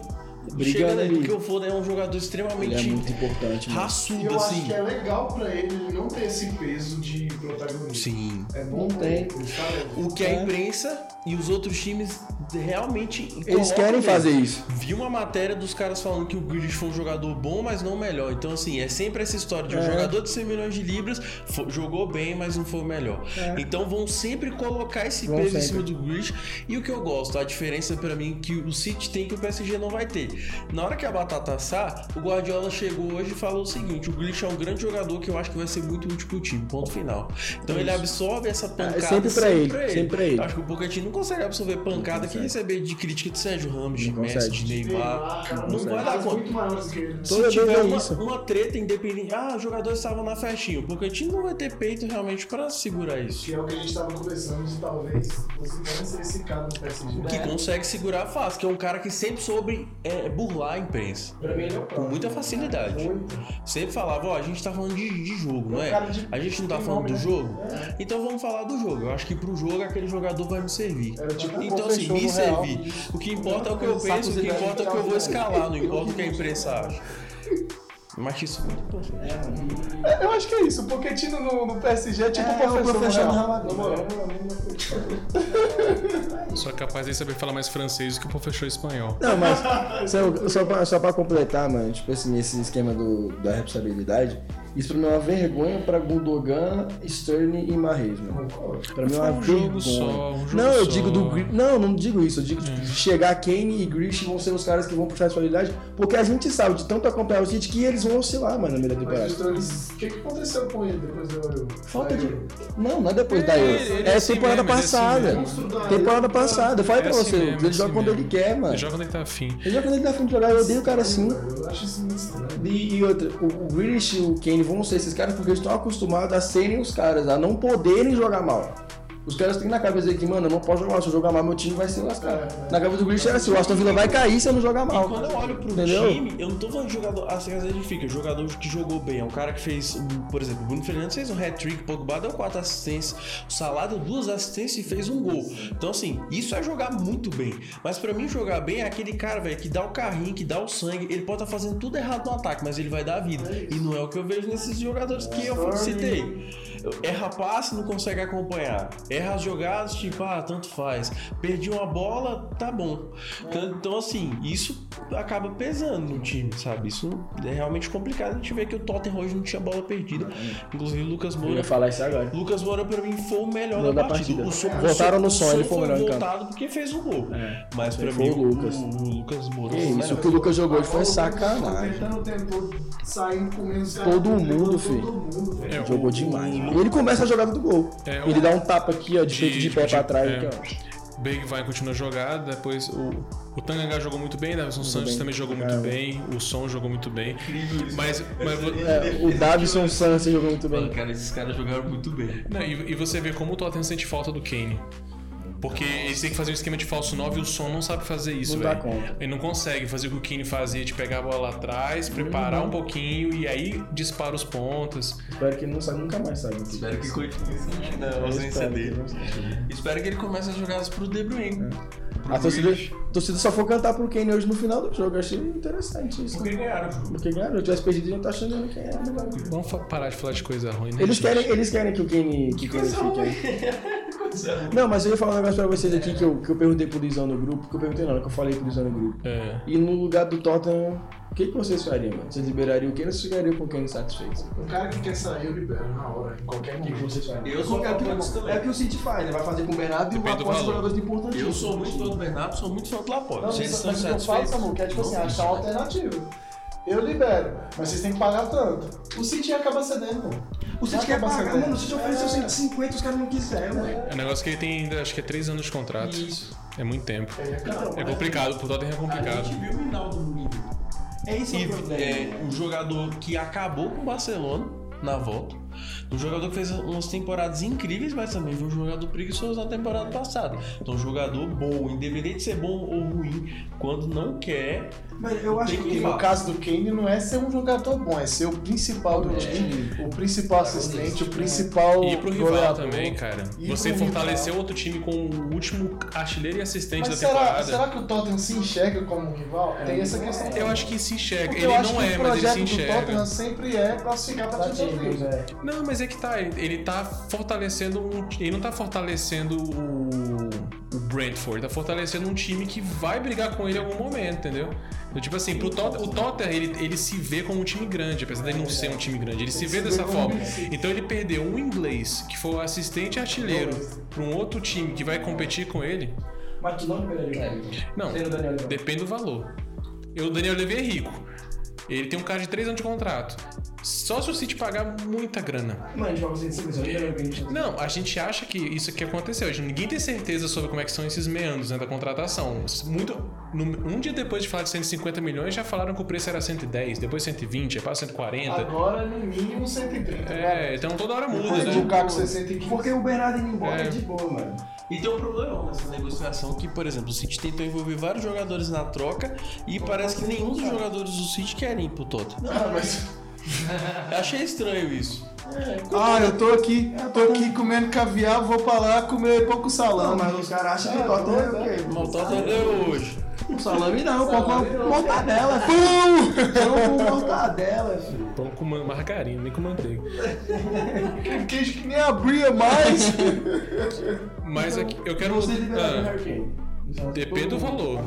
Speaker 10: Chega
Speaker 8: Brigando
Speaker 10: daí, porque
Speaker 8: ali.
Speaker 10: o Foden é um jogador
Speaker 8: Ele é
Speaker 10: extremamente
Speaker 8: muito importante, mano.
Speaker 2: E
Speaker 10: raçudo,
Speaker 2: eu acho
Speaker 10: assim.
Speaker 2: que é legal pra ele não ter esse peso de protagonista.
Speaker 10: Sim.
Speaker 2: É bom
Speaker 8: Não tem.
Speaker 2: ele tá leve.
Speaker 10: O que a
Speaker 8: É.
Speaker 10: imprensa e os outros times realmente
Speaker 8: Eles
Speaker 10: colocam
Speaker 8: querem
Speaker 10: mesmo.
Speaker 8: fazer isso.
Speaker 10: Vi uma matéria dos caras falando que o Grealish foi um jogador bom, mas não o melhor. Então, assim, é sempre essa história de um
Speaker 8: É.
Speaker 10: jogador de 100 milhões de libras fo- jogou bem, mas não foi o melhor. Então, vão sempre colocar esse
Speaker 8: É. Vão
Speaker 10: peso em cima
Speaker 8: sempre.
Speaker 10: do Grealish. E o que eu gosto, a diferença pra mim que o City tem que o PSG não vai ter. Na hora que a batata assar, o Guardiola chegou hoje e falou o seguinte: o Grealish é um grande jogador que eu acho que vai ser muito útil pro time. Ponto final. Então, ele absorve essa pancada.
Speaker 8: É sempre pra ele, sempre pra ele.
Speaker 10: Acho que o Pochettino não consegue absorver pancada que receber de crítica de Sérgio Ramos, de
Speaker 8: Não
Speaker 10: Messi,
Speaker 8: consegue.
Speaker 10: de Neymar. Não vai dar
Speaker 2: Caras
Speaker 10: conta.
Speaker 2: muito maiores que ele. né?
Speaker 10: Se
Speaker 8: Toda
Speaker 10: tiver
Speaker 8: vez é
Speaker 10: uma,
Speaker 8: isso.
Speaker 10: uma treta independente, ah, os jogadores estavam na festinha, o Pochettino não vai ter peito realmente pra segurar isso.
Speaker 2: Que é o que a gente tava conversando de talvez você não ser esse cara do PSG.
Speaker 10: Que
Speaker 6: É,
Speaker 10: consegue segurar fácil, que é um cara que sempre soube é, burlar a imprensa.
Speaker 6: Pra mim ele é o
Speaker 10: Com muita facilidade.
Speaker 2: Muito.
Speaker 10: Sempre falava, ó, a gente tá falando de, de jogo, não é?
Speaker 2: cara de-
Speaker 10: A gente não tá
Speaker 2: tem
Speaker 10: falando
Speaker 2: nome,
Speaker 10: do
Speaker 2: né?
Speaker 10: jogo? Então vamos falar do jogo. Eu acho que pro jogo aquele jogador vai me servir.
Speaker 2: Era tipo um
Speaker 10: Então,
Speaker 2: bom
Speaker 10: assim,
Speaker 2: fechou
Speaker 10: me
Speaker 2: no Real.
Speaker 10: servir. O que importa é o que eu
Speaker 2: Saco
Speaker 10: penso, o que
Speaker 2: de
Speaker 10: importa é o que eu vou escalar, não importa o que a imprensa acha. Mas isso é muito importante.
Speaker 2: É, eu acho que é isso. O Pochettino no, no PSG é tipo
Speaker 9: um
Speaker 2: o professor,
Speaker 9: né?
Speaker 2: do Real Madrid.
Speaker 1: Só capaz de saber falar mais francês do que o professor espanhol.
Speaker 9: Não, mas só, só, pra, só pra completar, mano, tipo assim, esse esquema do, da responsabilidade, isso pra mim é uma vergonha pra Gundogan, Sterling e Mahrez, mano. Pra mim é uma
Speaker 1: Um
Speaker 9: vergonha.
Speaker 1: jogo só, um jogo
Speaker 9: não, eu
Speaker 1: só. É.
Speaker 9: digo do Gri- Não, não digo isso. Eu digo tipo, chegar Kane e Grish vão ser os caras que vão puxar a responsabilidade, porque a gente sabe de tanto acompanhar o City que eles vão oscilar, mano, na meio da temporada.
Speaker 2: Mas então, eles- o que, que aconteceu com ele depois do Euro?
Speaker 9: Falta
Speaker 2: Aí,
Speaker 9: de. Não, não é depois da Euro.
Speaker 1: ele- ele é
Speaker 9: É
Speaker 1: assim
Speaker 9: temporada
Speaker 1: mesmo, ele é assim
Speaker 9: passada.
Speaker 1: mesmo.
Speaker 9: Temporada passada. Eu falei
Speaker 1: É
Speaker 9: pra
Speaker 1: assim
Speaker 9: você,
Speaker 1: mesmo, é
Speaker 9: ele joga
Speaker 1: assim
Speaker 9: quando
Speaker 1: mesmo.
Speaker 9: ele quer, mano.
Speaker 1: Ele joga quando ele tá afim.
Speaker 9: Eu já quando ele tá afim de jogar, eu odeio o cara assim.
Speaker 2: Eu acho isso muito estranho.
Speaker 9: E, e outra, o, o Grealish e o Kane vão ser esses caras porque eles estão acostumados a serem os caras, a não poderem jogar mal. Os caras têm na cabeça que, mano, eu não posso jogar mal. Se eu jogar mal, meu time vai se lascar. Na cabeça do Grealish é assim, o Aston Villa vai cair se eu não jogar
Speaker 10: E
Speaker 9: mal.
Speaker 10: quando eu olho pro
Speaker 9: Entendeu?
Speaker 10: time, eu não tô falando de jogador. Assim, às vezes fica, jogador que jogou bem. É um cara que fez, por exemplo, o Bruno Fernandes fez um hat-trick, o Pogba deu quatro assistências, o Salah deu duas assistências e fez um gol. Então, assim, isso é jogar muito bem. Mas pra mim, jogar bem é aquele cara, velho, que dá o carrinho, que dá o sangue. Ele pode estar fazendo tudo errado no ataque, mas ele vai dar a vida. E não é o que eu vejo nesses jogadores que eu citei. Erra passe, não consegue acompanhar. Erra as jogadas, tipo, ah, tanto faz. Perdi uma bola, tá bom. Então, então, assim, isso acaba pesando no time, sabe? Isso é realmente complicado. A gente vê que o Tottenham hoje não tinha bola perdida. Inclusive, o Lucas
Speaker 9: Eu ia
Speaker 10: Moura.
Speaker 9: falar isso agora.
Speaker 10: Lucas Moura, pra mim, foi o melhor
Speaker 9: Melhor
Speaker 10: da,
Speaker 9: da partida.
Speaker 10: partida. O som-
Speaker 9: Voltaram
Speaker 10: o
Speaker 9: no
Speaker 10: som-
Speaker 9: sonho,
Speaker 10: o
Speaker 9: ele
Speaker 10: som
Speaker 9: foi o melhor em campo.
Speaker 10: voltado porque fez um gol. Mas pra
Speaker 9: Foi
Speaker 10: mim,
Speaker 9: o
Speaker 10: o
Speaker 9: Lucas.
Speaker 10: o Lucas Moura
Speaker 9: É. Que
Speaker 10: foi
Speaker 9: isso,
Speaker 10: o
Speaker 9: o
Speaker 10: melhor.
Speaker 9: que o Lucas jogou hoje foi
Speaker 2: Agora o Tentando
Speaker 9: sacanagem.
Speaker 2: Tentando, tentou, saindo com menos cara.
Speaker 9: Todo mundo,
Speaker 2: Todo
Speaker 9: filho.
Speaker 2: mundo, velho.
Speaker 1: É, o-
Speaker 9: Jogou demais. E ele começa a jogada do gol.
Speaker 1: É,
Speaker 9: Ele
Speaker 1: o-
Speaker 9: dá um tapa aqui, ó, de
Speaker 1: de-
Speaker 9: peito de pé
Speaker 1: de-
Speaker 9: pra trás.
Speaker 1: é.
Speaker 9: aqui, ó.
Speaker 1: Big vai continuar jogado, depois o, o Tanganga jogou muito bem, né? Davidson Santos
Speaker 9: bem. É,
Speaker 1: também jogou muito
Speaker 9: Caramba.
Speaker 1: bem, o Som jogou muito bem. Mas, mas vo-
Speaker 9: É, o Davison Santos jogou muito bem.
Speaker 3: Cara, esses caras jogaram muito bem.
Speaker 1: não, e, e você vê como o Tottenham sente falta do Kane. Porque eles têm que fazer um esquema de falso 9 e o Som não sabe fazer isso,
Speaker 9: Não dá
Speaker 1: velho.
Speaker 9: conta.
Speaker 1: Ele não consegue fazer o que o Kane fazia, de pegar a bola lá atrás, preparar um pouquinho e aí dispara os pontas.
Speaker 9: Espero que é. ele não saiba nunca mais, sabe?
Speaker 3: É
Speaker 10: Espero que continue sentindo a
Speaker 9: é
Speaker 10: ausência dele. Espero que ele comece a jogar pro De Bruyne.
Speaker 9: É. A torcida, a torcida só foi cantar pro Kane hoje no final do jogo. Eu achei interessante isso.
Speaker 20: Porque ganharam.
Speaker 9: Porque, cara, eu tivesse perdido, eu não tá achando quem era. melhor.
Speaker 1: Vamos fa- parar de falar de coisa ruim, né?
Speaker 9: Eles
Speaker 1: gente?
Speaker 9: querem, eles querem que o Kane, que o Kane fique aí. Não, mas eu ia falar um negócio pra vocês aqui que eu, que eu perguntei pro Lisão no grupo. Que eu perguntei não, que eu falei pro Lisão no grupo.
Speaker 1: É.
Speaker 9: E no lugar do Tottenham, o que, que vocês fariam, mano? Vocês liberariam o Kane ou vocês ficariam com o Kane satisfeito?
Speaker 2: O Um cara que quer sair, eu libero na hora. em Qualquer
Speaker 9: O que
Speaker 2: momento.
Speaker 9: vocês fariam?
Speaker 3: Eu
Speaker 7: É
Speaker 3: sou
Speaker 7: o que- é o que o City faz, né? Vai fazer com o Bernardo e
Speaker 1: Depende do
Speaker 7: o aposta
Speaker 1: valor.
Speaker 7: jogadores importantes.
Speaker 10: Eu sou muito fã do Bernardo, sou muito fã do Laporte.
Speaker 2: Não, mas
Speaker 10: Se eles
Speaker 2: isso-
Speaker 10: estão
Speaker 2: mas o que eu falo,
Speaker 10: satisfeitos.
Speaker 2: Samu, que é tipo assim,
Speaker 10: não
Speaker 2: achar uma alternativa. Eu libero, mas vocês têm que pagar tanto. O City acaba cedendo, mano.
Speaker 7: O City
Speaker 2: Vai
Speaker 7: quer
Speaker 2: acabar
Speaker 7: pagar,
Speaker 2: sendo-
Speaker 7: mano. O City ofereceu
Speaker 2: É.
Speaker 7: 150, os caras não quiseram, velho.
Speaker 1: É um negócio que ele tem ainda, acho que é 3 anos de contrato. Isso. É muito tempo.
Speaker 2: Aí acaba.
Speaker 1: É complicado, pro Tottenham é complicado.
Speaker 20: viu o Hinaldo no Liverpool.
Speaker 7: É isso aí,
Speaker 10: E é, um jogador que acabou com o Barcelona na volta. Um jogador que fez umas temporadas incríveis, mas também foi um jogador preguiçoso na temporada passada. Então, um jogador bom, independente de ser bom ou ruim, quando não quer,
Speaker 7: Mano, eu acho
Speaker 10: tem
Speaker 7: que
Speaker 10: que
Speaker 2: E
Speaker 10: ir
Speaker 2: no
Speaker 10: lá.
Speaker 2: caso do Kane, não é ser um jogador bom, é ser o principal do time, o principal assistente, o principal.
Speaker 1: né? E pro rival
Speaker 2: goleador.
Speaker 1: também, cara.
Speaker 2: E
Speaker 1: Você
Speaker 2: pro
Speaker 1: fortaleceu outro time com o último artilheiro e assistente
Speaker 2: Mas
Speaker 1: da
Speaker 2: será,
Speaker 1: temporada. É.
Speaker 2: será que o Tottenham se enxerga como um rival? Tem essa questão.
Speaker 1: Eu acho que se enxerga.
Speaker 2: Porque eu
Speaker 1: ele
Speaker 2: acho
Speaker 1: não
Speaker 2: que
Speaker 1: é,
Speaker 2: o
Speaker 1: mas ele
Speaker 2: projeto
Speaker 1: se
Speaker 2: do
Speaker 1: enxerga.
Speaker 2: Tottenham sempre é classificar pra Champions League.
Speaker 1: Não, mas é que tá. Ele, ele tá fortalecendo um. Ele não tá fortalecendo o. O Brentford. Tá fortalecendo um time que vai brigar com ele em algum momento, entendeu? Então, tipo assim, pro Tot, o Tottenham, ele, ele se vê como um time grande, apesar dele não ser um time grande. Ele se vê dessa forma. Então ele perdeu um inglês, que foi o assistente artilheiro, pra um outro time que vai competir com ele.
Speaker 8: Mas tu não liberaria o Kane.
Speaker 1: Não,
Speaker 8: Tem o Daniel Oliveira.
Speaker 1: depende do valor. Eu, o Daniel Levy é rico. Ele tem um cara de 3 anos de contrato. Só se o City pagar muita grana.
Speaker 8: Mano, a gente fala assim, sim, mas eu liberaria o Kane.
Speaker 1: Não, a gente acha que isso que aconteceu. A gente- Ninguém tem certeza sobre como é que são esses meandros né, da contratação. Muito, no- um dia depois de falar de 150 milhões, já falaram que o preço era 110, depois 120, aí passa
Speaker 7: é.
Speaker 1: 140.
Speaker 2: Agora, no mínimo, 130. né?
Speaker 1: É, então toda hora muda,
Speaker 2: Depois de um
Speaker 1: né?
Speaker 2: carro 65.
Speaker 7: Porque o Bernardo indo embora
Speaker 1: É.
Speaker 7: é de boa, mano.
Speaker 10: E tem um problema nessa negociação que, por exemplo, o City tentou envolver vários jogadores na troca e parece
Speaker 2: tá
Speaker 10: que nenhum dos jogadores do City querem ir pro Tottenham.
Speaker 2: Ah, mas-
Speaker 7: É.
Speaker 10: Achei estranho isso.
Speaker 2: Ah, eu tô aqui,
Speaker 7: É
Speaker 2: tô aqui comendo caviar, vou pra lá comer pouco salão.
Speaker 7: Não, mas os caras acham que o Tottenham é o quê?
Speaker 10: Mas o Tottenham ganhou hoje.
Speaker 7: Salame não, pão com
Speaker 8: não.
Speaker 7: mortadela. filho. Pão com mortadela, filho.
Speaker 1: Pão com ma- margarina, nem com manteiga.
Speaker 7: Queijo que nem abria mais.
Speaker 1: Mas aqui, eu quero.
Speaker 8: Você lideraria
Speaker 1: ah,
Speaker 8: Harry Kane. Tipo,
Speaker 1: depende do valor.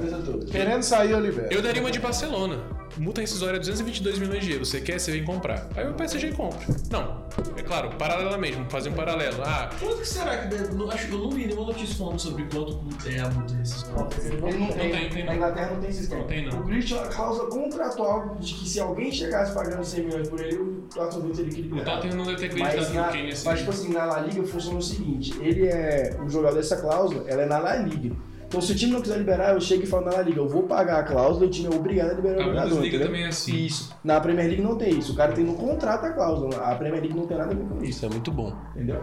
Speaker 2: Querendo sair, Oliveira.
Speaker 8: é
Speaker 1: Eu daria uma de Barcelona. Multa rescisória é 222 milhões de euros. Você quer, você vem comprar. Aí o PSG compra. Não, é claro, paralelamente, vamos fazer um paralelo. Ah,
Speaker 20: Quanto que será que deve. não- Acho que eu não vi nenhuma notícia falando sobre quanto é a multa desses jogos.
Speaker 8: Ele não tem,
Speaker 1: tem, tem
Speaker 8: na
Speaker 1: não.
Speaker 8: Inglaterra não tem esse esquema.
Speaker 1: Não tem, não.
Speaker 8: O Grish tinha uma cláusula contratual de que se alguém chegasse pagando 100 milhões por ele, o Aston Villa teria que
Speaker 1: o
Speaker 8: liberar.
Speaker 1: Tottenham não deve ter
Speaker 8: Mas,
Speaker 1: acreditado
Speaker 8: na,
Speaker 1: no Kane assim.
Speaker 8: mas, tipo assim, na La Liga funciona o seguinte:
Speaker 9: Ele é o jogador dessa cláusula, ela é na La Liga. Então se o time não quiser liberar, eu chego e falo na La Liga, eu vou pagar a cláusula, o time é obrigado a liberar
Speaker 1: A
Speaker 9: o jogador.
Speaker 1: Bundesliga
Speaker 9: entendeu?
Speaker 1: também é assim.
Speaker 9: Isso. Na Premier League não tem isso. O cara tem no contrato a cláusula. A Premier League não tem nada a ver com isso.
Speaker 10: Isso é muito bom.
Speaker 9: Entendeu?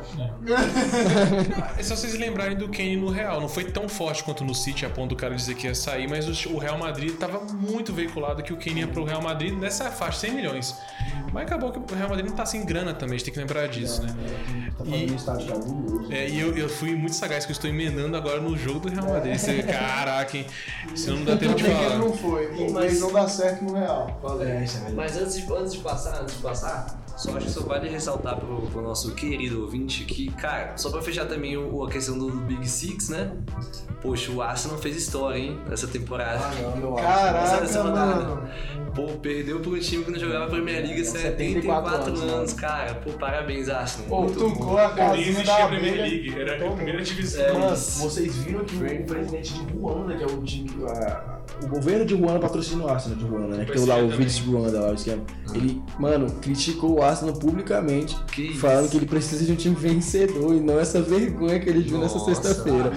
Speaker 1: É só vocês lembrarem do Kane no Real. Não foi tão forte quanto no City, a ponto do cara dizer que ia sair, mas o o Real Madrid tava muito veiculado que o Kane ia pro Real Madrid nessa faixa, 100 milhões. Mas acabou que o Real Madrid não tá sem grana também, a gente tem que lembrar disso, né?
Speaker 9: Tá
Speaker 1: E-
Speaker 9: falando de estádio cabuloso.
Speaker 1: É, e eu, eu fui muito sagaz, que eu estou emendando agora no jogo do Real Madrid. Você, caraca, hein? Senão não dá tempo de
Speaker 2: Porque ele
Speaker 1: falar.
Speaker 2: não foi, mas não dá certo no real.
Speaker 3: é?
Speaker 2: é
Speaker 3: Mas antes de, antes de passar, antes de passar, só acho que só vale ressaltar pro, pro nosso querido ouvinte que, cara, só pra fechar também o, a questão do Big Six, né? Poxa, o Arsenal fez história, hein? Nessa temporada.
Speaker 2: Ah, Caraca,
Speaker 3: Essa rodada.
Speaker 2: mano.
Speaker 3: Pô, perdeu pro time que não jogava Premier
Speaker 2: É,
Speaker 3: League há 74,
Speaker 8: 74
Speaker 3: anos,
Speaker 8: anos,
Speaker 3: cara. Pô, parabéns, Arsenal.
Speaker 2: né? Pô, assim,
Speaker 3: Muito bom.
Speaker 2: tucou a
Speaker 1: Nem
Speaker 2: casinha
Speaker 1: existia
Speaker 2: da
Speaker 1: a Premier
Speaker 2: abelha.
Speaker 1: League, era a primeira divisão.
Speaker 3: É
Speaker 8: Mano, vocês viram que o presidente de Ruanda, que é o time. a-
Speaker 9: O governo de Ruanda patrocina o Arsenal de Ruanda, né? Que tem lá o vídeo de Ruanda lá, o esquema. Ele, mano, criticou o Arsenal publicamente,
Speaker 3: Que isso.
Speaker 9: falando que ele precisa de um time vencedor e não essa vergonha que ele viu nessa
Speaker 3: Nossa,
Speaker 9: sexta-feira.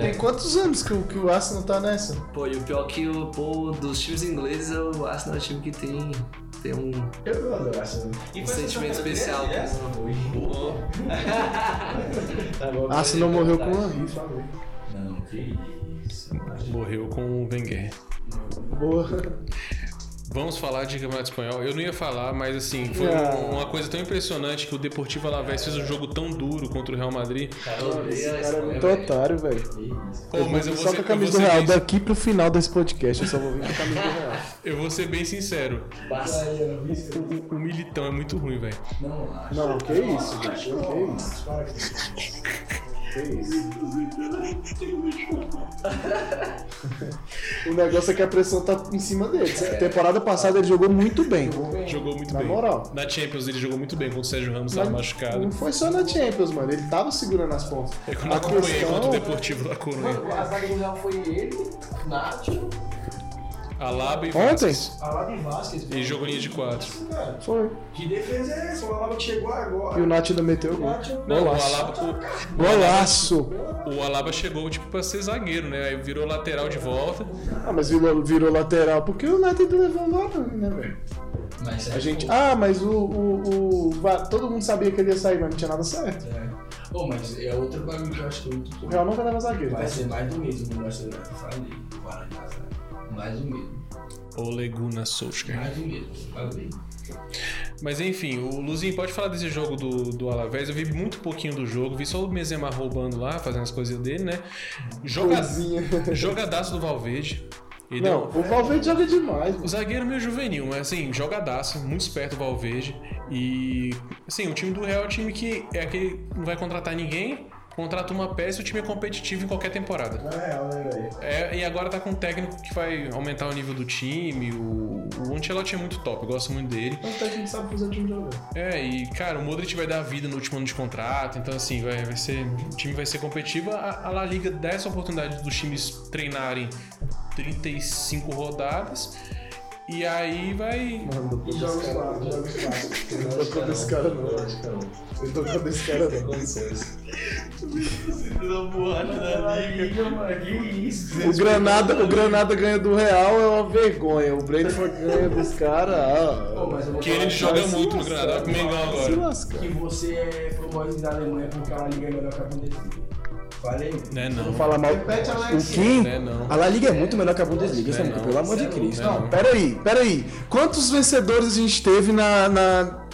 Speaker 2: Tem quantos anos que o, que o Arsenal tá nessa?
Speaker 3: Pô, e o pior que o pô, dos times ingleses, o Arsenal é o time que tem, tem um,
Speaker 8: Eu adoro essa.
Speaker 3: um sentimento especial.
Speaker 2: Arsenal morreu com o Henry, falei.
Speaker 1: Morreu com o Wenger.
Speaker 2: Boa.
Speaker 1: Vamos falar de Campeonato Espanhol. Eu não ia falar, mas assim, foi
Speaker 2: Ah.
Speaker 1: um- uma coisa tão impressionante que o Deportivo Alavés fez um jogo tão duro contra o Real Madrid.
Speaker 3: Cara, eu odeio a
Speaker 2: Cara, é
Speaker 3: Espanha,
Speaker 2: muito
Speaker 3: velho.
Speaker 2: otário, velho.
Speaker 1: Pô, mas eu vou, ser,
Speaker 2: Só com a
Speaker 1: eu, vou
Speaker 2: camisa do
Speaker 1: ser
Speaker 2: Real.
Speaker 1: bem,
Speaker 2: Daqui pro final desse podcast eu só vou vir com a camisa do Real.
Speaker 1: eu vou ser bem sincero.
Speaker 3: Barça.
Speaker 1: O, o- o militão é muito ruim, velho.
Speaker 2: Não, que isso, gente. Que isso. Que isso. O negócio é que a pressão tá em cima dele. Temporada passada ele jogou muito bem.
Speaker 1: Jogou muito
Speaker 2: Na
Speaker 1: bem.
Speaker 2: moral.
Speaker 1: Na Champions ele jogou muito bem quando o Sérgio Ramos
Speaker 2: Mas
Speaker 1: estava Tá machucado.
Speaker 2: Não foi só na Champions, mano. Ele tava segurando as pontas.
Speaker 1: É quando eu
Speaker 2: A
Speaker 1: acompanhei
Speaker 2: questão-
Speaker 1: contra o Deportivo da Coruña.
Speaker 8: Mano, a zaga do Real foi ele, Nacho,
Speaker 1: Alaba e
Speaker 2: Ontem?
Speaker 1: Vasquez.
Speaker 8: Alaba e Vasquez.
Speaker 1: E jogou linha de quatro.
Speaker 8: Cara,
Speaker 2: Foi.
Speaker 8: que defesa é essa? O Alaba que chegou agora.
Speaker 2: E o Nath ainda meteu o
Speaker 8: O
Speaker 2: gol.
Speaker 8: Nacho-
Speaker 1: Não, o
Speaker 2: Golaço.
Speaker 1: Alaba,
Speaker 2: Golaço!
Speaker 1: o, o Alaba chegou tipo pra ser zagueiro, né? Aí virou lateral de volta.
Speaker 2: Ah, mas virou, virou lateral porque o Nath levou o gol, né, velho?
Speaker 6: Mas
Speaker 2: A gente. Ah, mas o, o, o Va- Todo mundo sabia que ele ia sair, mas não tinha nada certo.
Speaker 6: Pô, mas é outro bagulho que eu acho que é muito
Speaker 2: O Real nunca leva zagueiro.
Speaker 6: Vai ser mais do mesmo no Barcelona. Falei, para de casar. Mais do mesmo,
Speaker 1: Ole Gunnar Solskjaer.
Speaker 6: mais um do mesmo. Falei.
Speaker 1: Mas enfim, o Luzinho, pode falar desse jogo do, do Alavés. Eu vi muito pouquinho do jogo, vi só o Benzema roubando lá, fazendo as coisas dele, né? Joga,
Speaker 2: Coisinha.
Speaker 1: jogadaço do Valverde. Ele é um deu-
Speaker 2: Não, o Valverde joga demais, né? mano.
Speaker 1: O zagueiro meio juvenil, mas assim, jogadaço, muito esperto o Valverde. E assim, o time do Real é um time que é aquele que não vai contratar ninguém, contrata uma peça e o time é competitivo em qualquer temporada.
Speaker 8: Na real, né, velho?
Speaker 1: É, e agora tá com um técnico que vai aumentar o nível do time. O, o Ancelotti é muito top, eu gosto muito dele.
Speaker 2: Mas então a gente sabe fazer o time jogar.
Speaker 1: É, e cara, o Modric vai dar vida no último ano de contrato, então assim, vai, vai ser, o time vai ser competitivo. A, a La Liga dá essa oportunidade dos times treinarem 35 rodadas. E aí vai.
Speaker 8: E joga os quatro, joga os
Speaker 2: Eu não tô
Speaker 8: quatro.
Speaker 2: contra esse cara, não. Eu não tô contra esse cara, não.
Speaker 20: Tá
Speaker 2: O Granada, o Granada ganha do Real é uma vergonha. O Brentford ganha dos caras.
Speaker 8: Pô,
Speaker 2: Ah,
Speaker 8: mas eu vou
Speaker 1: Que
Speaker 8: falar
Speaker 1: ele joga
Speaker 2: se
Speaker 1: muito no
Speaker 2: lascar,
Speaker 1: Granada, vai pro Mengão
Speaker 2: se
Speaker 1: agora.
Speaker 2: lasca.
Speaker 8: que você é fanboy da Alemanha porque a La Liga é melhor que a Bundesliga. Falei?
Speaker 1: Né, não.
Speaker 9: Fala mal.
Speaker 2: Repete,
Speaker 9: O
Speaker 2: Alex.
Speaker 9: Kim?
Speaker 1: Né, não.
Speaker 9: A La Liga é muito melhor que a Bundesliga,
Speaker 1: Não é né?
Speaker 9: Samuca,
Speaker 1: não.
Speaker 9: pelo amor de Cristo.
Speaker 2: Não, peraí, peraí. Quantos vencedores a gente teve na, na,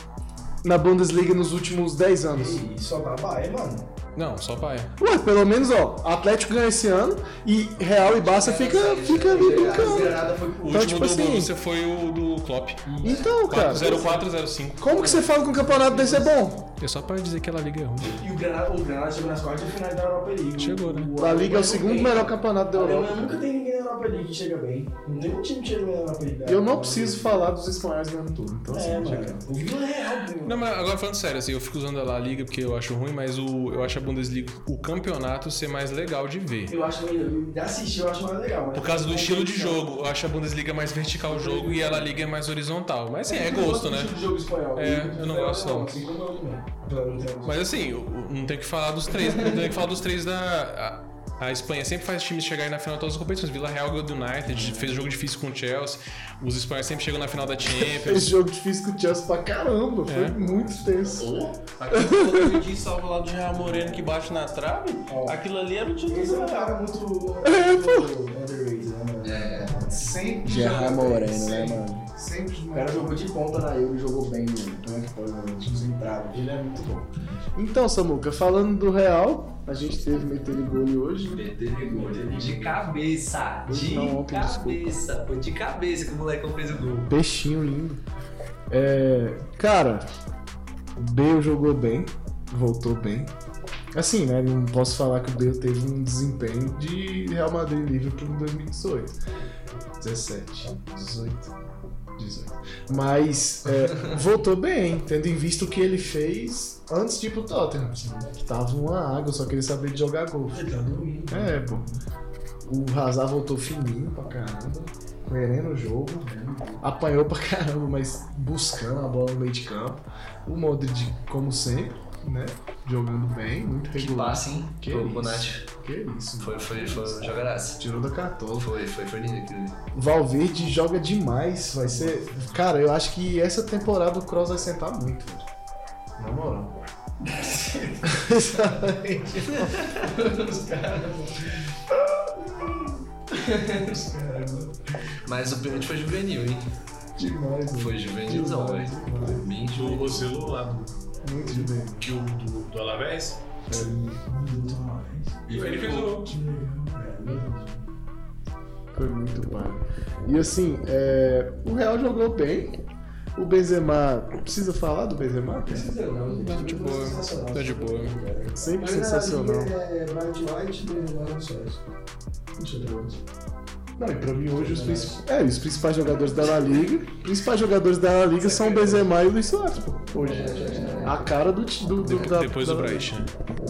Speaker 2: na Bundesliga nos últimos 10 anos?
Speaker 20: é,
Speaker 8: E só na Bahia, mano.
Speaker 1: Não, só paia.
Speaker 2: Ué, pelo menos, ó, Atlético ganha esse ano e Real e Barça fica, fica ali brincando.
Speaker 1: O
Speaker 2: Então,
Speaker 1: último
Speaker 2: tipo
Speaker 1: do
Speaker 2: assim-
Speaker 1: Borussia foi o do Klopp.
Speaker 2: Então, cara.
Speaker 1: 0405.
Speaker 2: Como que você fala que um campeonato desse é bom?
Speaker 1: É só pra dizer que ela liga é ruim.
Speaker 20: E o Granada, o Granada chegou nas quartas de finais da Europa League.
Speaker 1: Chegou, né?
Speaker 20: O-
Speaker 2: A Liga é o
Speaker 20: não
Speaker 2: segundo
Speaker 20: tem.
Speaker 2: melhor campeonato da
Speaker 20: A
Speaker 2: Europa.
Speaker 20: Alemanha nunca tem ninguém na Europa League que chega bem. Não tem um time que chega bem na Europa League.
Speaker 2: Eu não preciso falar dos espanhóis ganhando tudo. Então, assim,
Speaker 20: É,
Speaker 2: já
Speaker 20: mano. O Vila Real, pô.
Speaker 1: Não, mas agora falando sério, assim, eu fico usando a La Liga porque eu acho ruim, mas o, eu acho a Bundesliga, o campeonato, ser mais legal de ver.
Speaker 20: Eu acho que de assistir eu acho mais legal. mas-
Speaker 1: Por causa do estilo de jogo, eu acho a Bundesliga mais vertical o jogo e a La Liga é mais horizontal. Mas assim, é gosto, né?
Speaker 20: Do jogo espanhol.
Speaker 1: É, eu não gosto, não.
Speaker 20: Assim como eu também. Apesar de não ter-
Speaker 1: Mas assim, eu- eu não tem que falar dos três. Não tem que falar dos três da. A, a Espanha sempre faz times chegarem na final de todas as competições. Vila Real ganhou do United, fez jogo difícil com o Chelsea. Os espanhóis sempre chegam na final da Champions.
Speaker 2: Esse jogo difícil com o Chelsea pra caramba. Foi
Speaker 1: É.
Speaker 2: muito tenso.
Speaker 10: Aquilo que eu disse, um salvo lá do Gerard Moreno que bate na trave, aquilo ali era o título
Speaker 20: Esse é
Speaker 10: do
Speaker 20: um
Speaker 10: Real.
Speaker 20: cara muito.
Speaker 2: É,
Speaker 20: muito underrated, né, mano?
Speaker 7: Sempre
Speaker 9: Gerard
Speaker 7: jogou bem,
Speaker 9: é Moreno, né,
Speaker 7: sempre.
Speaker 9: mano?
Speaker 7: Sempre O cara jogou de ponta na Euro e jogou bem, mano. Então é que pode, mano. Tipo, sem trava. Ele é muito bom.
Speaker 2: Então, Samuca, falando do Real, a gente teve meter gole hoje.
Speaker 3: De cabeça, de
Speaker 2: Não, ontem,
Speaker 3: cabeça, foi de cabeça que o molecão fez o gol.
Speaker 2: Peixinho lindo. É, cara, o Bale jogou bem, voltou bem. Assim, né? Não posso falar que o Bale teve um desempenho de Real Madrid um e Liverpool em 2018. 17, 18, 18. Mas é, voltou bem, tendo em vista o que ele fez antes de ir pro Tottenham. assim, né, que tava uma água, só queria saber de jogar gol. É, pô. O Hazard voltou fininho pra caramba, querendo o jogo, né? apanhou pra caramba, mas buscando a bola no meio de campo. O Modric, como sempre, né? Jogando bem, muito
Speaker 3: Que
Speaker 2: regular.
Speaker 3: passe, hein?
Speaker 2: Que
Speaker 3: Pro
Speaker 2: isso.
Speaker 3: Bonatti.
Speaker 2: Que isso, mano.
Speaker 3: Foi, foi, foi um jogadaço.
Speaker 2: Tirou da cartola.
Speaker 3: Foi, foi, foi lindo aquilo ali.
Speaker 2: Valverde joga demais. Vai ser. Cara, eu acho que essa temporada o Cross vai sentar muito. velho. Na moral. Exatamente.
Speaker 3: Mas o pênalti foi juvenil, hein?
Speaker 2: Demais, mano.
Speaker 3: Foi juvenilzão, velho. Bem
Speaker 20: Do
Speaker 3: juvenil.
Speaker 20: Roselo lá, do,
Speaker 2: Muito bem. É,
Speaker 20: que o- do, do Alavés.
Speaker 3: E
Speaker 20: Ele fez o gol.
Speaker 2: Foi muito bom. E assim, é, o Real jogou bem. O Benzema. Precisa falar do Benzema? cara?
Speaker 1: Tá de boa, tá de boa.
Speaker 2: Sempre
Speaker 7: Mas
Speaker 2: sensacional.
Speaker 7: na Liga É Bright White né, e Bernardo Soares. Deixa eu ver outro.
Speaker 2: Não, e pra mim hoje os principais. É, os principais jogadores da La Liga. Os principais jogadores da La Liga são o Benzema e o Luiz Soares, pô.
Speaker 20: É,
Speaker 2: Hoje. A cara do. ti- do, do da,
Speaker 1: Depois do
Speaker 2: da-
Speaker 1: Bright, né?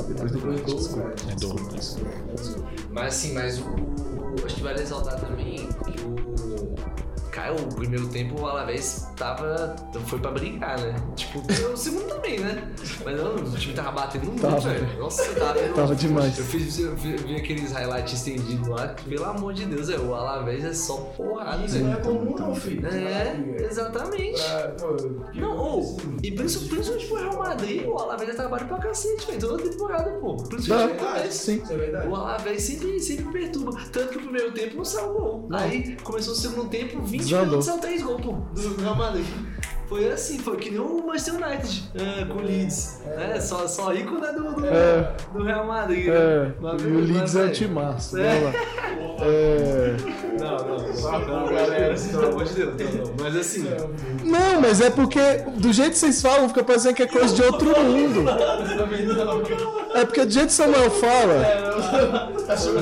Speaker 2: Depois do Bright, desculpa.
Speaker 1: É do-
Speaker 3: Mas assim, mas o, o- Acho que vale ressaltar também que o. Cara, o primeiro tempo o Alavés tava. foi pra brigar, né? Tipo, o segundo também, né? Mas não, o time tava batendo muito,
Speaker 2: Tava.
Speaker 3: velho. Nossa, tava.
Speaker 2: Tava demais.
Speaker 3: Eu fiz eu vi, vi aqueles highlights estendidos lá, que, pelo amor de Deus, velho, o Alavés é só porrada,
Speaker 20: Isso não
Speaker 3: velho.
Speaker 20: é né? comum, não, filho.
Speaker 3: É, exatamente.
Speaker 20: Ah, pô, que
Speaker 3: Não,
Speaker 20: coisa
Speaker 3: ou,
Speaker 20: assim.
Speaker 3: e princi- principalmente pro Real Madrid, o Alavés trabalha pra cacete, velho, toda temporada, pô.
Speaker 2: Dá,
Speaker 3: Principalmente acontece.
Speaker 2: sim.
Speaker 20: Isso é verdade.
Speaker 3: O Alavés sempre, sempre perturba. Tanto que o primeiro tempo não saiu gol. Aí começou o segundo tempo, 20
Speaker 2: Desandou.
Speaker 3: minutos saiu 3 gols, pô, do Real Madrid. Foi assim, foi que nem o Manchester United ah, com o Leeds. né? Só, só ícone do, do,
Speaker 2: É.
Speaker 3: do Real Madrid. né?
Speaker 2: É,
Speaker 3: Mas,
Speaker 2: e o Leeds
Speaker 3: mas,
Speaker 2: é o
Speaker 3: velho,
Speaker 2: timaço.
Speaker 3: É.
Speaker 2: Vai lá. É.
Speaker 3: Não, não, não, não, galera. Pelo amor de Deus, não, não. Mas assim,
Speaker 2: Não, é mas é porque do jeito que vocês falam, fica parecendo que é coisa de outro mundo. É porque do jeito que o Samuel fala.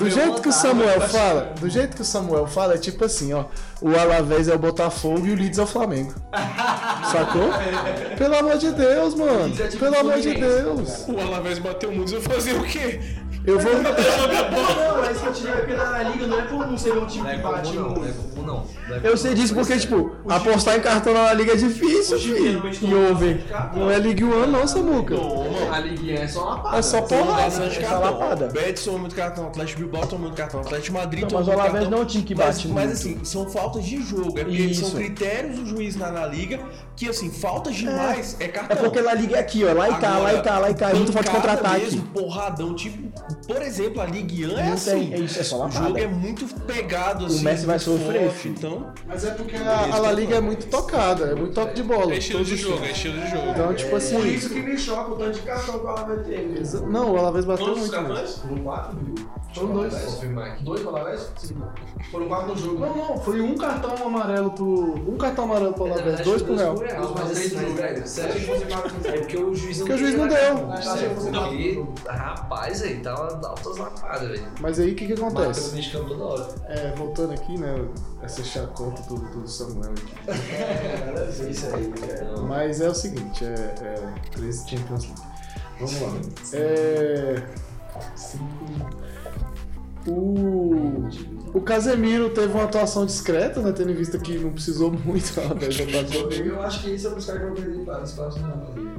Speaker 2: Do jeito que o Samuel fala, do jeito que o Samuel fala, é tipo assim, ó. O Alavés é o Botafogo e o Leeds é o Flamengo. Sacou? Pelo amor de Deus, mano. Pelo amor de Deus.
Speaker 1: O Alavés bateu muitos, eu fazia o quê?
Speaker 2: Eu vou.
Speaker 20: Não, mas que eu te digo é porque na Liga não é comum ser um time
Speaker 3: não é
Speaker 20: que
Speaker 3: comum
Speaker 20: bate
Speaker 3: não, não é
Speaker 20: muito.
Speaker 3: comum não. Não é
Speaker 2: Eu
Speaker 3: comum,
Speaker 2: sei
Speaker 3: não.
Speaker 2: disso porque, tipo, apostar em cartão na Liga é difícil, filho. E houve. Não é Ligue 1, não, Samuca.
Speaker 7: A liguinha é só uma pá.
Speaker 2: É só porrada,
Speaker 10: Bastante
Speaker 2: é só
Speaker 10: cartão.
Speaker 2: lapada.
Speaker 10: Betson tomou muito cartão, Atlético Bilbao tomou muito cartão, Atlético Madrid
Speaker 9: Não,
Speaker 10: tomou
Speaker 9: mas o
Speaker 10: muito
Speaker 9: Alavés
Speaker 10: cartão.
Speaker 9: não é um time que
Speaker 10: Mas,
Speaker 9: bate
Speaker 10: mas
Speaker 9: muito.
Speaker 10: assim, são faltas de jogo, é porque eles são
Speaker 9: Isso.
Speaker 10: critérios do juiz na, na liga, que assim, faltas demais é,
Speaker 9: É
Speaker 10: cartão.
Speaker 9: porque La Liga é aqui, ó. Lá e cá, lá e cá, lá e cá. É muito forte
Speaker 10: pancada
Speaker 9: contra-ataque.
Speaker 10: mesmo, porradão, tipo, por exemplo, a Ligue 1 é
Speaker 9: Não
Speaker 10: assim.
Speaker 9: tem, é isso, é só
Speaker 10: o jogo
Speaker 9: lapada.
Speaker 10: é muito pegado assim.
Speaker 9: O Messi vai
Speaker 10: muito
Speaker 9: sofrer,
Speaker 10: forte,
Speaker 9: filho.
Speaker 10: então.
Speaker 2: Mas é porque a, a La Liga é muito tocada, é muito toque de bola.
Speaker 1: É estilo
Speaker 2: todos
Speaker 1: de
Speaker 2: os
Speaker 1: jogo, é
Speaker 2: times.
Speaker 1: estilo de jogo.
Speaker 2: Então, tipo assim.
Speaker 7: Por isso que me choca o tanto de cartão que ela vai ter. né?
Speaker 2: exa- Não, o Alavés bateu
Speaker 20: Todos os
Speaker 2: muito. né? mesmo.
Speaker 20: cartões?
Speaker 7: Foram quatro, viu? Foram dois. Dois Alavés? Sim. Foram quatro no jogo.
Speaker 2: Não, não, foi um cartão amarelo pro. Um cartão amarelo pro Alavés, dois pro Real.
Speaker 3: Mas
Speaker 7: três
Speaker 3: assim,
Speaker 7: pro Real.
Speaker 3: velho, sério que você vai- É porque o juiz não
Speaker 2: Porque o juiz não
Speaker 3: queria
Speaker 2: deu.
Speaker 3: dar cartão,
Speaker 7: Não,
Speaker 3: sério.
Speaker 7: não,
Speaker 3: Não, e, rapaz, aí tá uma- altas lapadas, velho.
Speaker 2: Mas aí o que que acontece?
Speaker 3: Matheus mexicano toda hora.
Speaker 2: É, voltando aqui, né? Essa chacota do, do Samuel aqui. Mas é o seguinte, é, é 13 Champions League. Vamos lá. É. O, o Casemiro teve uma atuação discreta, né? Tendo em vista que não precisou muito né, dessa atuação dele.
Speaker 7: Eu acho que esse é o buscar que eu perdi para os próximos anos.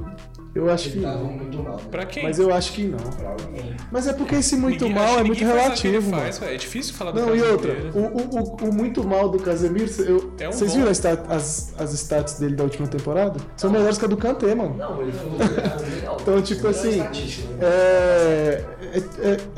Speaker 2: Eu acho que
Speaker 7: Estavam
Speaker 2: não.
Speaker 7: muito mal.
Speaker 1: Pra quem?
Speaker 2: Mas eu acho que não. Mas é porque esse muito
Speaker 1: Ninguém-
Speaker 2: mal
Speaker 1: acho
Speaker 2: é
Speaker 1: que
Speaker 2: muito
Speaker 1: ninguém faz o que ele
Speaker 2: relativo, mano.
Speaker 1: faz, velho. É difícil falar do
Speaker 2: Não, e
Speaker 1: Casemiro,
Speaker 2: outra,
Speaker 1: né?
Speaker 2: o, o- o- o muito mal do Casemiro, cê- eu-
Speaker 1: É um
Speaker 2: vocês
Speaker 1: bom.
Speaker 2: viram as, stat- as, as stats dele da última temporada? São melhores que a do Kanté, mano.
Speaker 3: Não, ele foi legal.
Speaker 2: Então, tipo assim, é, é,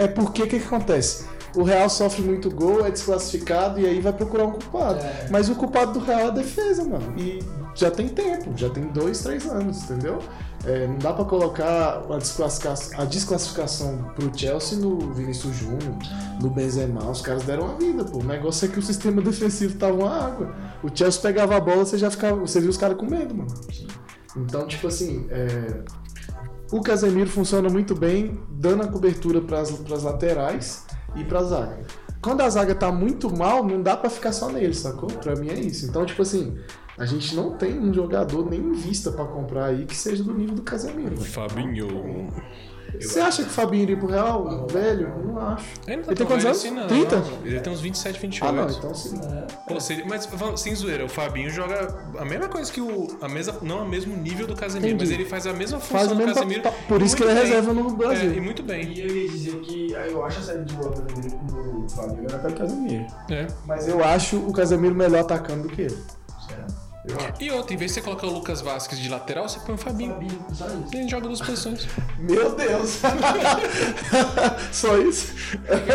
Speaker 2: é- é porque o que, que acontece? O Real sofre muito gol, é desclassificado e aí vai procurar um culpado. Mas o culpado do Real é a defesa, mano. E já tem tempo, já tem dois, três anos, entendeu? É, não dá pra colocar a desclassificação, a desclassificação pro Chelsea no Vinícius Júnior, no Benzema. Os caras deram a vida, pô. O negócio é que o sistema defensivo tava uma água. O Chelsea pegava a bola, você já ficava. Você viu os caras com medo, mano. Então, tipo assim, é, o Casemiro funciona muito bem, dando a cobertura para as laterais e para a zaga. Quando a zaga tá muito mal, não dá pra ficar só nele, sacou? Pra mim é isso. Então, tipo assim, a gente não tem um jogador nem em vista pra comprar aí que seja do nível do Casemiro. velho.
Speaker 1: Fabinho.
Speaker 2: Você acha que o Fabinho iria pro Real, velho? Não acho.
Speaker 1: Ele não
Speaker 2: Ele tem quantos
Speaker 1: velho
Speaker 2: anos?
Speaker 1: assim, não.
Speaker 2: 30?
Speaker 1: Ele tem uns 27, 28.
Speaker 2: Ah, não, então sim.
Speaker 1: Pô, seria- mas vamos- sem zoeira, o Fabinho joga a mesma coisa que o. A mesma, não o mesmo nível do Casemiro,
Speaker 2: Entendi.
Speaker 1: mas ele faz a mesma função
Speaker 2: Faz o
Speaker 1: do
Speaker 2: mesmo.
Speaker 1: Casemiro.
Speaker 2: pa- pa- por isso que
Speaker 1: muito
Speaker 2: ele é
Speaker 1: bem.
Speaker 2: reserva
Speaker 1: É,
Speaker 2: no
Speaker 1: e
Speaker 2: Brasil.
Speaker 1: muito bem.
Speaker 6: E eu ia dizer que ah, eu acho a série de bola brasileira com o Flamengo era
Speaker 9: Eu quero o Casemiro.
Speaker 1: É.
Speaker 2: Mas eu acho o Casemiro melhor atacando do que ele.
Speaker 1: E outra, em vez de você colocar o Lucas Vasquez de lateral, você põe o Fabinho. Ele joga duas posições.
Speaker 2: Meu Deus! Só isso?
Speaker 6: É que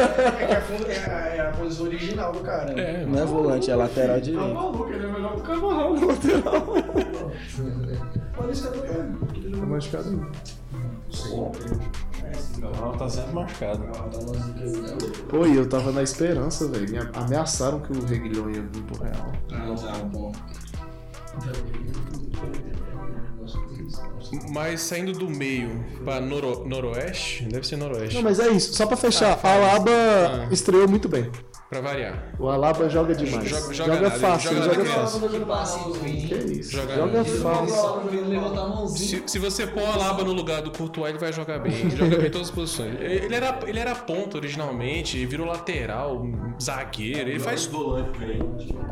Speaker 6: a fun- é a, é a posição original do cara. né?
Speaker 1: É.
Speaker 9: Não é volante, é lateral
Speaker 6: Tá
Speaker 9: direito.
Speaker 6: maluco, ele é melhor do que o Por isso que eu tô
Speaker 2: Tá machucado não.
Speaker 10: Não, tá sempre machucado.
Speaker 2: Pô, e eu tava na esperança, velho. Me Ameaçaram que o Reguilhão ia vir pro Real.
Speaker 1: Mas saindo do meio pra noro- noroeste, deve ser noroeste,
Speaker 2: Não, mas é isso. Só pra
Speaker 1: Ah,
Speaker 2: fechar, o Alaba estreou muito bem.
Speaker 1: pra variar.
Speaker 2: O Alaba joga demais.
Speaker 1: É, Joga-
Speaker 2: Joga,
Speaker 1: joga nada,
Speaker 2: fácil,
Speaker 1: joga
Speaker 2: joga,
Speaker 1: nada,
Speaker 2: fácil.
Speaker 3: Que passe ruim.
Speaker 2: Que isso?
Speaker 1: Joga
Speaker 2: Joga,
Speaker 1: nada.
Speaker 2: fácil.
Speaker 3: levantar a mãozinha.
Speaker 1: Se, se você pôr a Laba no lugar do Courtois, ele vai jogar bem. Ele joga bem em todas as posições. Ele era, ele era ponta originalmente, ele virou lateral, um zagueiro, ele faz tudo.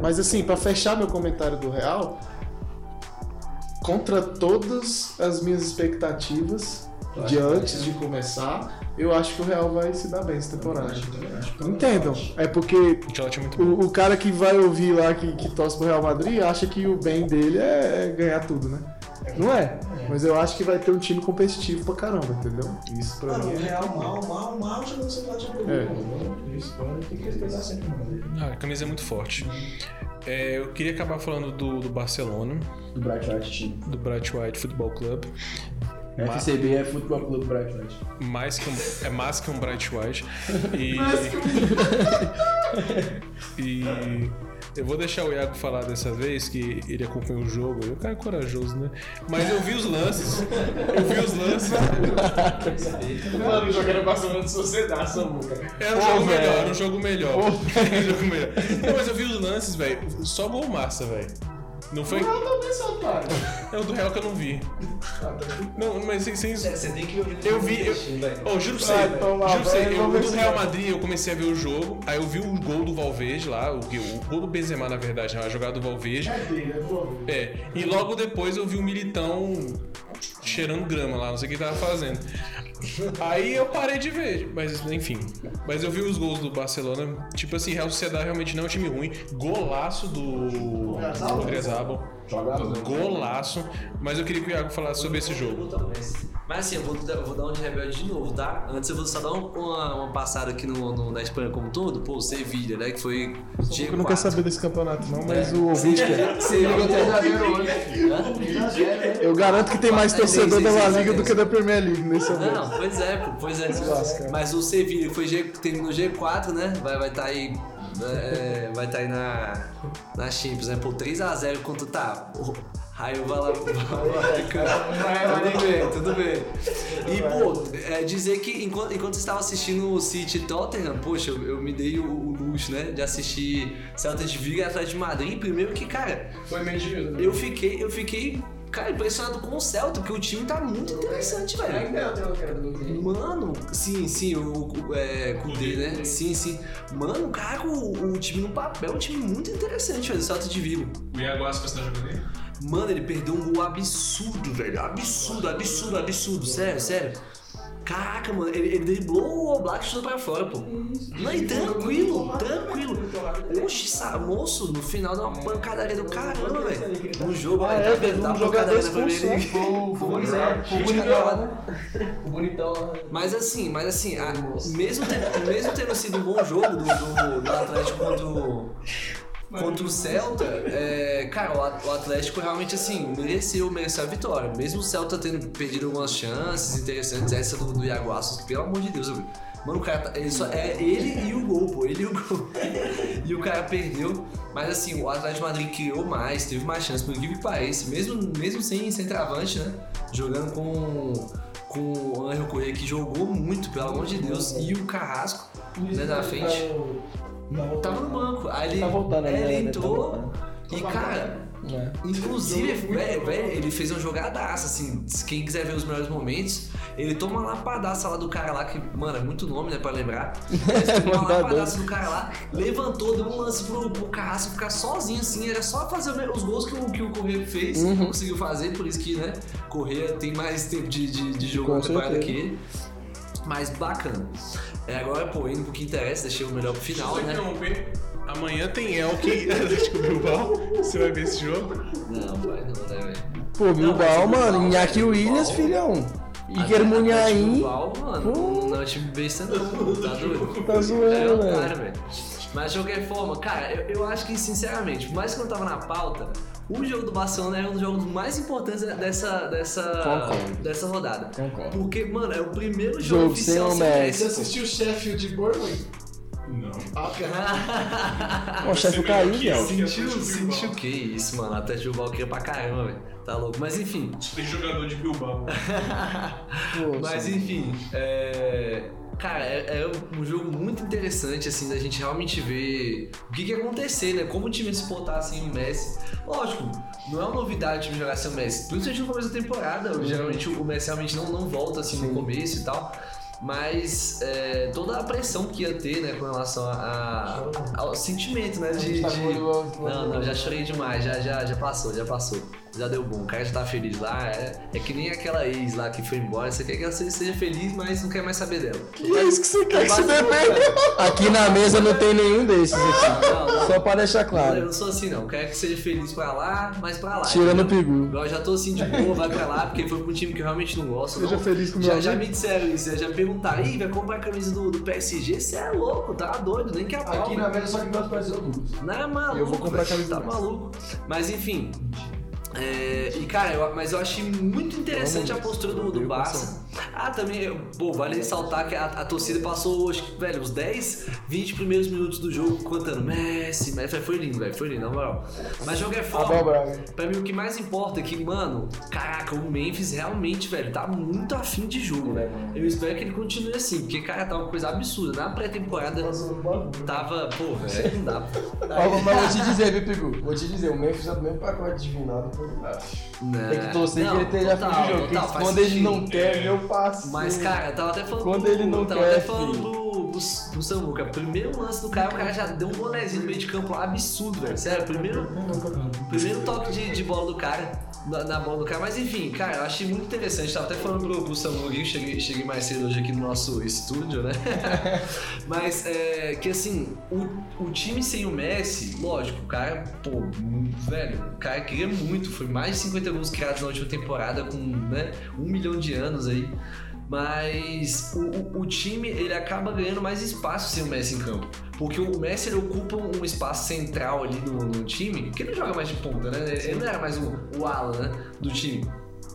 Speaker 2: Mas assim, pra fechar meu comentário do Real, contra todas as minhas expectativas de antes de começar, eu acho que o Real vai se dar bem essa temporada. Entendam. É porque
Speaker 1: O Tchelat é muito bom.
Speaker 2: O, o cara que vai ouvir lá que, que torce pro Real Madrid acha que o bem dele é, é ganhar tudo, né? Não é? Mas eu acho que vai ter um time competitivo pra caramba, entendeu? Isso pra
Speaker 7: Mano,
Speaker 2: mim.
Speaker 7: o Real mal, mal, mal chegou no celular de
Speaker 2: É.
Speaker 7: Pedro. Isso, mano, tem que respeitar sempre, mano.
Speaker 1: Ah, a camisa é muito forte. É, eu queria acabar falando do, do Barcelona,
Speaker 9: Do Bright White Team.
Speaker 1: do Bright White Football Club. Ma-
Speaker 9: FCB é Futebol Clube Bright White.
Speaker 1: mais que um, é mais que um Bright White. E, e eu vou deixar o Iago falar dessa vez, que ele acompanhou o jogo. O cara é corajoso, né? Mas eu vi os lances. Eu vi os lances.
Speaker 6: Mano, jogando Barcelona de sociedade, Samu, cara.
Speaker 1: Era um jogo melhor, era um jogo melhor. Era um jogo melhor. Não, mas eu vi os lances, velho. Só gol massa, velho. Não foi? É o do Real que eu não vi. Não, mas sem, sem
Speaker 3: É, Você tem que ouvir.
Speaker 1: Eu vi, eu- Ô, juro pra você, juro pra você, eu do Real Madrid eu comecei a ver o jogo, aí eu vi o gol do Valverde lá, o, que- o gol do Benzema na verdade, né, a jogada do Valverde. É, e logo depois eu vi o Militão cheirando grama lá, não sei o que ele tava fazendo. Aí eu parei de ver, mas enfim. Mas eu vi os gols do Barcelona. Tipo assim, Real Sociedad realmente não é um time ruim. Golaço do
Speaker 7: Oyarzabal.
Speaker 1: Andrezabal. Golaço. Mas eu queria que o Iago falasse sobre esse jogo.
Speaker 3: Mas assim, eu vou, dar- eu vou dar um de rebelde de novo, tá? Antes eu vou só dar um- uma, uma passada aqui no, no- na Espanha como um todo, pô, Sevilha, né? Que foi dia
Speaker 2: Eu não quero
Speaker 3: quatro.
Speaker 2: saber desse campeonato, não, mas o ouvinte quer.
Speaker 3: Sevilha
Speaker 7: 3x0
Speaker 3: né?
Speaker 7: hoje.
Speaker 2: Eu garanto que tem mais
Speaker 3: É,
Speaker 2: torcedor
Speaker 3: seis,
Speaker 2: da La
Speaker 3: seis,
Speaker 2: Liga
Speaker 3: seis,
Speaker 2: do que da Premier League nesse momento.
Speaker 3: Não, pois é, pô, pois é.
Speaker 2: Lasca.
Speaker 3: Mas o Sevilha que foi G, terminou G4, né? Vai vai tá aí é, vai tá aí na na Champions, né? Pô, 3 a 0 contra tá. o Raio vai lá, tudo bem, tudo bem. E, pô, é dizer que enquanto, enquanto você estava assistindo o City e Tottenham, poxa, eu, eu me dei o, o luxo, né, de assistir Celta de Vigo e Atlético de Madrid. Primeiro que, cara,
Speaker 6: Foi meio dividido. né?
Speaker 3: eu fiquei, eu fiquei, cara, impressionado com o Celta, porque o time tá muito interessante, velho.
Speaker 6: Ainda é o teu cara do Luke.
Speaker 3: Mano, sim, sim, o, o é, Kudê, né? Sim, sim. Mano, cara, o, o time no papel é um time muito interessante, velho, o Celta de Vigo.
Speaker 1: O Iago Aspas está jogando aí?
Speaker 3: Mano, ele perdeu um gol absurdo, velho. Absurdo, absurdo, absurdo. Sério, sério. Caraca, mano, ele, ele driblou o Oblak e chutou pra fora, pô. Não, e tranquilo, tranquilo. Oxe, essa- moço, no final dá
Speaker 1: É.
Speaker 3: uma pancadaria do caramba, velho.
Speaker 1: né?
Speaker 3: Um jogo,
Speaker 2: Ah,
Speaker 3: velho,
Speaker 2: é,
Speaker 3: tá vendo?
Speaker 2: teve
Speaker 3: Dá
Speaker 2: um
Speaker 3: uma
Speaker 2: jogador
Speaker 3: pancadaria na
Speaker 2: expulso,
Speaker 3: primeira
Speaker 2: né?
Speaker 3: liga.
Speaker 6: O bonitão. O
Speaker 3: Gente,
Speaker 6: bonitão. um. O bonitão. né? lá.
Speaker 3: Mas assim, mas assim, a- mesmo, tendo, mesmo tendo sido um bom jogo do, do, do Atlético contra o, contra o Celta, é, cara, o At- o Atlético realmente assim, mereceu, mereceu a vitória. Mesmo o Celta tendo perdido algumas chances interessantes, essa do, do Iago Aspas, pelo amor de Deus, amigo. Mano, o cara, tá- ele só, é ele e o gol, pô, ele e o gol. E o cara perdeu, mas assim, o Atlético de Madrid criou mais, teve mais chance, por incrível que pareça, mesmo, mesmo sem centroavante, né? Jogando com com o Angel Correa que jogou muito, pelo amor de Deus, e o Carrasco né, na frente tava no banco. Aí ele,
Speaker 9: Tá voltando,
Speaker 3: é,
Speaker 9: né?
Speaker 3: ele
Speaker 9: Ele tá
Speaker 3: entrou
Speaker 9: voltando.
Speaker 3: e, cara, inclusive, velho, velho, ele fez uma jogadaça, assim. se Quem quiser ver os melhores momentos, ele toma uma lapadaça lá do cara lá, que, mano, é muito nome, né, pra lembrar. Ele toma uma lapadaça do cara lá, levantou, deu um lance pro, pro Carrasco ficar sozinho, assim. Era só fazer os gols que o, que o Correia fez,
Speaker 9: Uhum.
Speaker 3: conseguiu fazer, por isso que, né, Correia tem mais tempo de, de, de jogo na temporada que ele. Mas bacana. É, agora, pô, indo pro que interessa, deixei o melhor pro final,
Speaker 1: Só
Speaker 3: né?
Speaker 1: interromper. Amanhã tem Elk e Atlético Bilbao. Você vai ver esse jogo?
Speaker 3: Não, vai, não, né, velho? mas o
Speaker 9: Pô, Bilbao,
Speaker 3: Bilbao,
Speaker 9: mano, Iñaki
Speaker 3: o
Speaker 9: Williams,
Speaker 3: Bilbao.
Speaker 9: filhão. Iker Muniain.
Speaker 3: é Igual, mano. Não é um time besta, não. Tá doido.
Speaker 9: Tá zoando,
Speaker 3: É
Speaker 9: velho.
Speaker 3: otário, velho. Mas de qualquer forma, cara, eu, eu acho que, sinceramente, por mais que eu não tava na pauta, o jogo do Barcelona é um dos jogos mais importantes dessa, dessa,
Speaker 9: Concordo.
Speaker 3: dessa rodada.
Speaker 9: Concordo.
Speaker 3: Porque, mano, é o primeiro jogo,
Speaker 9: Jogo sem
Speaker 3: oficial
Speaker 9: o
Speaker 3: Messi.
Speaker 9: Messi.
Speaker 2: Você assistiu o Sheffield de Burnley?
Speaker 1: Não.
Speaker 2: Ah, cara.
Speaker 9: Ó, O chefe caiu, velho.
Speaker 1: Sentiu,
Speaker 3: Sentiu que isso, mano. Até de Bilbao queria pra caramba, velho. Tá louco. Mas enfim.
Speaker 1: Tem jogador de Bilbao.
Speaker 3: Mas enfim, é... cara, é, é um jogo muito interessante, assim, da gente realmente ver o que, que ia acontecer, né? Como o time ia se portar sem o Messi. Lógico, não é uma novidade o time jogar sem o Messi, principalmente no começo da temporada. Geralmente o Messi realmente não, não volta assim no começo e tal. Mas é, toda a pressão que ia ter, né, com relação a, a- ao sentimento, né? De,
Speaker 2: tá
Speaker 3: de- Não, não, já chorei demais, já, já, já passou, já passou. Já deu bom, o cara já tá feliz lá. É, é que nem aquela ex lá que foi embora, você quer que ela se- seja feliz, mas não quer mais saber dela.
Speaker 9: E é isso que você quer que se defenda. Aqui na mesa não tem nenhum desses aqui.
Speaker 3: Não, não,
Speaker 9: Só pra deixar
Speaker 3: eu
Speaker 9: claro.
Speaker 3: não sou assim não, quero que seja feliz pra lá, mas pra lá.
Speaker 9: Tirando o
Speaker 3: entendeu?
Speaker 9: peru.
Speaker 3: Eu já tô assim de boa, vai pra lá, porque foi pra um time que eu realmente não gosto.
Speaker 2: Seja
Speaker 3: Não.
Speaker 2: feliz com o meu
Speaker 3: Já, já
Speaker 2: amigo.
Speaker 3: me disseram isso, já me perguntaram, ih, vai comprar a camisa do, do PSG? Você é louco, tá doido, nem que a pau. né?"
Speaker 7: Aqui na mesa só que gosta do Brasil Lucas.
Speaker 3: Não é maluco.
Speaker 2: Eu vou comprar
Speaker 3: velho,
Speaker 2: camisa
Speaker 3: Tá
Speaker 2: do Messi.
Speaker 3: maluco. Mas enfim. é, e cara, eu- mas eu achei muito interessante a postura do, do Barça. Ah, também, eu- pô, vale ressaltar que a, a torcida passou, acho que, velho, os 10, 20 primeiros minutos do jogo cantando Messi, Messi. Foi lindo, velho, foi lindo, na moral. Mas de qualquer
Speaker 2: Abel
Speaker 3: forma,
Speaker 2: Braga.
Speaker 3: pra mim o que mais importa é que, mano, caraca, o Memphis realmente, velho, tá muito afim de jogo, velho. Eu espero que ele continue assim, porque, cara, tá uma coisa absurda. Na pré-temporada tava, pô, velho, não dá.
Speaker 9: Ó, mas vou te dizer, viu, Pigu? Vou te dizer, o Memphis é do mesmo pacote de vinado.
Speaker 3: né?
Speaker 9: Tem É que torcer que ele esteja afim de jogo. porque
Speaker 3: faz
Speaker 9: Quando ele não
Speaker 3: sentido.
Speaker 9: quer, meu parceiro.
Speaker 3: Mas, cara, eu tava até falando.
Speaker 9: Quando
Speaker 3: do-
Speaker 9: ele não
Speaker 3: tava
Speaker 9: quer,
Speaker 3: até falando
Speaker 9: filho.
Speaker 3: do, do, do Samuca. Primeiro lance do cara, o cara já deu um bonezinho no meio de campo lá, absurdo, velho. Sério, primeiro, primeiro toque de, de bola do cara. na, na bola do cara. Mas enfim, cara, eu achei muito interessante. Tava até falando pro, pro Samuel Gui, cheguei, cheguei mais cedo hoje aqui no nosso estúdio, né? Mas é, que assim, o, o time sem o Messi, lógico, o cara, pô, velho, o cara queria muito. Foi mais de 50 gols criados na última temporada, com né, um milhão de anos aí. Mas o, o, o time ele acaba ganhando mais espaço sem o Messi em campo. Porque o Messi ele ocupa um espaço central ali no, no time, que ele joga mais de ponta, né? Ele não era mais o, o ala né, do time.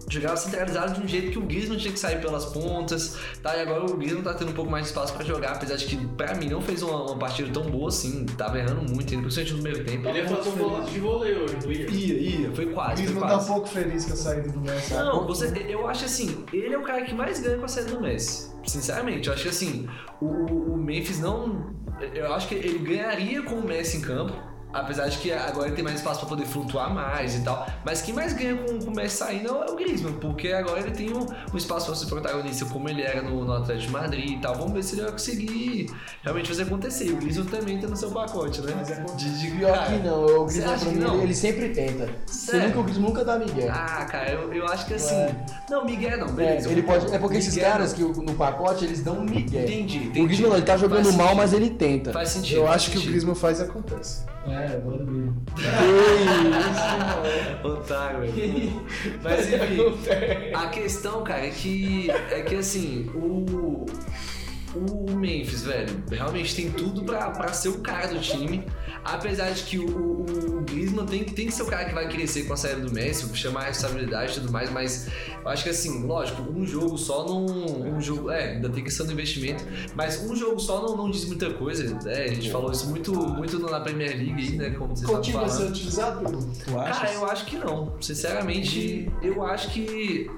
Speaker 3: Jogava centralizado de um jeito que o Griezmann tinha que sair pelas pontas, tá? E agora o Griezmann tá tendo um pouco mais de espaço pra jogar, apesar de que, pra mim, não fez uma, uma partida tão boa assim, tava errando muito, ainda, principalmente no primeiro tempo.
Speaker 20: Ele levantou um volante de vôlei hoje, do William.
Speaker 3: Ia, ia, foi quase.
Speaker 2: Griezmann
Speaker 3: foi
Speaker 2: tá
Speaker 3: quase.
Speaker 2: pouco feliz com a saída do Messi.
Speaker 3: Não, você, eu acho assim, ele é o cara que mais ganha com a saída do Messi. Sinceramente, eu acho que assim, o, o o Memphis não. Eu acho que ele ganharia com o Messi em campo. Apesar de que agora ele tem mais espaço pra poder flutuar mais e tal. Mas quem mais ganha com, com o Messi saindo é o Griezmann, porque agora ele tem um, um espaço pra ser protagonista, como ele era no, no Atlético de Madrid e tal. Vamos ver se ele vai conseguir realmente fazer acontecer. E o Griezmann também tá no seu pacote, né? Mas é de, de,
Speaker 9: Pior que
Speaker 3: cara,
Speaker 9: não, o
Speaker 3: você
Speaker 9: Griezmann
Speaker 3: acha
Speaker 9: pra
Speaker 3: que
Speaker 9: mim,
Speaker 3: não?
Speaker 9: ele, ele sempre tenta. Você
Speaker 3: Sério?
Speaker 9: nunca, o Griezmann nunca dá Miguel.
Speaker 3: Ah, cara, eu, eu acho que assim.
Speaker 9: É.
Speaker 3: Não, Miguel não,
Speaker 9: É,
Speaker 3: beleza.
Speaker 9: ele pode, é porque esses
Speaker 3: Miguel
Speaker 9: caras que o- no pacote, eles dão um
Speaker 3: não.
Speaker 9: Miguel.
Speaker 3: Entendi, entendi.
Speaker 9: O Griezmann, não, ele tá
Speaker 2: tipo,
Speaker 9: jogando
Speaker 3: Faz
Speaker 9: mal,
Speaker 3: sentido.
Speaker 9: mas ele tenta.
Speaker 3: Faz sentido.
Speaker 2: Eu
Speaker 3: faz
Speaker 2: acho que o
Speaker 3: sentido.
Speaker 2: Griezmann faz e acontece.
Speaker 6: É, manda mesmo.
Speaker 3: Otário, velho. Mas enfim, a questão, cara, é que, é que assim, o, o Memphis, velho, realmente tem tudo pra, pra ser o cara do time. Apesar de que o, o, o Griezmann tem, tem que ser o cara que vai crescer com a saída do Messi, chamar a responsabilidade e tudo mais, mas eu acho que assim, lógico, um jogo só não. Um jogo, é, ainda tem questão do investimento, mas um jogo só não, não diz muita coisa. Né? A gente falou isso muito, muito na Premier League aí, né? Como vocês
Speaker 2: Coutinho
Speaker 3: estavam
Speaker 2: vai ser
Speaker 3: falando.
Speaker 2: utilizado?
Speaker 9: Tu
Speaker 3: Cara,
Speaker 9: acha?
Speaker 3: eu acho que não. Sinceramente, eu acho que.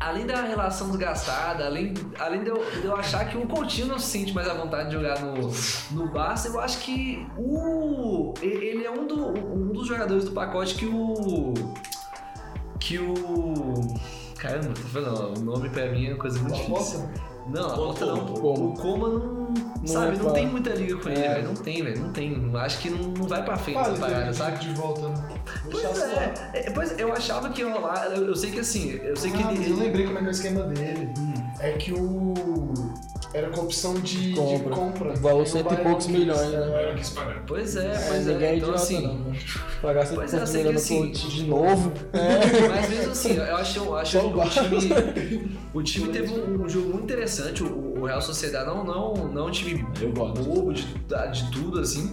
Speaker 3: Além da relação desgastada, além, além de, eu, de eu achar que o Coutinho não se sente mais à vontade de jogar no, no Barça, eu acho que o. e- Ele é um, do- um dos jogadores do pacote que o. Que o. Caramba, tô falando, o nome pra mim é uma coisa muito difícil. Não, a porta não. O Coma não. Sabe, não tem muita liga com ele, velho. Não tem, velho. Não tem. Acho que não, não vai pra frente essa parada, sabe?
Speaker 2: de volta. né?
Speaker 3: Pois é. É, pois eu achava que ia rolar. Eu, eu sei que assim, eu sei que
Speaker 2: Ah, mas
Speaker 3: ele.
Speaker 2: eu lembrei como é que é o esquema dele. É que o. Era com opção de
Speaker 9: Compra.
Speaker 2: de compra.
Speaker 9: Valor
Speaker 2: o
Speaker 9: cento e
Speaker 2: Bayern
Speaker 9: poucos
Speaker 2: não quis,
Speaker 9: milhões, né?
Speaker 2: o Bayern não quis
Speaker 3: Pois é,
Speaker 9: É,
Speaker 3: pois é.
Speaker 9: ninguém é
Speaker 3: Então
Speaker 9: idiota,
Speaker 3: assim.
Speaker 9: não. mano. Pagar
Speaker 3: Pois é,
Speaker 9: 100%
Speaker 3: sei que
Speaker 9: milhão no
Speaker 3: assim-
Speaker 9: Coutinho de novo.
Speaker 3: Mas mesmo assim, eu acho, eu acho que o time, o time teve um, um jogo muito interessante. O, o Real Sociedade não, não, não é um time bobo de, de tudo, assim.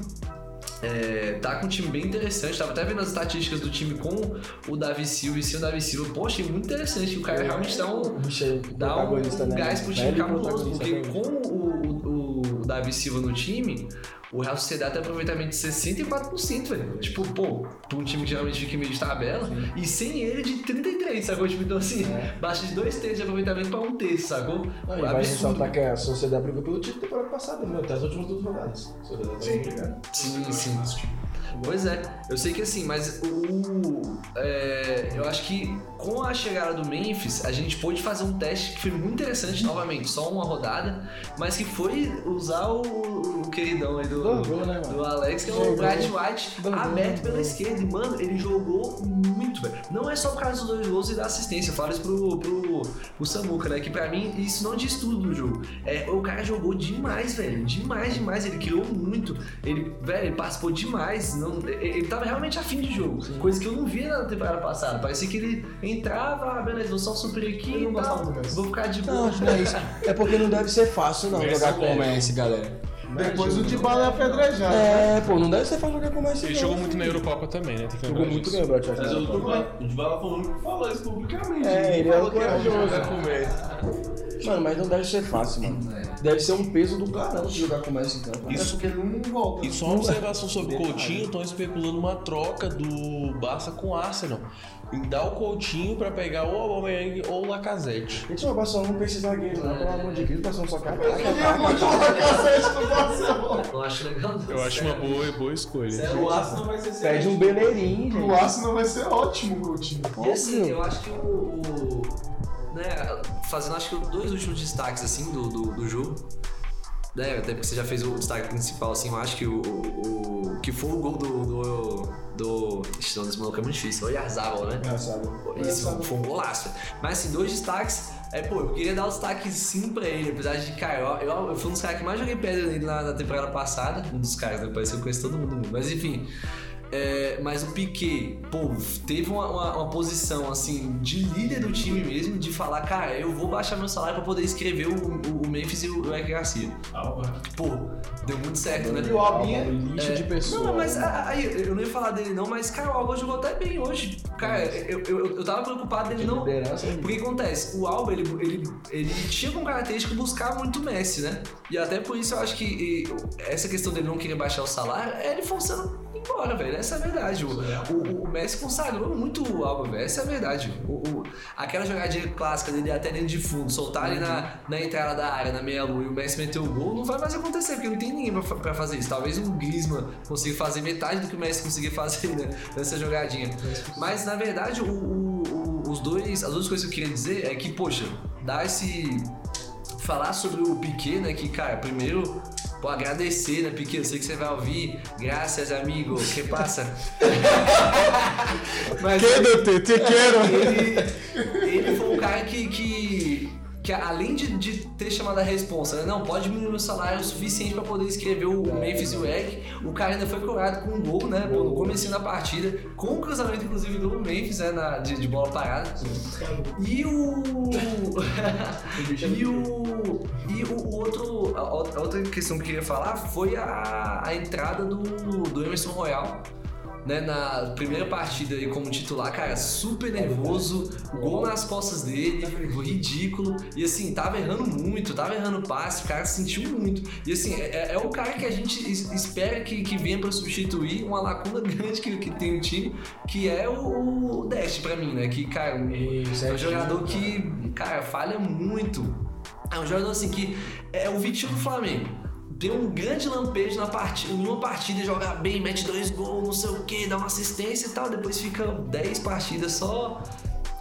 Speaker 3: É, tá com um time bem interessante. Tava até vendo as estatísticas do time com o Davi Silva e sem o Davi Silva. Poxa, é muito interessante. O cara realmente tá um,
Speaker 9: Puxa,
Speaker 3: dá um,
Speaker 9: é protagonista, né?
Speaker 3: gás pro time
Speaker 9: Velho
Speaker 3: cabuloso,
Speaker 9: protagonista,
Speaker 3: porque é
Speaker 9: né?
Speaker 3: com o, o, o Davi Silva no time, o Real Sociedade tem aproveitamento de 64%, velho. Tipo, pô, pra um time que geralmente fica em meio de tabela, e sem ele é de 33, sacou? Tipo, então assim, baixa de dois terços de aproveitamento pra um terço, sacou?
Speaker 9: Não,
Speaker 3: Absurdo.
Speaker 9: e É. vai ressaltar que a Sociedade brigou pelo título temporada passada, meu, até as últimas duas rodadas. Sociedade Sim.
Speaker 3: Sim, sim. Pois é, eu sei que assim, mas o. é, eu acho que com a chegada do Memphis, a gente pôde fazer um teste que foi muito interessante, novamente, só uma rodada, mas que foi usar o, o queridão aí do,
Speaker 9: Jogou, né, mano?
Speaker 3: do Alex, que é o
Speaker 9: Jogou.
Speaker 3: Brad White,
Speaker 9: Jogou.
Speaker 3: aberto pela esquerda. E, mano, ele jogou muito, velho. Não é só por causa dos dois gols e da assistência. Eu falo isso pro, pro, pro Samuca, né? Que pra mim isso não diz tudo no jogo. É, o cara jogou demais, velho. Demais, demais. Ele criou muito. Ele, velho, ele participou demais. Não, ele- ele tava realmente afim de jogo. Coisa que eu não via na temporada passada. Parecia que ele entrava, ah, beleza, vou só suprir aqui e tal. Vou ficar de boa.
Speaker 9: Não, não é isso. É porque não deve ser fácil, não, jogar com o Messi, galera.
Speaker 2: Depois o de bala é apedrejado.
Speaker 9: É, pô, não deve ser fácil jogar com o Messi,
Speaker 1: Ele
Speaker 9: não.
Speaker 1: jogou muito na Eurocopa também, né? Tem que
Speaker 9: Jogou
Speaker 1: lembrar
Speaker 9: muito
Speaker 1: disso.
Speaker 9: bem, Brad White.
Speaker 20: Mas
Speaker 9: né?
Speaker 20: o Dubla- o Dybala foi o único que falou isso publicamente.
Speaker 9: É, ele é
Speaker 8: um
Speaker 9: o
Speaker 20: falou que era
Speaker 2: um
Speaker 20: né?
Speaker 9: corajoso.
Speaker 20: jogar com o Messi.
Speaker 9: Mano, mas não deve ser fácil, mano. Deve ser um peso do caramba jogar com o Messi em
Speaker 8: então,
Speaker 9: campo.
Speaker 2: É porque ele não volta.
Speaker 10: E só uma observação sobre o Coutinho, estão especulando uma troca do Barça com o Arsenal. Em dar o Coutinho pra pegar ou o Aubameyang ou o Lacazette.
Speaker 9: Gente, mas o
Speaker 8: um
Speaker 9: Barcelona não precisa de zagueiro, né? Pelo amor de Deus, o Barcelona só caga.
Speaker 2: é
Speaker 3: Não acho legal, não.
Speaker 1: Eu acho uma boa, boa escolha.
Speaker 20: O Arsenal vai ser
Speaker 9: Pede um beleirinho, gente.
Speaker 2: O Arsenal vai ser ótimo, Coutinho.
Speaker 3: E assim,
Speaker 9: Óbvio.
Speaker 3: eu acho que o. o- né, fazendo acho que os dois últimos destaques assim do, do, do jogo. Né, até porque você já fez o destaque principal, assim, eu acho que o, o, que foi o gol do. do do. Ixi, não, esse maluco é muito difícil. O Yarzabal, né? Pô, Esse foi um golaço. Mas assim, dois destaques. É, pô, eu queria dar o destaque sim pra ele, apesar de, cara, eu, eu, eu fui um dos caras que mais joguei pedra nele na, na temporada passada. Um dos caras, né? Parece que eu conheço todo mundo. Mas enfim. É, mas o Piquet, pô, teve uma, uma- uma posição assim de líder do time mesmo, de falar, cara, eu vou baixar meu salário pra poder escrever o, o, o Memphis e o, o Eric Garcia. Pô, deu muito certo,
Speaker 2: é
Speaker 3: né?
Speaker 6: E o
Speaker 2: um
Speaker 6: Albinha?
Speaker 9: um
Speaker 3: lixo
Speaker 6: de pessoa.
Speaker 3: Não, mas a- aí, eu não ia falar dele não, mas cara, o Alba jogou até bem hoje. Cara, eu, eu, eu tava preocupado dele não. Porque acontece, o Alba, ele, ele, ele tinha como característica buscar muito o Messi, né? E até por isso eu acho que e, essa questão dele não querer baixar o salário é ele forçando embora, velho. Essa é a verdade. O, o, o Messi consagrou muito o Alba, velho. Essa é a verdade. O, o- aquela jogadinha clássica dele até dentro de fundo, soltar ele na, na entrada da área, na meia-lua, e o Messi meteu o gol, não vai mais acontecer, porque não tem ninguém pra, fa- pra fazer isso. Talvez o Griezmann consiga fazer metade do que o Messi conseguia fazer né, nessa jogadinha. Mas, na verdade, o- o- o- os dois, as duas coisas que eu queria dizer é que, poxa, dá esse falar sobre o Piquet, né? Que, cara, primeiro, pô, agradecer, né, Piquet? Eu sei que você vai ouvir. Graças, amigo. Que passa? Mas,
Speaker 1: é
Speaker 9: Quédate, te quero.
Speaker 3: ele, ele foi um cara que. que... Que além de, de ter chamado a responsa, né? não, pode diminuir meu salário o suficiente pra poder escrever o Memphis e o Egg. O cara ainda foi curado com um gol, né? Pô, no comecinho da partida, com o cruzamento, inclusive, do Memphis, né? na- de, de bola parada. E o. e o. E o o outro. A, a outra questão que eu queria falar foi a, a entrada do, do Emerson Royal. Né, na primeira partida aí como titular, cara, super nervoso, gol nas costas dele, ridículo. E assim, tava errando muito, tava errando passe, o cara sentiu muito. E assim, é, é o cara que a gente es- espera que, que venha pra substituir uma lacuna grande que, que tem o time, que é o, o Dest pra mim, né? Que, cara, é um jogador que, cara, falha muito. É um jogador assim que é o Vitinho do Flamengo. Tem um grande lampejo na partida, em uma partida joga bem, mete dois gols, não sei o que, dá uma assistência e tal, depois fica 10 partidas só.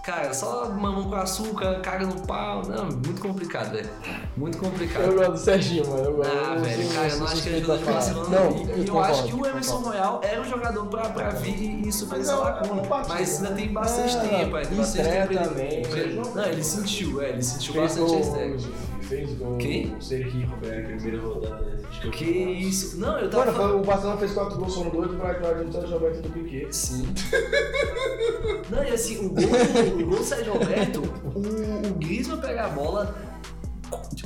Speaker 3: Cara, só mamão com açúcar, caga no pau. Não, muito complicado, velho. Muito complicado.
Speaker 6: Eu gosto do Serginho, mano. Eu gosto.
Speaker 3: Ah,
Speaker 6: eu
Speaker 3: velho,
Speaker 6: sou-
Speaker 3: cara, eu
Speaker 6: sou
Speaker 3: não acho que ele
Speaker 6: suspeito pra
Speaker 3: ajuda
Speaker 6: falar.
Speaker 3: o Barcelona.
Speaker 6: Não,
Speaker 3: e eu acho que o Emerson Royal era o jogador pra, pra vir e isso fez essa lacuna. Mas ainda tem bastante
Speaker 6: É,
Speaker 3: tempo, é. tem bastante
Speaker 6: André
Speaker 3: tempo.
Speaker 6: também,
Speaker 3: ele, não, ele sentiu, é, ele sentiu
Speaker 6: Fez
Speaker 3: bastante a
Speaker 6: gol
Speaker 3: estreia.
Speaker 6: hoje, Fez gol.
Speaker 3: Quem?
Speaker 6: Não sei quem, Roberto, primeira rodada. acho eu-
Speaker 3: Que isso? Não, eu tava.
Speaker 8: Mano,
Speaker 3: falando-
Speaker 8: foi- o Barcelona fez 4 gols,
Speaker 9: um
Speaker 8: foram doido pra ajudar o Sérgio Roberto do Piquet.
Speaker 3: Sim. Não, e assim, o gol, o gol do Sérgio Alberto, o, o Griezmann pega a bola,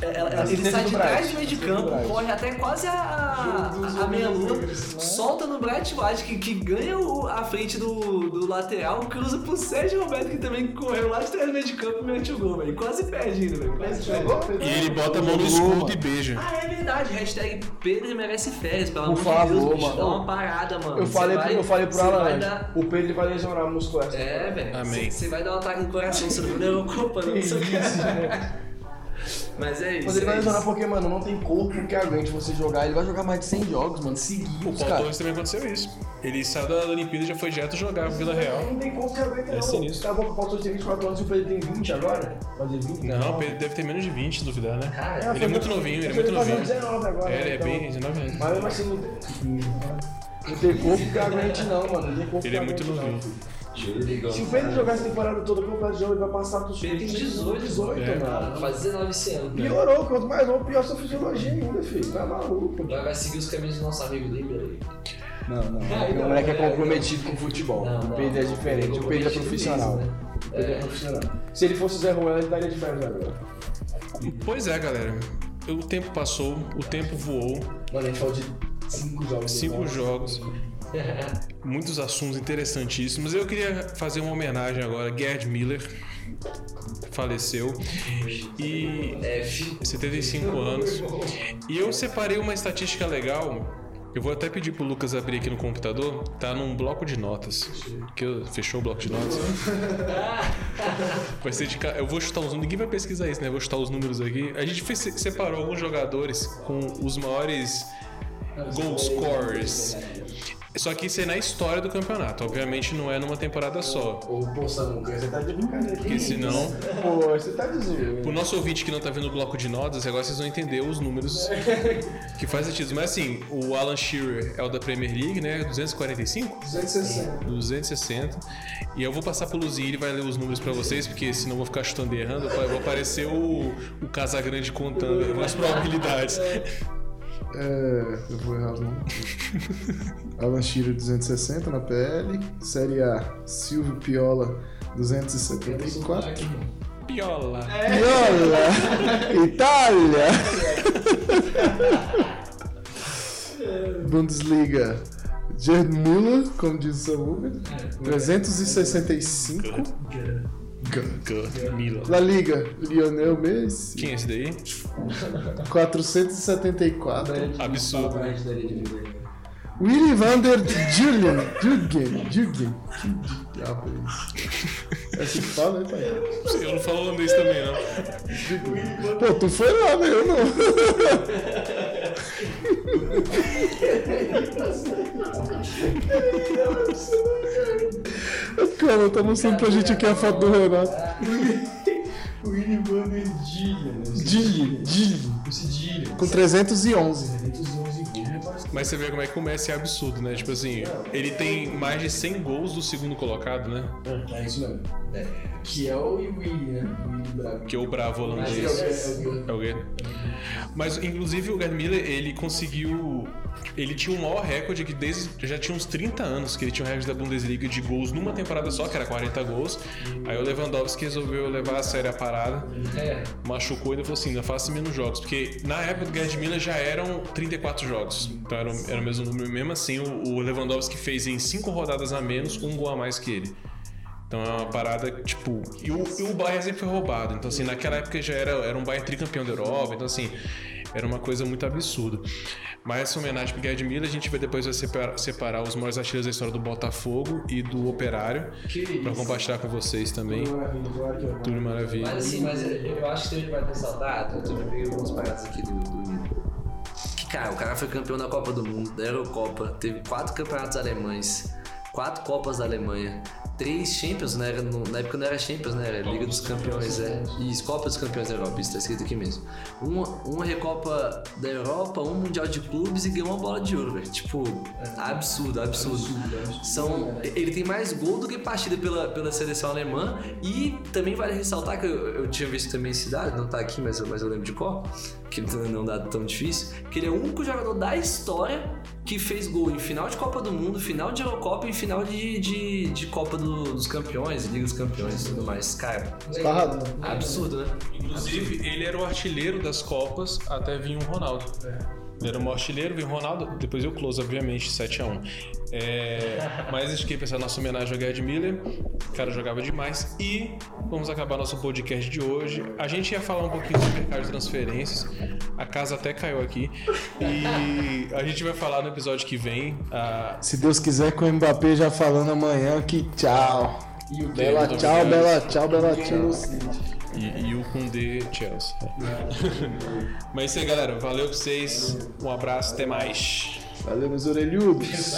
Speaker 3: ela- ela- ele
Speaker 8: Assistência
Speaker 3: sai
Speaker 8: do
Speaker 3: de
Speaker 8: Bright.
Speaker 3: trás do meio de campo, corre até quase a, a, a meia-lua,
Speaker 8: né?
Speaker 3: solta no Bright White, que, que ganha o- a frente do, do lateral, cruza pro Sérgio Roberto, que também correu lá de trás do meio de campo e mete o gol, velho. Quase perde ainda, velho. Quase perde.
Speaker 1: E ele bota a mão no escudo e beija.
Speaker 3: Ah, é verdade. Hashtag Pedro merece férias, pelo amor de
Speaker 8: favor,
Speaker 3: Deus, bicho.
Speaker 8: mano.
Speaker 3: Dá uma parada, mano.
Speaker 8: Eu
Speaker 3: Você
Speaker 8: falei,
Speaker 3: vai-
Speaker 8: eu falei pro
Speaker 3: você
Speaker 8: Alan,
Speaker 3: vai
Speaker 8: antes,
Speaker 3: dar-
Speaker 8: o Pedro vai lesionar o músculo essa.
Speaker 3: é, velho.
Speaker 1: Amém.
Speaker 3: Você vai dar um ataque no coração, você não ganhou a Copa, não.
Speaker 8: né?
Speaker 3: Mas é isso.
Speaker 8: Mas ele
Speaker 3: é
Speaker 8: vai
Speaker 3: isso.
Speaker 8: lesionar porque, mano, não tem corpo que aguente você jogar. Ele vai jogar mais de 100 jogos, mano,
Speaker 1: O
Speaker 8: seguidos,
Speaker 1: Paulo
Speaker 8: cara.
Speaker 1: Torres também aconteceu isso. Ele saiu da Olimpíada e já foi direto jogar pro Vila Real.
Speaker 8: Não tem corpo que aguenta,
Speaker 1: É
Speaker 8: não.
Speaker 1: sinistro.
Speaker 8: Tá bom que o Paulo Torres tem 24 anos e o Pedro tem 20 agora? Fazer 20?
Speaker 1: Não, ele deve ter menos de 20, se duvidar, né?
Speaker 3: Cara,
Speaker 1: Ele é muito novinho, ele é muito
Speaker 8: fazendo
Speaker 1: novinho.
Speaker 8: 19 agora,
Speaker 1: É, ele é
Speaker 8: então.
Speaker 1: bem 19 anos.
Speaker 8: Mas mesmo assim, não tem- não tem corpo que aguente, não, mano. Não tem corpo
Speaker 1: Ele é
Speaker 8: que
Speaker 1: muito
Speaker 8: aguente, não.
Speaker 1: novinho.
Speaker 8: Se o Pedro jogar essa temporada toda com o Brasil, ele vai passar dos
Speaker 3: Ele tem 18,
Speaker 8: 18,
Speaker 1: é.
Speaker 8: mano.
Speaker 3: Cara, faz 19 esse ano. né?
Speaker 8: Piorou, quanto mais novo, pior sua fisiologia ainda, filho. Tá maluco.
Speaker 3: Agora vai seguir os caminhos do nosso amigo Limber
Speaker 8: Não, não.
Speaker 3: aí.
Speaker 8: O moleque é comprometido com o futebol.
Speaker 3: Não, não.
Speaker 8: O Pedro é diferente. O Pedro é profissional.
Speaker 3: Isso,
Speaker 8: O Pedro é profissional. Se ele fosse o Zé Ruela, ele daria de né? férias agora.
Speaker 1: Pois é, galera. O tempo passou, o tempo voou,
Speaker 8: Mano, a gente falou de 5 jogos.
Speaker 1: cinco
Speaker 8: né?
Speaker 1: jogos, muitos assuntos interessantíssimos. Eu queria fazer uma homenagem agora. Gerd Miller faleceu e
Speaker 3: F.
Speaker 1: 75 anos. E eu separei uma estatística legal. Eu vou até pedir pro Lucas abrir aqui no computador. Tá num bloco de notas. Que eu- fechou o bloco de notas. Vai ser de ca- Eu vou chutar os números. Ninguém vai pesquisar isso, né? Eu vou chutar os números aqui. A gente fez- separou alguns jogadores com os maiores goal scorers. Só que isso é na história do campeonato, obviamente não é numa temporada só.
Speaker 7: Ô, pô, Samuca, você tá de brincadeira.
Speaker 1: Porque senão,
Speaker 9: Pô, você tá dizendo.
Speaker 1: o nosso ouvinte que não tá vendo o bloco de notas, agora vocês vão entender os números que faz sentido. Mas assim, o Alan Shearer é o da Premier League, né? 245?
Speaker 2: 260.
Speaker 1: 260. E eu vou passar pelo Luzinho, ele vai ler os números pra vocês, porque senão eu vou ficar chutando e errando. Eu vou aparecer o, o Casagrande contando as probabilidades.
Speaker 2: É, eu vou errar os nomes. Alan Shearer 260 na PL. Série A, Silvio Piola 274.
Speaker 1: Piola.
Speaker 9: Viola! Itália!
Speaker 2: Bundesliga, Gerd Müller, como diz o Samuca, 365.
Speaker 1: Gu- Mila.
Speaker 2: La Liga, Lionel Messi,
Speaker 1: Quem é esse daí?
Speaker 2: 474.
Speaker 1: Absurdo.
Speaker 2: Willy van der Jürgen. Jürgen. Jürgen. Que diabo é isso? É assim que fala, né, pai?
Speaker 1: Eu não falo holandês também, não.
Speaker 2: Pô, tu foi lá, né? Eu não. Cara, tá mostrando pra gente aqui a foto do Renato.
Speaker 7: O Inibano é Dilha, né?
Speaker 2: Dili, Dili.
Speaker 7: Esse Dilha.
Speaker 2: Com 311.
Speaker 7: 211 gols.
Speaker 1: Mas você vê como é que o Messi é absurdo, né? Tipo assim, ele tem mais de 100 gols do segundo colocado, né?
Speaker 7: É isso mesmo. Que é o Willy, né? O Willy Bravo.
Speaker 1: Que é o bravo holandês. É o quê? Mas, inclusive, o Gerd Miller, ele conseguiu... Ele tinha o maior recorde que desde... Já tinha uns 30 anos que ele tinha o recorde da Bundesliga de gols numa temporada só, que era 40 gols. Aí o Lewandowski resolveu levar a sério a parada. É. Machucou e ainda falou assim, ainda faça menos jogos. Porque na época do Gerd Miller já eram 34 jogos. Então era, o- era o mesmo número. Mesmo assim, o, o Lewandowski fez em 5 rodadas a menos, um gol a mais que ele. Então é uma parada, tipo. E o, e o Bayern sempre foi roubado. Então, assim, naquela época já era, era um Bayern tricampeão da Europa. Então, assim, era uma coisa muito absurda. Mas essa homenagem pro Gerd Miller, a gente vai depois vai separar, separar os maiores artilheiros da história do Botafogo e do Operário. Pra compartilhar com vocês também. Tudo maravilha.
Speaker 3: Mas assim, mas eu, eu acho que a gente vai ressaltar, eu também peguei algumas paradas aqui do, do Guido. Que cara, o cara foi campeão da Copa do Mundo, da Eurocopa, teve quatro campeonatos alemães, quatro Copas da Alemanha, três Champions, né? Era no- na época não era Champions, né? Era Liga dos Campeões, é. Isso, Copa dos Campeões da Europa, isso tá escrito aqui mesmo. Uma, uma Recopa da Europa, um Mundial de Clubes e ganhou uma bola de ouro, velho. Tipo, absurdo, absurdo. São, Então, ele tem mais gol do que partida pela, pela seleção alemã. E também vale ressaltar que eu, eu tinha visto também esse dado, não tá aqui, mas eu, mas eu lembro de qual, que não é um dado tão difícil, que ele é o único jogador da história que fez gol em final de Copa do Mundo, final de Eurocopa e final de, de, de Copa do- dos Campeões, Liga dos Campeões e tudo mais. Cara,
Speaker 2: Esbarrado.
Speaker 3: absurdo, né?
Speaker 1: Inclusive, ele era o artilheiro das Copas até vir o Ronaldo. Ele era o maior artilheiro, vinha o Ronaldo, depois eu close, obviamente, 7x1. É, mas eu fiquei pensando nossa homenagem ao Gerd Miller, o cara jogava demais. E vamos acabar nosso podcast de hoje. A gente ia falar um pouquinho sobre mercado de transferências, a casa até caiu aqui. E a gente vai falar no episódio que vem. ah,
Speaker 2: Se Deus quiser, com o Mbappé já falando amanhã que tchau. Bela
Speaker 1: Kane,
Speaker 2: tchau,
Speaker 1: obrigado.
Speaker 2: bela tchau, bela tchau.
Speaker 1: E, e o Kundê Chelsea. Mas é isso aí, galera. Valeu pra vocês. Um abraço, até mais.
Speaker 2: Valeu, meus orelhudos.